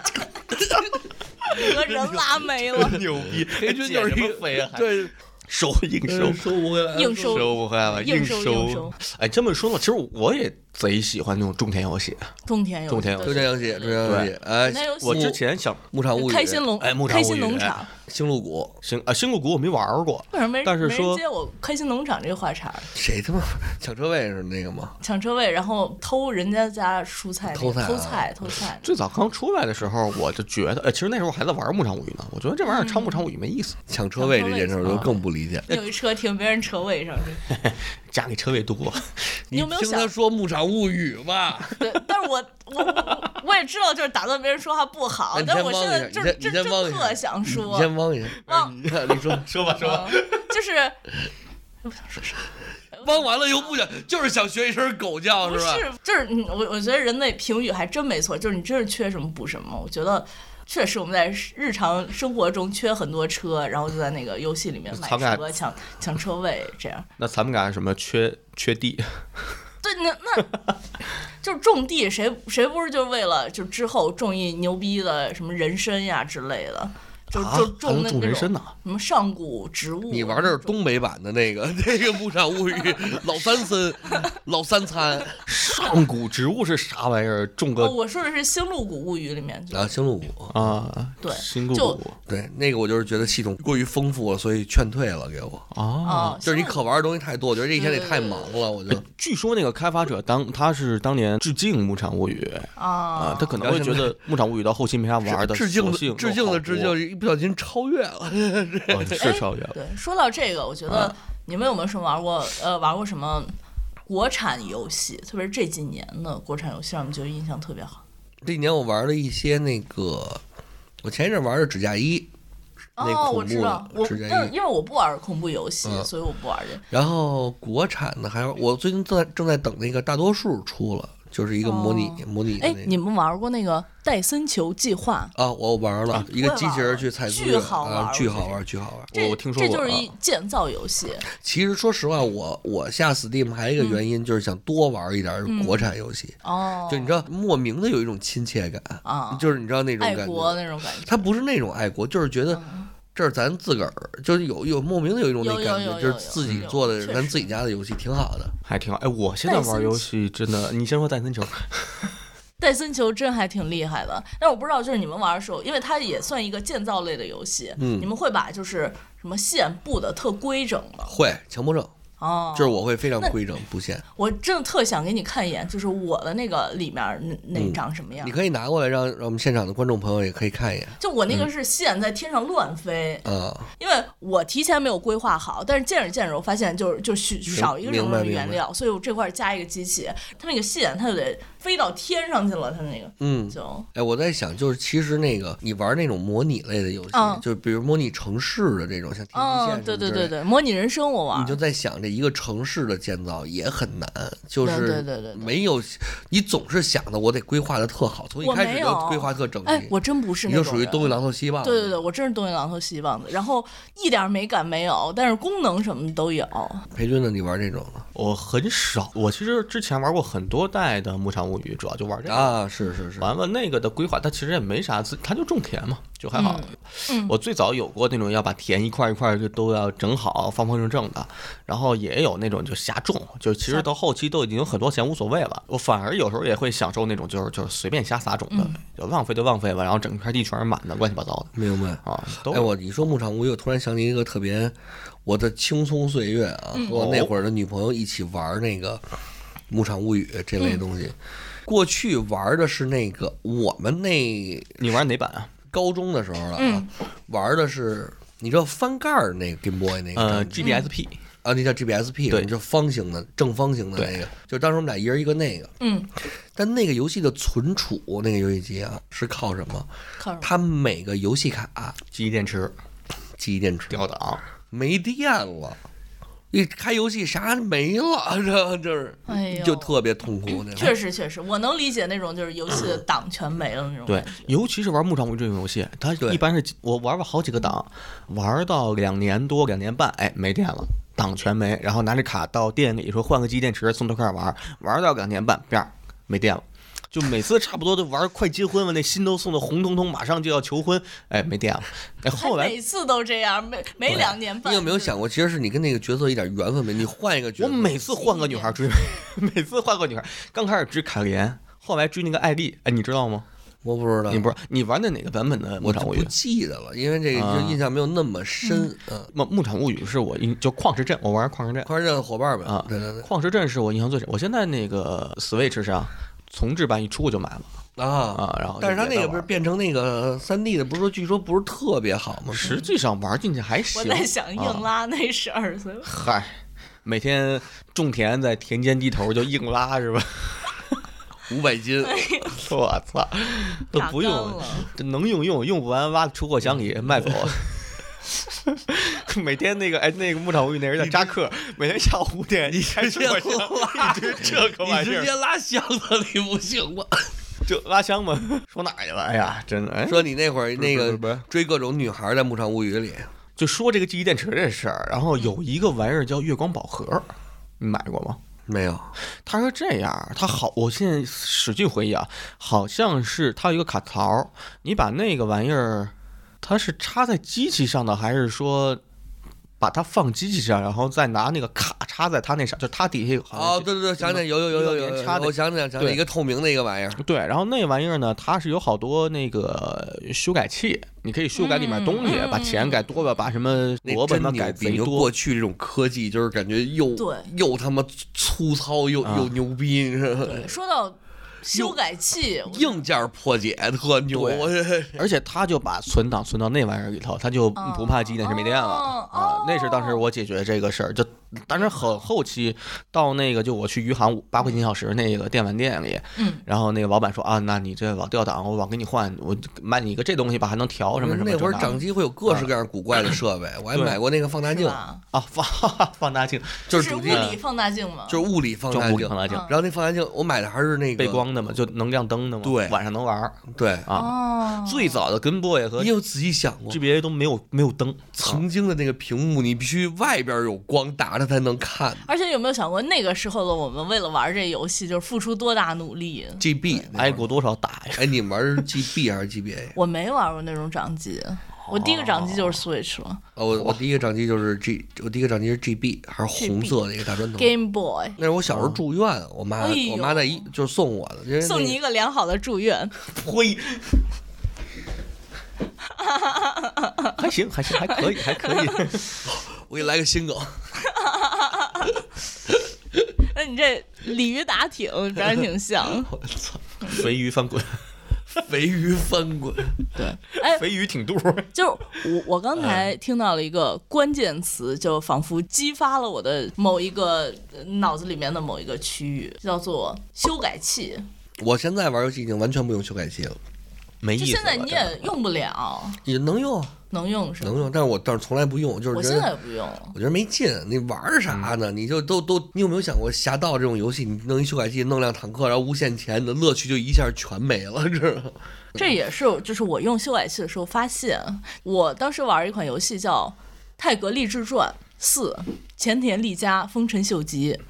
Speaker 2: 和人拉 没了，
Speaker 1: 牛逼，
Speaker 3: 平均就
Speaker 1: 减
Speaker 3: 是一
Speaker 1: 什
Speaker 3: 个
Speaker 1: 么肥啊，还
Speaker 3: 对，
Speaker 1: 收硬收
Speaker 3: 收。收不回来了，
Speaker 2: 硬
Speaker 1: 收
Speaker 2: 收。
Speaker 1: 不回来了，
Speaker 2: 硬收
Speaker 1: 嗯收。
Speaker 2: 硬收
Speaker 1: 哎，这么说呢，其实我也贼喜欢那种种田游戏。
Speaker 2: 种田有，
Speaker 1: 种田有
Speaker 3: 中
Speaker 2: 对
Speaker 3: 间游戏，中间游戏，哎
Speaker 2: 那游，戏
Speaker 1: 我之前想，
Speaker 3: 牧场物语，
Speaker 2: 开心农，
Speaker 1: 哎牧场
Speaker 2: 开
Speaker 1: 物
Speaker 2: 心
Speaker 1: 语
Speaker 2: 农场，
Speaker 3: 星露谷，
Speaker 1: 行啊，星露谷我没玩过，
Speaker 2: 为什么没人
Speaker 1: 但是
Speaker 2: 没人
Speaker 1: 说
Speaker 2: 接我开心农场这个话茬儿？
Speaker 3: 谁 他妈抢车位是那个吗？
Speaker 2: 抢车位，然后偷人家家蔬菜那
Speaker 3: 偷
Speaker 2: 个，
Speaker 3: 菜啊
Speaker 2: 偷菜，偷菜。
Speaker 1: 最早刚出来的时候，我就觉得，呃，其实那时候我还在玩《牧场物语》呢，我觉得这玩
Speaker 3: 嗯
Speaker 1: 意儿超《牧场物语》没意思，
Speaker 3: 抢车位这件事儿，我
Speaker 2: 啊
Speaker 3: 就更不理解。
Speaker 2: 你有一车停别人车位上去，
Speaker 1: 家里车位多，
Speaker 2: 你有没有
Speaker 3: 听他
Speaker 2: 想？
Speaker 3: 说《牧场物语》吧，
Speaker 2: 对，但是我我我我也知道，就是打断别人说话不好
Speaker 3: 哎，你
Speaker 2: 但是
Speaker 3: 先
Speaker 2: 我
Speaker 3: 帮
Speaker 2: 现
Speaker 3: 一
Speaker 2: 在
Speaker 3: 下
Speaker 2: 就是
Speaker 3: 你先
Speaker 2: 真
Speaker 3: 你先
Speaker 2: 真
Speaker 3: 帮一下
Speaker 2: 特想
Speaker 3: 你
Speaker 2: 说，
Speaker 3: 先帮一下，哎
Speaker 2: 忘
Speaker 3: 你你说
Speaker 1: 说吧说吧，
Speaker 2: 嗯就是
Speaker 3: 帮完了又不想，就是想学一声狗叫
Speaker 2: 不
Speaker 3: 是吧？
Speaker 2: 是，就是嗯我我觉得人类评语还真没错，就是你真是缺什么补什么。我觉得确实我们在日常生活中缺很多车，然后就在那个游戏里面买
Speaker 1: 咱们俩
Speaker 2: 车、抢抢车位这样。
Speaker 1: 那咱们俩什么缺缺地，
Speaker 2: 对，那那 就是种地，谁谁不是就为了就之后种一牛逼的什么人参呀之类的，就
Speaker 1: 啊
Speaker 2: 就
Speaker 1: 还
Speaker 2: 种
Speaker 1: 能
Speaker 2: 那
Speaker 1: 种
Speaker 2: 那
Speaker 1: 人参
Speaker 2: 种
Speaker 1: 呢？
Speaker 2: 什么上古植物。
Speaker 3: 你玩的是东北版的那个 那个《牧场物语》，老三森，老三餐
Speaker 1: 上古植物是啥玩意儿？种
Speaker 2: 哦，
Speaker 1: 个
Speaker 2: 我说的是《星露谷物语》里面，
Speaker 3: 啊，星露谷，
Speaker 1: 啊，
Speaker 2: 对
Speaker 1: 新露
Speaker 2: 就
Speaker 1: 谷
Speaker 3: 对那个我就是觉得系统过于丰富了，所以劝退了给我。
Speaker 1: 啊
Speaker 2: 哦，
Speaker 3: 嗯就是你
Speaker 2: 星露
Speaker 3: 可玩的东西太多，我觉得这一天得太忙了，我就
Speaker 1: 据说那个开发者当他是当年致敬《牧场物语》啊
Speaker 2: 啊，，
Speaker 1: 他可能会觉得《牧场物语》到后期没啥玩的，
Speaker 3: 致敬
Speaker 1: 索
Speaker 3: 的
Speaker 1: 性
Speaker 3: 致敬
Speaker 1: 有好
Speaker 3: 的
Speaker 1: 多
Speaker 3: 致敬，，一不小心超越了。
Speaker 1: 哦是超越了。
Speaker 2: 哎对，说到这个，我觉
Speaker 3: 啊
Speaker 2: 得你们有没有什么玩过呃玩过什么国产游戏？特别是这几年的国产游戏，让我们觉得印象特别好。
Speaker 3: 这几年我玩了一些那个，我前一阵玩的《指甲衣》，那
Speaker 2: 哦，我
Speaker 3: 恐
Speaker 2: 知
Speaker 3: 怖
Speaker 2: 道
Speaker 3: 的，
Speaker 2: 我
Speaker 3: 直接
Speaker 2: 但
Speaker 3: 一
Speaker 2: 因为我不玩恐怖游戏，
Speaker 3: 嗯
Speaker 2: 所以我不玩这。
Speaker 3: 然后国产的还有，我最近正在正在等那个《大多数》出了，就是一个模拟、模拟的
Speaker 2: 哎
Speaker 3: 那，个
Speaker 2: 你们玩过那个戴森球计划？
Speaker 3: 啊，我玩了、一个机器人去采资
Speaker 2: 巨
Speaker 3: 源
Speaker 2: 好玩
Speaker 3: 啊，
Speaker 2: 我
Speaker 3: 巨
Speaker 2: 觉得
Speaker 3: 好玩，巨好玩。
Speaker 2: 这
Speaker 1: 我听说
Speaker 2: 这
Speaker 1: 过
Speaker 2: 就是
Speaker 1: 啊
Speaker 2: 一建造游戏。
Speaker 3: 其实说实话，我我下 Steam 还有一个原因、就是想多玩一点国产游戏，
Speaker 2: 嗯哦，
Speaker 3: 就你知道，莫名的有一种亲切感，
Speaker 2: 啊，
Speaker 3: 就是你知道那种
Speaker 2: 爱
Speaker 3: 感
Speaker 2: 国
Speaker 3: 觉，
Speaker 2: 那种感觉。
Speaker 3: 他不是那种爱国，就是觉得。这是咱自个儿，就是有有莫名的有一种那
Speaker 2: 嗯有有
Speaker 3: 感
Speaker 2: 有
Speaker 3: 觉，
Speaker 2: 有
Speaker 3: 就是
Speaker 2: 有
Speaker 3: 自己
Speaker 2: 有
Speaker 3: 做的
Speaker 2: 确
Speaker 3: 咱
Speaker 2: 实
Speaker 3: 自己家的游戏挺好的。
Speaker 1: 还挺好。哎，我现在
Speaker 2: 戴森
Speaker 1: 玩游戏真的，你先说戴森球，
Speaker 2: 戴森球真还挺厉害的，但是我不知道就是你们玩的时候，因为它也算一个建造类的游戏，
Speaker 3: 嗯
Speaker 2: 你们会把就是什么线布的特规整吗？
Speaker 3: 会强迫症，
Speaker 2: 哦，
Speaker 3: 就是我会非常规整不限。
Speaker 2: 我真的特想给你看一眼，就是我的那个里面儿那那长什么样
Speaker 3: 嗯你。可以拿过来让让我们现场的观众朋友也可嗯以看一眼
Speaker 2: 就我那个是线在天上乱飞，
Speaker 3: 啊。
Speaker 2: 因为我提前没有规划好，但是见着见着我发现就是就需少一个什
Speaker 3: 明
Speaker 2: 么
Speaker 3: 白
Speaker 2: 什么
Speaker 3: 明白
Speaker 2: 原料，所以我这块儿加一个机器，它那个线它就得飞到天上去了，它那个
Speaker 3: 嗯，
Speaker 2: 就
Speaker 3: 哎，我在想，就是其实那个你玩那种模拟类的游戏，
Speaker 2: 嗯
Speaker 3: 就比如模拟城市的这种，像天际线什
Speaker 2: 嗯，
Speaker 3: 么
Speaker 2: 对对
Speaker 3: 之
Speaker 2: 对
Speaker 3: 类的。
Speaker 2: 对，模拟人生我
Speaker 3: 你
Speaker 2: 玩
Speaker 3: 就，在想这一个城市的建造也很难，就
Speaker 2: 对对
Speaker 3: 是
Speaker 2: 对对对
Speaker 3: 没有，你总是想的我得规划的特好，从一
Speaker 2: 我
Speaker 3: 开始
Speaker 2: 没
Speaker 3: 就
Speaker 2: 有
Speaker 3: 规划特整
Speaker 2: 哎
Speaker 3: 齐，。
Speaker 2: 我真不是
Speaker 3: 你
Speaker 2: 那
Speaker 3: 就
Speaker 2: 种
Speaker 3: 属于
Speaker 2: 人
Speaker 3: 东一榔头西棒子。
Speaker 2: 对对对，我真是东一榔头西一棒子，然后一点美感没有，但是功能什么的都有。
Speaker 3: 裴军呢？你玩这种吗？
Speaker 1: 我很少。我其实之前玩过很多代的《牧场物语》，主要就玩这个。
Speaker 3: 啊，是是是，
Speaker 1: 完了那个的规划，它其实也没啥自，它就种田嘛，就还好。
Speaker 4: 嗯
Speaker 1: 我最早有过那种要把田一块一块就都要整好，方方正正的，然后也有那种就瞎种，就其实到后期都已经有很多钱无所谓了。我反而有时候也会享受那种就是就是随便瞎撒种的，就浪费就浪费吧，然后整片地全是满的，乱七八糟的
Speaker 3: 明白。
Speaker 1: 啊，都
Speaker 3: 哎，我你说牧场物语，我突然想起一个特别我的青葱岁月啊，
Speaker 2: 嗯
Speaker 3: 和我那会儿的女朋友一起玩那个牧场物语这类东
Speaker 2: 嗯
Speaker 3: 西。过去玩的是那个我们那
Speaker 1: 你玩哪版啊？
Speaker 3: 高中的时候了
Speaker 2: 嗯
Speaker 3: 啊，玩的是你知道翻盖儿那个 Game Boy 那个
Speaker 1: 呃
Speaker 3: 感觉
Speaker 1: ，GBSP，
Speaker 3: 啊，那叫 GBSP，
Speaker 1: 对
Speaker 3: 就方形的正方形的那个，就当时我们俩一人一个那个。
Speaker 2: 嗯，
Speaker 3: 但那个游戏的存储那个游戏机啊，是靠什么？
Speaker 2: 靠什么？
Speaker 3: 它每个游戏卡
Speaker 1: 记忆电池
Speaker 3: 记忆电池
Speaker 1: 掉档，
Speaker 3: 没电了，一开游戏啥没了， 这这是，
Speaker 2: 哎呦嗯
Speaker 3: 就特别痛苦。那
Speaker 2: 确实确实，我能理解那种就是游戏 的档全没了那种
Speaker 1: 对
Speaker 2: 感觉。，
Speaker 1: 尤其是玩牧场物语这种游戏，它
Speaker 3: 哦对
Speaker 1: 一般是我玩过好几个档，玩到两年多、两年半，哎，没电了，档全没，然后拿着卡到店里说换个机电池送到块儿玩，玩到两年半，啪，没电了。就每次差不多都玩快结婚了，那心都送的红彤彤，马上就要求婚，哎，没电了。 哎，后
Speaker 2: 还
Speaker 1: 来
Speaker 2: 每次都这样，每每两年半。
Speaker 3: 你有没有想过，其实是你跟那个角色一点缘分没？你换一个角
Speaker 1: 我
Speaker 3: 色，
Speaker 1: 每次换个女孩追， 每次换个女孩，刚开始追凯莲，后来追那个艾丽，哎，你知道吗？
Speaker 3: 我不知道，
Speaker 1: 你不是你玩的哪个版本的牧
Speaker 3: 嗯我
Speaker 1: 场物
Speaker 3: 不
Speaker 1: 语？
Speaker 3: 记得了，因为这个
Speaker 1: 啊
Speaker 3: 就印象没有那么深。嗯，
Speaker 1: 牧牧场物语是我印就矿石镇，我玩矿石镇。
Speaker 3: 快乐的伙伴们
Speaker 1: 啊
Speaker 3: 对对对
Speaker 1: 矿石镇是我印象最深。我现在那个 Switch 上重置版一出我就买了
Speaker 3: 啊。
Speaker 1: 啊，然后
Speaker 3: 但是
Speaker 1: 就
Speaker 3: 它那
Speaker 1: 也
Speaker 3: 个
Speaker 1: 在
Speaker 3: 不
Speaker 1: 玩
Speaker 3: 是变成那个三 D 的，不是说据说不是特别好吗？
Speaker 1: 实际上玩进去还行。
Speaker 2: 我在想硬
Speaker 1: 啊
Speaker 2: 拉那事儿，所以
Speaker 1: 嗨，每天种田在田间地头就硬拉是吧？
Speaker 3: 五百斤，
Speaker 1: 哎我操，都
Speaker 2: 榨
Speaker 1: 不用
Speaker 2: 干了，
Speaker 1: 这能用用，用不完挖出货箱里卖走。 每天那个哎，那个牧场物语那人叫扎克，每天下午五点一开始我
Speaker 3: 直接
Speaker 1: 一直 这个玩意
Speaker 3: 你直
Speaker 1: 儿
Speaker 3: 接拉箱子里不行吗？
Speaker 1: 就拉箱嘛，说哪儿去了？哎呀，真的哎，
Speaker 3: 说你那会儿那
Speaker 1: 不是不是
Speaker 3: 个
Speaker 1: 不
Speaker 3: 追各种女孩在《牧场物语》里，
Speaker 1: 就说这个记忆电池这事儿，然后有一个玩意儿叫月光宝盒，你买过吗？
Speaker 3: 没有
Speaker 1: 他说这样，啊他好，我现在使劲回忆啊，好像是它有一个卡槽儿，你把那个玩意儿，它是插在机器上的，还是说把它放机器上，然后再拿那个卡插在它那上，就它底下有好像
Speaker 3: 哦，
Speaker 1: 是
Speaker 3: 对对对，想起来有有有有有有，
Speaker 1: 插的
Speaker 3: 我想起来想起来
Speaker 1: 对
Speaker 3: 一个透明的一个玩意儿，
Speaker 1: 对，然后那玩意儿呢，它是有好多那个修改器，你可以修改里面东西，把钱改多了，把什么
Speaker 3: 嗯那
Speaker 1: 萝卜
Speaker 3: 真
Speaker 1: 什么
Speaker 3: 牛
Speaker 1: 改
Speaker 3: 逼！你
Speaker 1: 贼
Speaker 3: 就
Speaker 1: 多
Speaker 3: 过。去这种科技，就是感觉又
Speaker 2: 对
Speaker 3: 又他妈粗糙又
Speaker 1: 啊
Speaker 3: 又牛逼，你知道吗
Speaker 2: 对说到修改器，我
Speaker 3: 硬件破解特牛，
Speaker 1: 对
Speaker 3: 我
Speaker 1: 而且他就把存档存到那玩意儿里头，他就不怕机电池没电了、
Speaker 2: 哦哦
Speaker 1: 啊。那是当时我解决这个事儿，就当时很后期到那个就我去余杭五八块钱一小时那个电玩店里，
Speaker 2: 嗯，
Speaker 1: 然后那个老板说啊，那你这老掉档，我老给你换，我卖你一个这东西吧，还能调什么什么这那
Speaker 3: 那
Speaker 1: 的。
Speaker 3: 会儿掌机会有各式各样古怪的设备，我还
Speaker 1: 嗯对
Speaker 3: 买过那个放大
Speaker 2: 是
Speaker 3: 镜，
Speaker 2: 吧？
Speaker 1: 啊放放大镜，
Speaker 3: 就是主
Speaker 2: 物
Speaker 3: 机，
Speaker 2: 理放大镜吗？
Speaker 3: 就是物理放大
Speaker 1: 就物理
Speaker 3: 镜
Speaker 1: 放。大镜，
Speaker 2: 嗯
Speaker 3: 然后那放大镜我买的还是那个
Speaker 1: 背，光的嘛，就能亮灯的嘛，
Speaker 3: 对
Speaker 1: 晚上能玩儿
Speaker 3: 对。
Speaker 1: 啊。
Speaker 2: 哦，
Speaker 1: 最早的 Game Boy 和
Speaker 3: 你有仔细想过，
Speaker 1: GBA 都没有没有灯，
Speaker 3: 曾经的那个屏幕，你必须外边有光打它才能看
Speaker 2: 而且有没有想过，那个时候的我们为了玩这游戏，就是付出多大努力？
Speaker 3: GB 那会儿。
Speaker 1: 挨过多少打呀？
Speaker 3: 哎，你们玩儿是 GB 还是 GBA？
Speaker 2: 我没玩过那种掌机，我第一个掌机就是 Switch 了、
Speaker 3: 哦，我我第一个掌机就是 G，我第一个掌机是 GB，还是红色的一个大砖头。
Speaker 2: g a m e Boy，
Speaker 3: 那是我小
Speaker 1: 哦
Speaker 3: 时候住院，我妈
Speaker 2: 哎呦
Speaker 3: 我妈在医就是送我的，因为
Speaker 2: 送你一
Speaker 3: 那
Speaker 2: 个良好的祝愿。
Speaker 1: 灰。 还行，还行，还 可以，还可以。
Speaker 3: 个我给你来个新梗，
Speaker 2: 那哎你这鲤鱼打挺，反正挺 像。
Speaker 3: 我操，
Speaker 1: 肥鱼翻滚，
Speaker 3: 肥鱼翻滚，
Speaker 2: 哎，
Speaker 1: 肥鱼挺肚。
Speaker 2: 就是我我刚才听到了一个关键词，就仿佛激发了我的某一个呃脑子里面的某一个区域，叫做修改器。
Speaker 3: 我现在玩游戏已经完全不用修改器了，
Speaker 1: 没
Speaker 2: 就
Speaker 1: 意思
Speaker 2: 现
Speaker 1: 了。
Speaker 2: 在你也用不了，
Speaker 3: 也能用
Speaker 2: 能用是吧
Speaker 3: 能？用，但是我但是从来不用，就是
Speaker 2: 我
Speaker 3: 觉
Speaker 2: 现在也
Speaker 3: 得
Speaker 2: 不用。
Speaker 3: 我觉得没劲，你玩儿啥呢？你就都都，你有没有想过《侠盗》这种游戏，你弄一修改器，弄辆坦克，然后无限钱，你的乐趣就一下全没了， 知道吗？
Speaker 2: 这也是就是我用修改器的时候发现，我当时玩一款游戏叫《泰格立志传四：前田利家丰臣秀吉》。
Speaker 3: 啊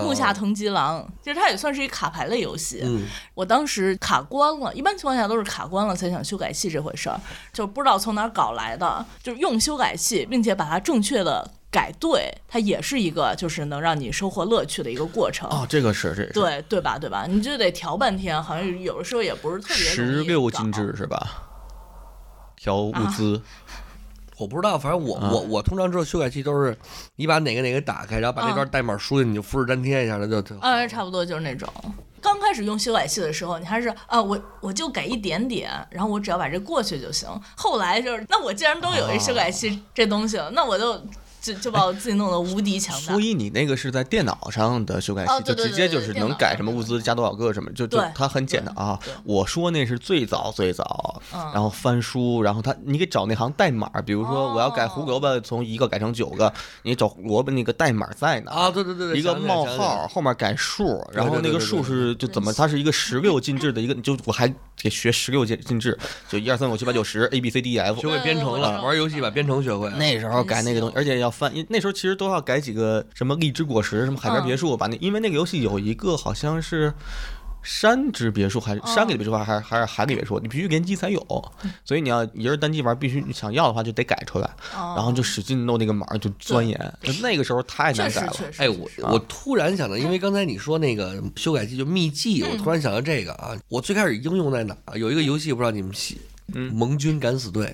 Speaker 2: 木
Speaker 3: 哦
Speaker 2: 下藤吉郎，其实它也算是一卡牌类游戏。
Speaker 3: 嗯
Speaker 2: 我当时卡关了，一般情况下都是卡关了才想修改器这回事儿，就不知道从哪儿搞来的，就是用修改器，并且把它正确的改对，它也是一个就是能让你收获乐趣的一个过程。
Speaker 1: 哦，这个是这个是
Speaker 2: 对对吧？对吧？你就得调半天，好像有的时候也不是特别容易
Speaker 1: 十六
Speaker 2: 搞
Speaker 1: 进制是吧？调物
Speaker 2: 啊
Speaker 1: 资，
Speaker 3: 我不知道，反正
Speaker 1: 啊
Speaker 3: 我、我我通常知道修改器都是你把哪个哪个打开，然后把
Speaker 2: 啊
Speaker 3: 那段代码输进去，你就复制粘贴一下，那就就
Speaker 2: 嗯，差不多就是那种。刚开始用修改器的时候，你还是啊，我我就改一点点，然后我只要把这过去就行。后来就是，那我既然都有一修改
Speaker 1: 哦
Speaker 2: 器这东西了，那我就就就把我自己弄得无敌强大嗯
Speaker 1: 所。以你那个是在电脑上的修改
Speaker 2: 哦
Speaker 1: 器，就
Speaker 2: 对对
Speaker 1: 直
Speaker 2: 对
Speaker 1: 接
Speaker 2: 对
Speaker 1: 就是
Speaker 2: 电
Speaker 1: 能
Speaker 2: 脑
Speaker 1: 改
Speaker 2: 上
Speaker 1: 什么
Speaker 2: 的
Speaker 1: 物资加多少个什么，就就
Speaker 2: 对
Speaker 1: 它很简单啊
Speaker 2: 对对。
Speaker 1: 我说那是最早最早，
Speaker 3: 啊
Speaker 2: 嗯
Speaker 1: 然后翻书，然后它你给找那行代码，比如说我要改胡
Speaker 2: 哦
Speaker 1: 萝卜从一个改成九个，你找胡萝卜那个代码在哪？
Speaker 3: 啊，对对对对，
Speaker 1: 一个
Speaker 3: 想起来
Speaker 1: 冒
Speaker 3: 想起来
Speaker 1: 号后面改数，然后
Speaker 3: 对对
Speaker 1: 那个
Speaker 3: 对对
Speaker 1: 数
Speaker 3: 对
Speaker 1: 是就怎么？它是一个十六进制的一个，就我还给学十六进进制，就一二三四五六七八九十 A B C D E F，
Speaker 3: 学会编程
Speaker 2: 嗯
Speaker 3: 了，
Speaker 2: 嗯
Speaker 3: 玩游戏把编程学会了。
Speaker 1: 那时候改那个东西，而且要翻，因那时候其实都要改几个什么荔枝果实、什么海
Speaker 2: 嗯
Speaker 1: 边别墅，把那因为那个游戏有一个好像是。山之别墅还是山里的别墅
Speaker 2: 嗯
Speaker 1: 还是还是海里别墅？你必须联机才有，所以你要一人单机玩，必须想要的话就得改出来，
Speaker 2: 哦
Speaker 1: 然后就使劲弄那个码儿，就钻研。就那个时候太
Speaker 2: 确
Speaker 1: 难
Speaker 2: 实
Speaker 1: 改了，
Speaker 2: 确实，
Speaker 3: 哎，我我突然想到，因为刚才你说那个修改器就秘技，
Speaker 2: 嗯
Speaker 3: 我突然想到这个啊，我最开始应用在哪？啊有一个游戏，不知道你们喜，
Speaker 2: 嗯
Speaker 3: 盟军敢死队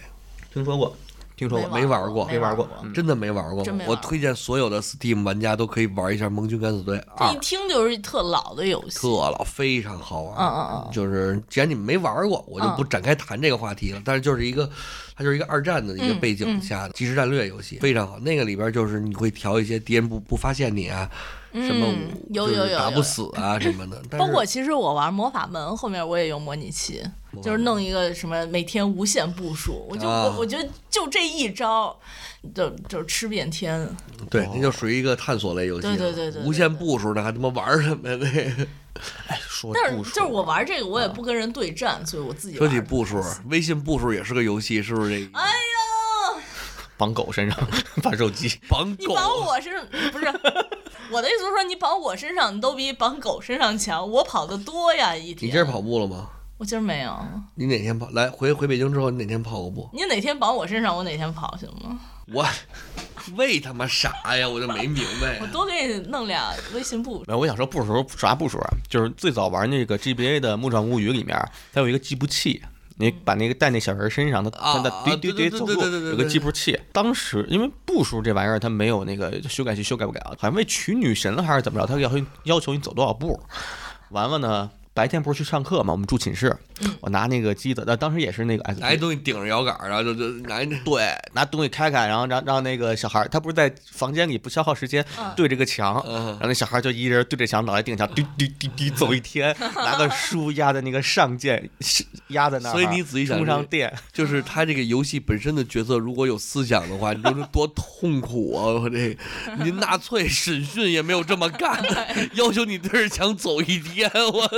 Speaker 1: 听说过，听说过，
Speaker 3: 没玩过
Speaker 2: 没玩
Speaker 1: 过
Speaker 2: 过。
Speaker 1: 嗯
Speaker 3: 真的没玩过
Speaker 2: 真没
Speaker 3: 吗
Speaker 2: 玩？过
Speaker 3: 我推荐所有的 Steam 玩家都可以玩一下盟军敢死队
Speaker 2: 这
Speaker 3: 二
Speaker 2: 一，听就是一特老的游戏
Speaker 3: 特。老，非常好玩。啊
Speaker 2: 嗯嗯嗯
Speaker 3: 就是既然你们没玩过，我就不展开谈这个话题了。但是就是一个，它就是一个二战的
Speaker 2: 嗯
Speaker 3: 一个背景下的即时战略游戏，非常好。那个里边就是你会调一些敌人不不发现你啊，什么
Speaker 2: 嗯有
Speaker 3: 就是
Speaker 2: 有有
Speaker 3: 打
Speaker 2: 有
Speaker 3: 不死啊什么的。但
Speaker 2: 包
Speaker 3: 是
Speaker 2: 括其实我玩魔法门，后面我也用模拟器，就是弄一个什么每天无限步数，我就
Speaker 3: 啊
Speaker 2: 我我觉得就这一招，就就吃遍天。
Speaker 3: 对，那就属于一个探索类游戏了，
Speaker 2: 对对对对对
Speaker 3: 无限步数呢，还他妈玩儿什么呀？那
Speaker 1: 说
Speaker 2: 但是
Speaker 1: 不
Speaker 2: 就是我玩这个，
Speaker 3: 啊
Speaker 2: 我也不跟人对战，所以我自己
Speaker 3: 说
Speaker 2: 玩。
Speaker 3: 起步数，微信步数也是个游戏，是不是？这
Speaker 2: 哎呦，
Speaker 1: 绑狗身上， 把手机。
Speaker 3: 绑
Speaker 2: 你
Speaker 3: 狗
Speaker 2: 绑我身上不是 我的意思是说，你绑我身上，你都比绑狗身上强，我跑得多呀一
Speaker 3: 你
Speaker 2: 天。
Speaker 3: 今儿跑步了吗？
Speaker 2: 我今儿没有。
Speaker 3: 你哪天跑？来回回北京之后，你哪天跑个步？
Speaker 2: 你哪天绑我身上，我哪天跑行吗？
Speaker 3: 我为他妈啥呀？我就没明白
Speaker 2: 我。多给你弄俩微信步
Speaker 1: 没有，我想说不说啥不说，啊就是最早玩那个 GBA 的《牧场物语》里面，它有一个计步器。你把那个戴那小人身上，它它
Speaker 3: 啊
Speaker 1: 它滴滴滴
Speaker 3: 对对对
Speaker 1: 走
Speaker 3: 对
Speaker 1: 路
Speaker 3: 对对对
Speaker 1: 有个计步器。当时因为步数这玩意儿它没有那个修改器修改不了，好像为娶女神了还是怎么着，它要求要求你走多少步。完了呢，白天不是去上课嘛，我们住寝室，
Speaker 3: 嗯
Speaker 1: 我拿那个机子，那当时也是那个 S
Speaker 3: 拿一东西顶着摇杆儿，然后就就拿一
Speaker 1: 对，拿东西开开，然后让让那个小孩儿，他不是在房间里不消耗时间，对着个墙，
Speaker 3: 嗯
Speaker 1: 然后那小孩儿就一人对着墙，脑袋顶着墙，滴滴滴滴走一 天，拿个书压在那个上键，是压在那儿，
Speaker 3: 所以你仔细想
Speaker 1: 充上电，
Speaker 3: 就是他这个游戏本身的角色，如果有思想的话，你说这多痛苦啊！我这您纳粹审讯也没有这么 干，要求你对着墙走一天，我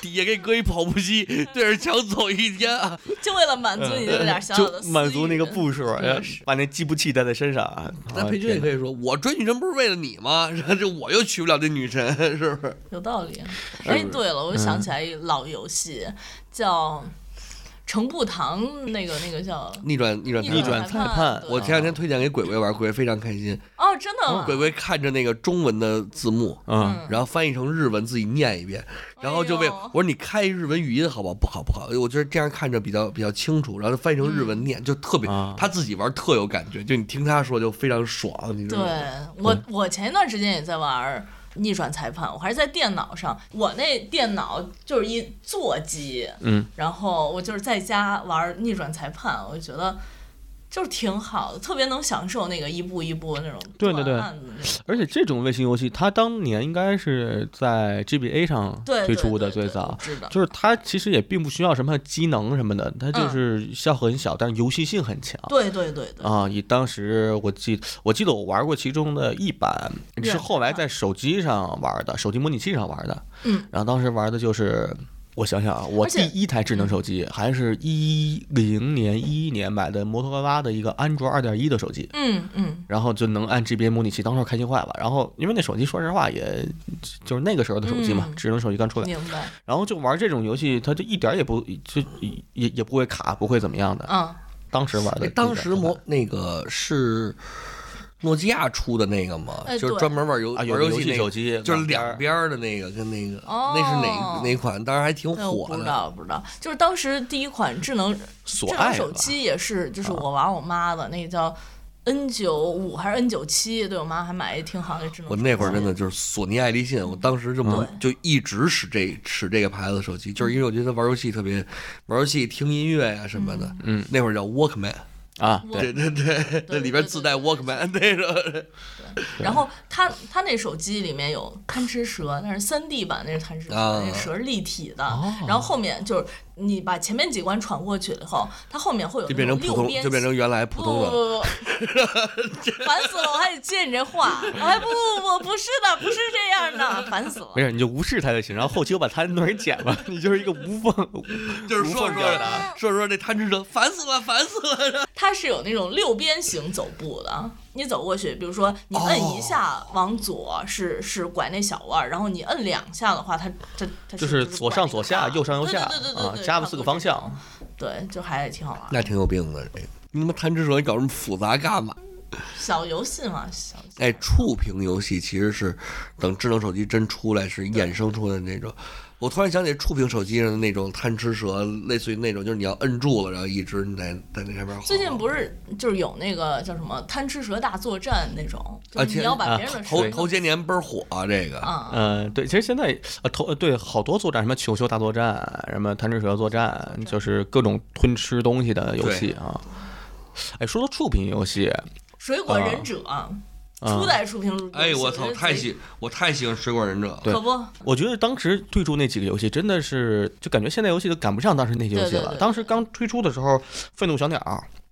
Speaker 3: 底下给你搁一跑步机，对着墙走一天啊！
Speaker 2: 就为了满足你这点小小的
Speaker 1: 嗯就
Speaker 2: 私欲
Speaker 1: 满足那个步数，然后把那计步器带在身上啊。
Speaker 3: 那裴军也可以说，我追女神不是为了你吗？ 然后这我又娶不了这女神，是不是？
Speaker 2: 有道理。哎，对了，我
Speaker 3: 嗯
Speaker 2: 想起来一老游戏，叫程步堂，那个那个叫
Speaker 3: 逆转逆转裁判
Speaker 1: 逆转裁判
Speaker 2: 对
Speaker 3: 我前两天推荐给鬼鬼玩，鬼鬼非常开心。
Speaker 2: 哦，真的吗
Speaker 3: 鬼？鬼看着那个中文的字幕，
Speaker 1: 嗯，
Speaker 3: 然后翻译成日文自己念一遍，然后就被、
Speaker 2: 哎呦
Speaker 3: 我说你开日文语音好不好？不好不好，我觉得这样看着比较比较清楚，然后翻译成日文念、就特别、
Speaker 1: 啊
Speaker 3: 他自己玩特有感觉，就你听他说就非常爽，
Speaker 1: 嗯
Speaker 3: 你知
Speaker 2: 对
Speaker 3: 道吗？
Speaker 2: 我，我前一段时间也在玩儿逆转裁判，我还是在电脑上，我那电脑就是一座机，
Speaker 1: 嗯，
Speaker 2: 然后我就是在家玩儿逆转裁判，我就觉得。就是挺好的，特别能享受那个一步一步那种
Speaker 1: 对对对
Speaker 2: 断案的那种
Speaker 1: 而且这种卫星游戏，它当年应该是在 GBA 上
Speaker 2: 对
Speaker 1: 推出的最
Speaker 2: 对对对
Speaker 1: 早嗯
Speaker 2: 我，知道，
Speaker 1: 就是它其实也并不需要什么机能什么的，它就是
Speaker 2: 嗯
Speaker 1: 消耗很小，但是游戏性很强。
Speaker 2: 对对对对，
Speaker 1: 啊，以当时我记，我记得我玩过其中的一版，
Speaker 2: 远
Speaker 1: 是后来
Speaker 2: 程啊
Speaker 1: 在手机上玩的，手机模拟器上玩的。
Speaker 2: 嗯，
Speaker 1: 然后当时玩的就是我想想啊，我
Speaker 2: 而
Speaker 1: 第
Speaker 2: 且
Speaker 1: 一台智能手机还是一零年、一一年买的摩托罗拉的一个安卓二点一的手机，
Speaker 2: 嗯嗯，
Speaker 1: 然后就能按 GBA 模拟器，当时开心坏了。然后因为那手机说实话也就是那个时候的手机嘛，
Speaker 2: 嗯
Speaker 1: 智能手机刚出来，
Speaker 2: 明白，
Speaker 1: 然后就玩这种游戏，它就一点儿也不就也也不会卡，不会怎么样的。
Speaker 2: 嗯，
Speaker 1: 当时玩的
Speaker 3: 哎
Speaker 1: 一点儿不卡，
Speaker 3: 当时摩那个是诺基亚出的那个嘛，
Speaker 2: 哎
Speaker 3: 就是
Speaker 2: 对
Speaker 3: 专门玩游
Speaker 1: 啊
Speaker 3: 玩
Speaker 1: 有游戏
Speaker 3: 戏那个
Speaker 1: 手机
Speaker 3: 就是
Speaker 1: 两边儿
Speaker 3: 两边儿的那个跟那个，
Speaker 2: 哦
Speaker 3: 那是哪哪款？当时还挺
Speaker 2: 那我
Speaker 3: 火
Speaker 2: 不知
Speaker 3: 的。
Speaker 2: 道，不知道，就是当时第一款智能
Speaker 1: 所
Speaker 2: 智能
Speaker 1: 爱
Speaker 2: 手
Speaker 1: 吧
Speaker 2: 机也是，就是
Speaker 3: 啊
Speaker 2: 我玩我妈的那个叫 N 九五还是 N 九七，对我妈还买一挺好的智能手
Speaker 3: 我
Speaker 2: 机。
Speaker 3: 那会儿真的就是索尼爱立信，我当时这么就一直使这使这个牌子的手机，就是因为我觉得玩游戏特别，玩游戏听音乐呀、什么的。
Speaker 1: 嗯，
Speaker 3: 那会儿叫 Walkman，
Speaker 1: 啊，
Speaker 2: 我
Speaker 1: 对，
Speaker 3: 对对对，那里边自带 Walkman 那种。
Speaker 2: 然后它它那手机里面有贪吃蛇，那是三 D 版，那是贪吃蛇，
Speaker 3: 啊哦
Speaker 2: 那蛇是立体的。然后后面就是你把前面几关闯过去了以后，它后面会有
Speaker 3: 就变成
Speaker 2: 那种六
Speaker 3: 普通，
Speaker 2: 边
Speaker 3: 就变成原来普通
Speaker 2: 不
Speaker 3: 的。
Speaker 2: 不不 不，烦死了！我还得接你这话，我还不不不不是的，不是这样的，烦死了。
Speaker 1: 没事，你就无视它就行，然后后期我把它那儿剪了， 你就是一个无缝，
Speaker 3: 就是
Speaker 1: 无
Speaker 3: 说
Speaker 1: 缝
Speaker 3: 说
Speaker 1: 表达。
Speaker 3: 着说着说这贪吃蛇，烦死了，烦死了。
Speaker 2: 它是有那种六边形走步的。你走过去，比如说你摁一下往左是、是拐那小弯儿，然后你摁两下的话，它它它
Speaker 1: 就是
Speaker 2: 拐
Speaker 1: 左上
Speaker 2: 那
Speaker 1: 左
Speaker 2: 个
Speaker 1: 下，
Speaker 2: 弯
Speaker 1: 右上右下
Speaker 2: 对对对对对
Speaker 1: 啊
Speaker 2: 对，
Speaker 1: 加了四个方，
Speaker 2: 差
Speaker 1: 向。
Speaker 2: 不多对，就还挺好玩儿。
Speaker 3: 那挺有病的，这个你他妈贪吃蛇，你搞这么复杂干嘛？
Speaker 2: 小游戏嘛，小游戏
Speaker 3: 哎，触屏游戏其实是等智能手机真出来是衍生出来的那种。我突然想起触屏手机上的那种贪吃蛇，类似于那种，就是你要摁住了，然后一直你在在那上面晃。
Speaker 2: 最近不是就是有那个叫什么贪吃蛇大作战那种，
Speaker 3: 啊
Speaker 2: 就是
Speaker 3: 前
Speaker 2: 你要把别人的
Speaker 3: 头
Speaker 2: 蛇
Speaker 3: 头些年倍儿火、啊、这个，
Speaker 2: 啊，嗯
Speaker 1: 呃，对，其实现在呃头呃对好多作战，什么球球大作战，什么贪吃蛇作战，就是各种吞吃东西的游戏啊。哎，说到触屏游戏，
Speaker 2: 水果忍者、
Speaker 1: 啊
Speaker 2: 啊初代触屏游戏，
Speaker 3: 哎，我操，
Speaker 2: 觉得
Speaker 3: 太
Speaker 2: 贼
Speaker 3: 喜我太喜欢水果忍者了。
Speaker 1: 对
Speaker 2: 可不，
Speaker 1: 我觉得当时推出那几个游戏，真的是就感觉现在游戏都赶不上当时那些游戏
Speaker 2: 对对
Speaker 1: 了。
Speaker 2: 对
Speaker 1: 当时刚推出的时候，愤怒小鸟、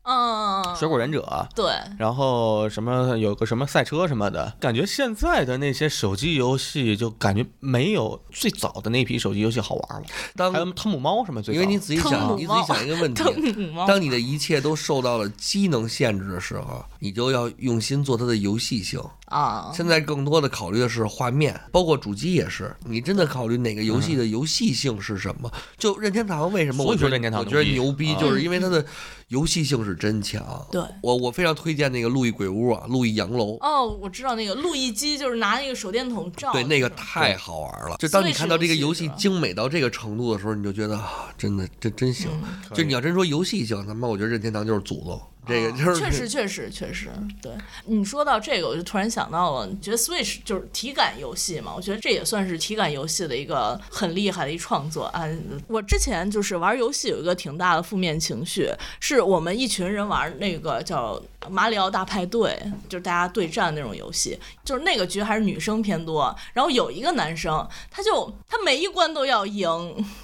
Speaker 2: 嗯，
Speaker 1: 水果嗯忍者，
Speaker 2: 对，
Speaker 1: 然后什么有个什么赛车什么的，感觉现在的那些手机游戏就感觉没有最早的那批手机游戏好玩了。
Speaker 3: 当
Speaker 1: 还有汤姆猫什么最
Speaker 3: 因
Speaker 1: 早，
Speaker 3: 为你仔细
Speaker 2: 汤姆
Speaker 3: 想，你仔细
Speaker 2: 猫
Speaker 3: 想一个问题，
Speaker 2: 猫
Speaker 3: 当你的一切都受到了机能限制的时候，你就要用心做它的游戏性。
Speaker 2: 啊，
Speaker 3: 现在更多的考虑的是画面，包括主机也是。你真的考虑哪个游戏的游戏性是什么？就任天堂为什么？
Speaker 1: 所以
Speaker 3: 我觉
Speaker 1: 说
Speaker 3: 得
Speaker 1: 任天堂
Speaker 3: 我觉得
Speaker 1: 牛
Speaker 3: 牛
Speaker 1: 逼
Speaker 3: 逼，
Speaker 1: 啊
Speaker 3: 就是因为它的游戏性是真强。
Speaker 2: 嗯对
Speaker 3: 我我非常推荐那个《路易鬼屋》啊，《路易洋楼》
Speaker 2: 哦，我知道那个路易机就是拿那个手电筒照，
Speaker 3: 对，那个
Speaker 2: 是吧
Speaker 3: 太好玩了。就当你看到这个游
Speaker 2: Switch
Speaker 3: 戏
Speaker 2: 游戏
Speaker 3: 精美到这个程度的时候，你就觉得啊，真的，这真行。
Speaker 2: 嗯
Speaker 1: 可以
Speaker 3: 就你要真说游戏性，他妈我觉得任天堂就是祖宗。这个就是
Speaker 2: 哦确实，确实，确实，对你说到这个，我就突然想到了，你觉得 Switch 就是体感游戏嘛？我觉得这也算是体感游戏的一个很厉害的一创作啊。我之前就是玩游戏有一个挺大的负面情绪，是我们一群人玩那个叫《马里奥大派对》，就是大家对战那种游戏，就是那个局还是女生偏多，然后有一个男生，他就他每一关都要赢。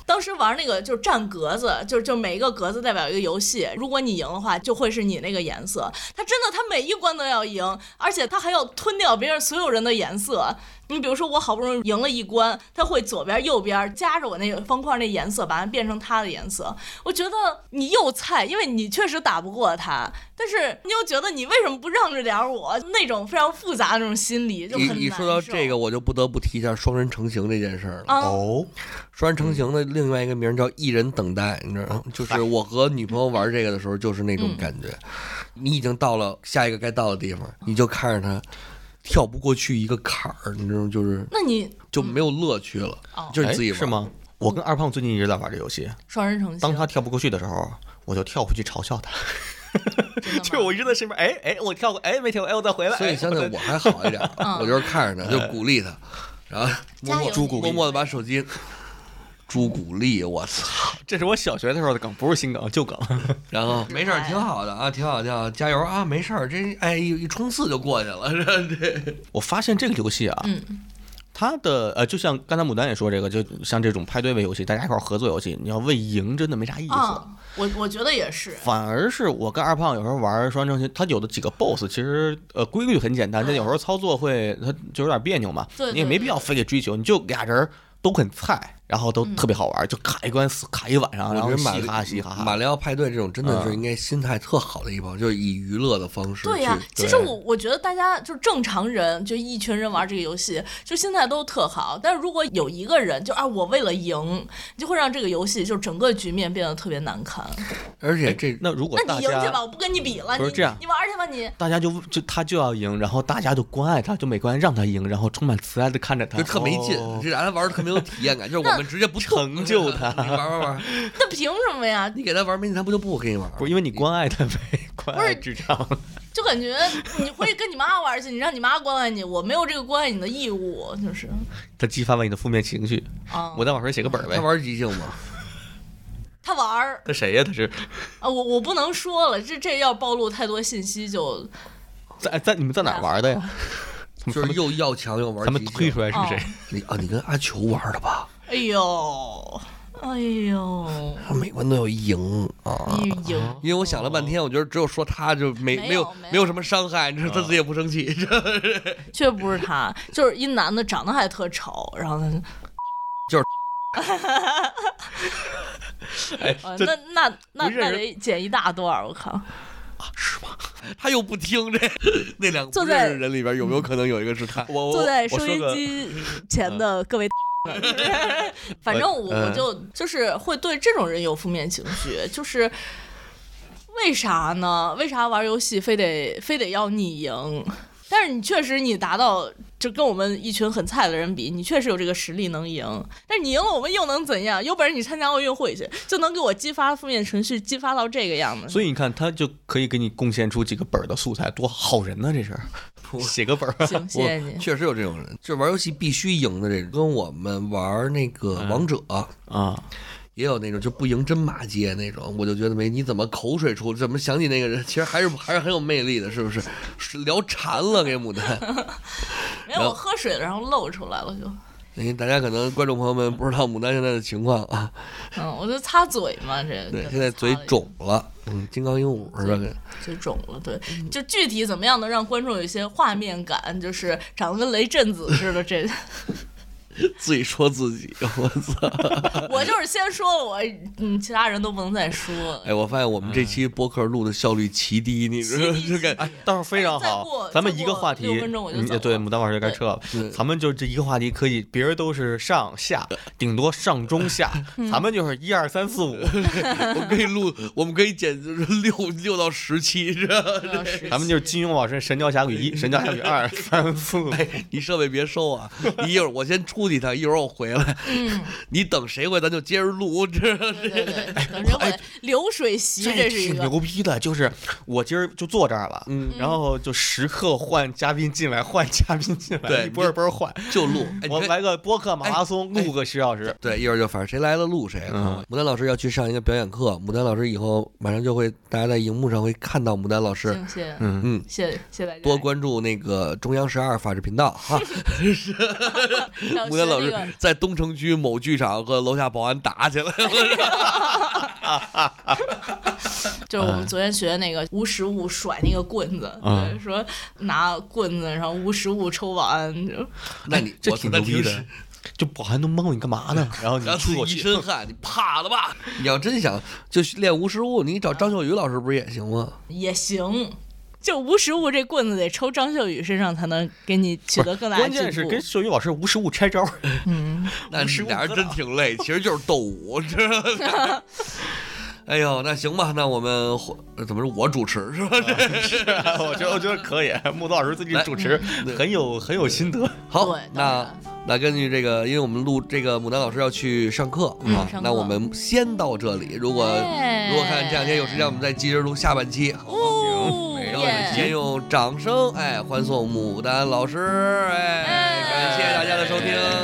Speaker 2: 当时玩那个就是占格子，就是就每一个格子代表一个游戏，如果你赢的话，就会是你那个颜色。他真的他每一关都要赢，而且他还要吞掉别人所有人的颜色。你比如说，我好不容易赢了一关，他会左边、右边夹着我那个方块那颜色，把它变成他的颜色。我觉得你又菜，因为你确实打不过他，但是你又觉得你为什么不让着点儿我？那种非常复杂的那种心理就很
Speaker 3: 你
Speaker 2: 难受。
Speaker 3: 你说到这个，我就不得不提一下双人成行这件事儿了。
Speaker 2: 啊，
Speaker 1: 哦，
Speaker 3: 双人成行的另外一个名儿叫一人等待，你知道吗？
Speaker 1: 嗯
Speaker 3: 就是我和女朋友玩这个的时候，就是那
Speaker 2: 嗯
Speaker 3: 种感觉，你已经到了下一个该到的地方，你就看着他跳不过去一个坎儿，你知道吗？就是
Speaker 2: 那你
Speaker 3: 就没有乐趣了，
Speaker 2: 嗯哦
Speaker 3: 就是你自己
Speaker 1: 哎
Speaker 3: 玩
Speaker 1: 是？吗？我跟二胖最近一直在玩这游戏，
Speaker 2: 双人成行，
Speaker 1: 当他跳不过去的时候，我就跳回去嘲笑他，
Speaker 2: 真的
Speaker 1: 就是
Speaker 2: 吗
Speaker 1: 我一直在身边，哎哎，我跳过，哎没跳过，哎我再回来。
Speaker 3: 所以
Speaker 1: 哎
Speaker 3: 相对我还好一点儿，
Speaker 2: 嗯
Speaker 3: 我就是看着他，就鼓励他，然后默
Speaker 2: 加油朱古
Speaker 3: 默
Speaker 2: 力
Speaker 3: 默默的把手机。朱古力，我操！
Speaker 1: 这是我小学的时候的梗，不是新梗，旧梗。
Speaker 3: 然后没事儿，挺好的啊，挺好，挺好，加油啊，没事儿，这哎一一冲刺就过去了， 这这
Speaker 1: 我发现这个游戏啊，
Speaker 2: 嗯
Speaker 1: 它的呃，就像刚才牡丹也说这个，就像这种派对类游戏，大家一块儿合作游戏，你要为赢真的没啥意思。
Speaker 2: 啊，我我觉得也是，
Speaker 1: 反而是我跟二胖有时候玩双人成行，他有的几个 BOSS 其实呃规律很简单，但有时候操作会它就有点别扭嘛。
Speaker 2: 对对
Speaker 1: 你也没必要非得追求，你就俩人都很菜，然后都特别好玩，就卡一关死卡一晚上，然
Speaker 3: 我
Speaker 1: 后
Speaker 3: 觉得马
Speaker 1: 嘻哈嘻哈嗯哈。
Speaker 3: 马里奥派对这种真的是应该心态特好的一帮，就是以娱乐的方式去。
Speaker 2: 对呀、其实我我觉得大家就是正常人，就一群人玩这个游戏，就心态都特好。但是如果有一个人就啊，我为了赢，就会让这个游戏就整个局面变得特别难堪。
Speaker 3: 而
Speaker 1: 哎
Speaker 3: 且这
Speaker 1: 那如果
Speaker 2: 那
Speaker 1: 大
Speaker 2: 你赢去吧，
Speaker 1: 家
Speaker 2: 我不跟你比了。
Speaker 1: 不是
Speaker 2: 你
Speaker 1: 这样
Speaker 2: 你玩去吧你。
Speaker 1: 大家就就他就要赢，然后大家就关爱他，就每关让他赢，然后充满慈爱的看着他，
Speaker 3: 就特没劲
Speaker 1: 哦，
Speaker 3: 这大家玩的特没有体验 感，就是我们直接不动
Speaker 1: 成就他
Speaker 3: 你玩玩玩，
Speaker 2: 那凭什么呀？
Speaker 3: 你给他玩没劲，他不就不跟你玩？
Speaker 1: 不是因为你关爱他呗，关爱智障。
Speaker 2: 就感觉你回去跟你妈玩去，你让你妈关爱你，我没有这个关爱你的义务，就是
Speaker 1: 它激发了你的负面情绪。
Speaker 2: 啊。
Speaker 1: 我在网上写个哦本儿呗
Speaker 3: 他。玩即兴 吗？
Speaker 2: 他玩儿
Speaker 1: 他谁呀、他是
Speaker 2: 啊，我我不能说了，这这要暴露太多信息就
Speaker 1: 在在你们在哪儿玩的呀？
Speaker 3: 就是又要强又玩
Speaker 1: 咱们
Speaker 3: 即
Speaker 1: 推
Speaker 3: 兴。
Speaker 1: 出来是谁？
Speaker 3: 你啊，你跟阿球玩的吧？
Speaker 2: 哎呦，哎呦，哎
Speaker 3: 他每关都有赢啊。
Speaker 2: 你赢。
Speaker 3: 因为我想了半天，我觉得只有说他就没
Speaker 2: 哦没有
Speaker 3: 没有
Speaker 2: 没有
Speaker 3: 什么伤害，你知道他自己也不生气，
Speaker 2: 确不是他，就是一男的，长得还特丑，然后他就
Speaker 3: 就是
Speaker 1: 哎
Speaker 2: 呃
Speaker 1: 这
Speaker 2: 那那那
Speaker 1: 不是
Speaker 2: 那得剪一大段儿，我靠！
Speaker 3: 他又不听这那两个
Speaker 2: 坐
Speaker 3: 不认
Speaker 2: 在
Speaker 3: 识的人里边有没有可能有一个是他？
Speaker 1: 我
Speaker 2: 坐在
Speaker 1: 我
Speaker 2: 收音
Speaker 1: 个
Speaker 2: 机前的各位。反正我我就就是会对这种人有负面情绪，就是为啥呢？为啥玩游戏非得非得要你赢？但是你确实你达到就跟我们一群很菜的人比，你确实有这个实力能赢。但是你赢了我们又能怎样？有本事你参加奥运会去，就能给我激发负面情绪，激发到这个样子。
Speaker 1: 所以你看，他就可以给你贡献出几个本儿的素材，多好人呢、这是写个本儿，
Speaker 2: 行，谢谢你。
Speaker 3: 确实有这种人，就是玩游戏必须赢的这种，跟我们玩那个王者。
Speaker 1: 啊，
Speaker 3: 也有那种就不赢真骂街那种，我就觉得没你怎么口水出，怎么想起那个人，其实还是还是很有魅力的，是不是？是聊馋了给牡丹，
Speaker 2: 没有，我喝水了然后漏出来了就。
Speaker 3: 因哎为大家可能观众朋友们不知道牡丹现在的情况啊，
Speaker 2: 嗯，我就擦嘴嘛，这
Speaker 3: 对，
Speaker 2: 这
Speaker 3: 现在
Speaker 2: 擦
Speaker 3: 嘴
Speaker 2: 了一
Speaker 3: 肿了，嗯，金刚鹦鹉是吧？
Speaker 2: 嘴肿了，对，就具体怎么样能让观众有一些画面感，就是长得跟雷震子似的。这
Speaker 3: 自己说自己， 我操！
Speaker 2: 我就是先说我，嗯，其他人都不能再说。
Speaker 3: 哎，我发现我们这期播客录的效率奇低，你知道吗
Speaker 2: 奇低
Speaker 3: 就感
Speaker 1: 哎，倒是非常
Speaker 2: 再过
Speaker 1: 好。咱们一个话题
Speaker 2: 再过六分钟我，就
Speaker 1: 嗯
Speaker 2: 走了
Speaker 1: 对，牡丹老师就该撤了
Speaker 3: 对。
Speaker 1: 咱们就这一个话题可以，别人都是上下，顶多上中下，
Speaker 2: 嗯
Speaker 1: 咱们就是一二三四 五，
Speaker 3: 我们可以 录，我们可以剪就是六六到十期，是吧？
Speaker 2: 要实习
Speaker 1: 咱们就是金庸老师《神雕侠侣一》《神雕侠侣二》 三四五。
Speaker 3: 哎，你设备别收啊！你一会儿我先出去一趟，一会儿我回来。 你等谁回来咱就接着录，这
Speaker 2: 对对对，等人回来流水席，这是一
Speaker 1: 挺
Speaker 2: 个。
Speaker 1: 牛逼的，就是我今儿就坐这儿了，
Speaker 3: 嗯
Speaker 1: 然后就时刻换嘉宾进来，换嘉宾进来，
Speaker 3: 对
Speaker 1: 一波一波换。
Speaker 3: 就录。哎，
Speaker 1: 我
Speaker 3: 你看
Speaker 1: 来个播客马拉松，
Speaker 3: 哎
Speaker 1: 录个十小时。
Speaker 3: 对，一会儿就反正谁来了录谁
Speaker 1: 嗯
Speaker 3: 了。牡丹老师要去上一个表演课，牡丹老师以后马上就会，大家在荧幕上会看到牡丹老师。
Speaker 2: 行，谢谢，
Speaker 1: 嗯
Speaker 3: 嗯，
Speaker 2: 谢谢谢谢大家。
Speaker 3: 多关注那个中央十二法制频道哈。
Speaker 2: 还 有
Speaker 3: 牡丹老
Speaker 2: 学那
Speaker 3: 师
Speaker 2: 个
Speaker 3: 在东城区某剧场和楼下保安打起来了。
Speaker 2: 就是我们昨天学那个无实物甩那个棍子，
Speaker 1: 嗯
Speaker 2: 对，说拿棍子然后无实物抽保安，就
Speaker 3: 那你
Speaker 1: 这
Speaker 3: 我
Speaker 1: 挺
Speaker 3: 那
Speaker 1: 牛逼
Speaker 3: 挺
Speaker 1: 的，就保安都懵，你干嘛呢？然后你
Speaker 3: 然后自
Speaker 1: 出口
Speaker 3: 己一
Speaker 1: 气，
Speaker 3: 身汗，你怕了吧？ 你要真想就练无实物，你找张秀宇老师不是也行吗？
Speaker 2: 也行。就无实物这棍子得抽张秀宇身上才能给你取得更大的
Speaker 1: 关
Speaker 2: 进步。嗯
Speaker 1: 键是跟秀宇老师无实物拆招。
Speaker 3: 那
Speaker 1: 无时无
Speaker 3: 俩人
Speaker 1: 刻
Speaker 3: 真
Speaker 1: 的
Speaker 3: 挺累，其实就是斗舞，知道 吗？哎呦，那行吧，那我们回怎么是我主持是吧？
Speaker 1: 是啊，我觉得我觉得可以。木子老师最近
Speaker 3: 来嗯
Speaker 1: 主持很有很有心得。
Speaker 3: 好
Speaker 2: 对，当
Speaker 3: 那
Speaker 2: 然
Speaker 3: 那根据这个，因为我们录这个牡丹老师要去上课啊
Speaker 2: 嗯上，课
Speaker 3: 那我们先到这里。如果
Speaker 2: 哎
Speaker 3: 如果看这两天有时间，我们再接着录下半期。好吗
Speaker 2: 哦
Speaker 1: 没
Speaker 2: 耶！
Speaker 1: 问题
Speaker 3: 先
Speaker 2: 哎
Speaker 3: 用掌声哎欢送牡丹老师，哎，感谢大家的收听。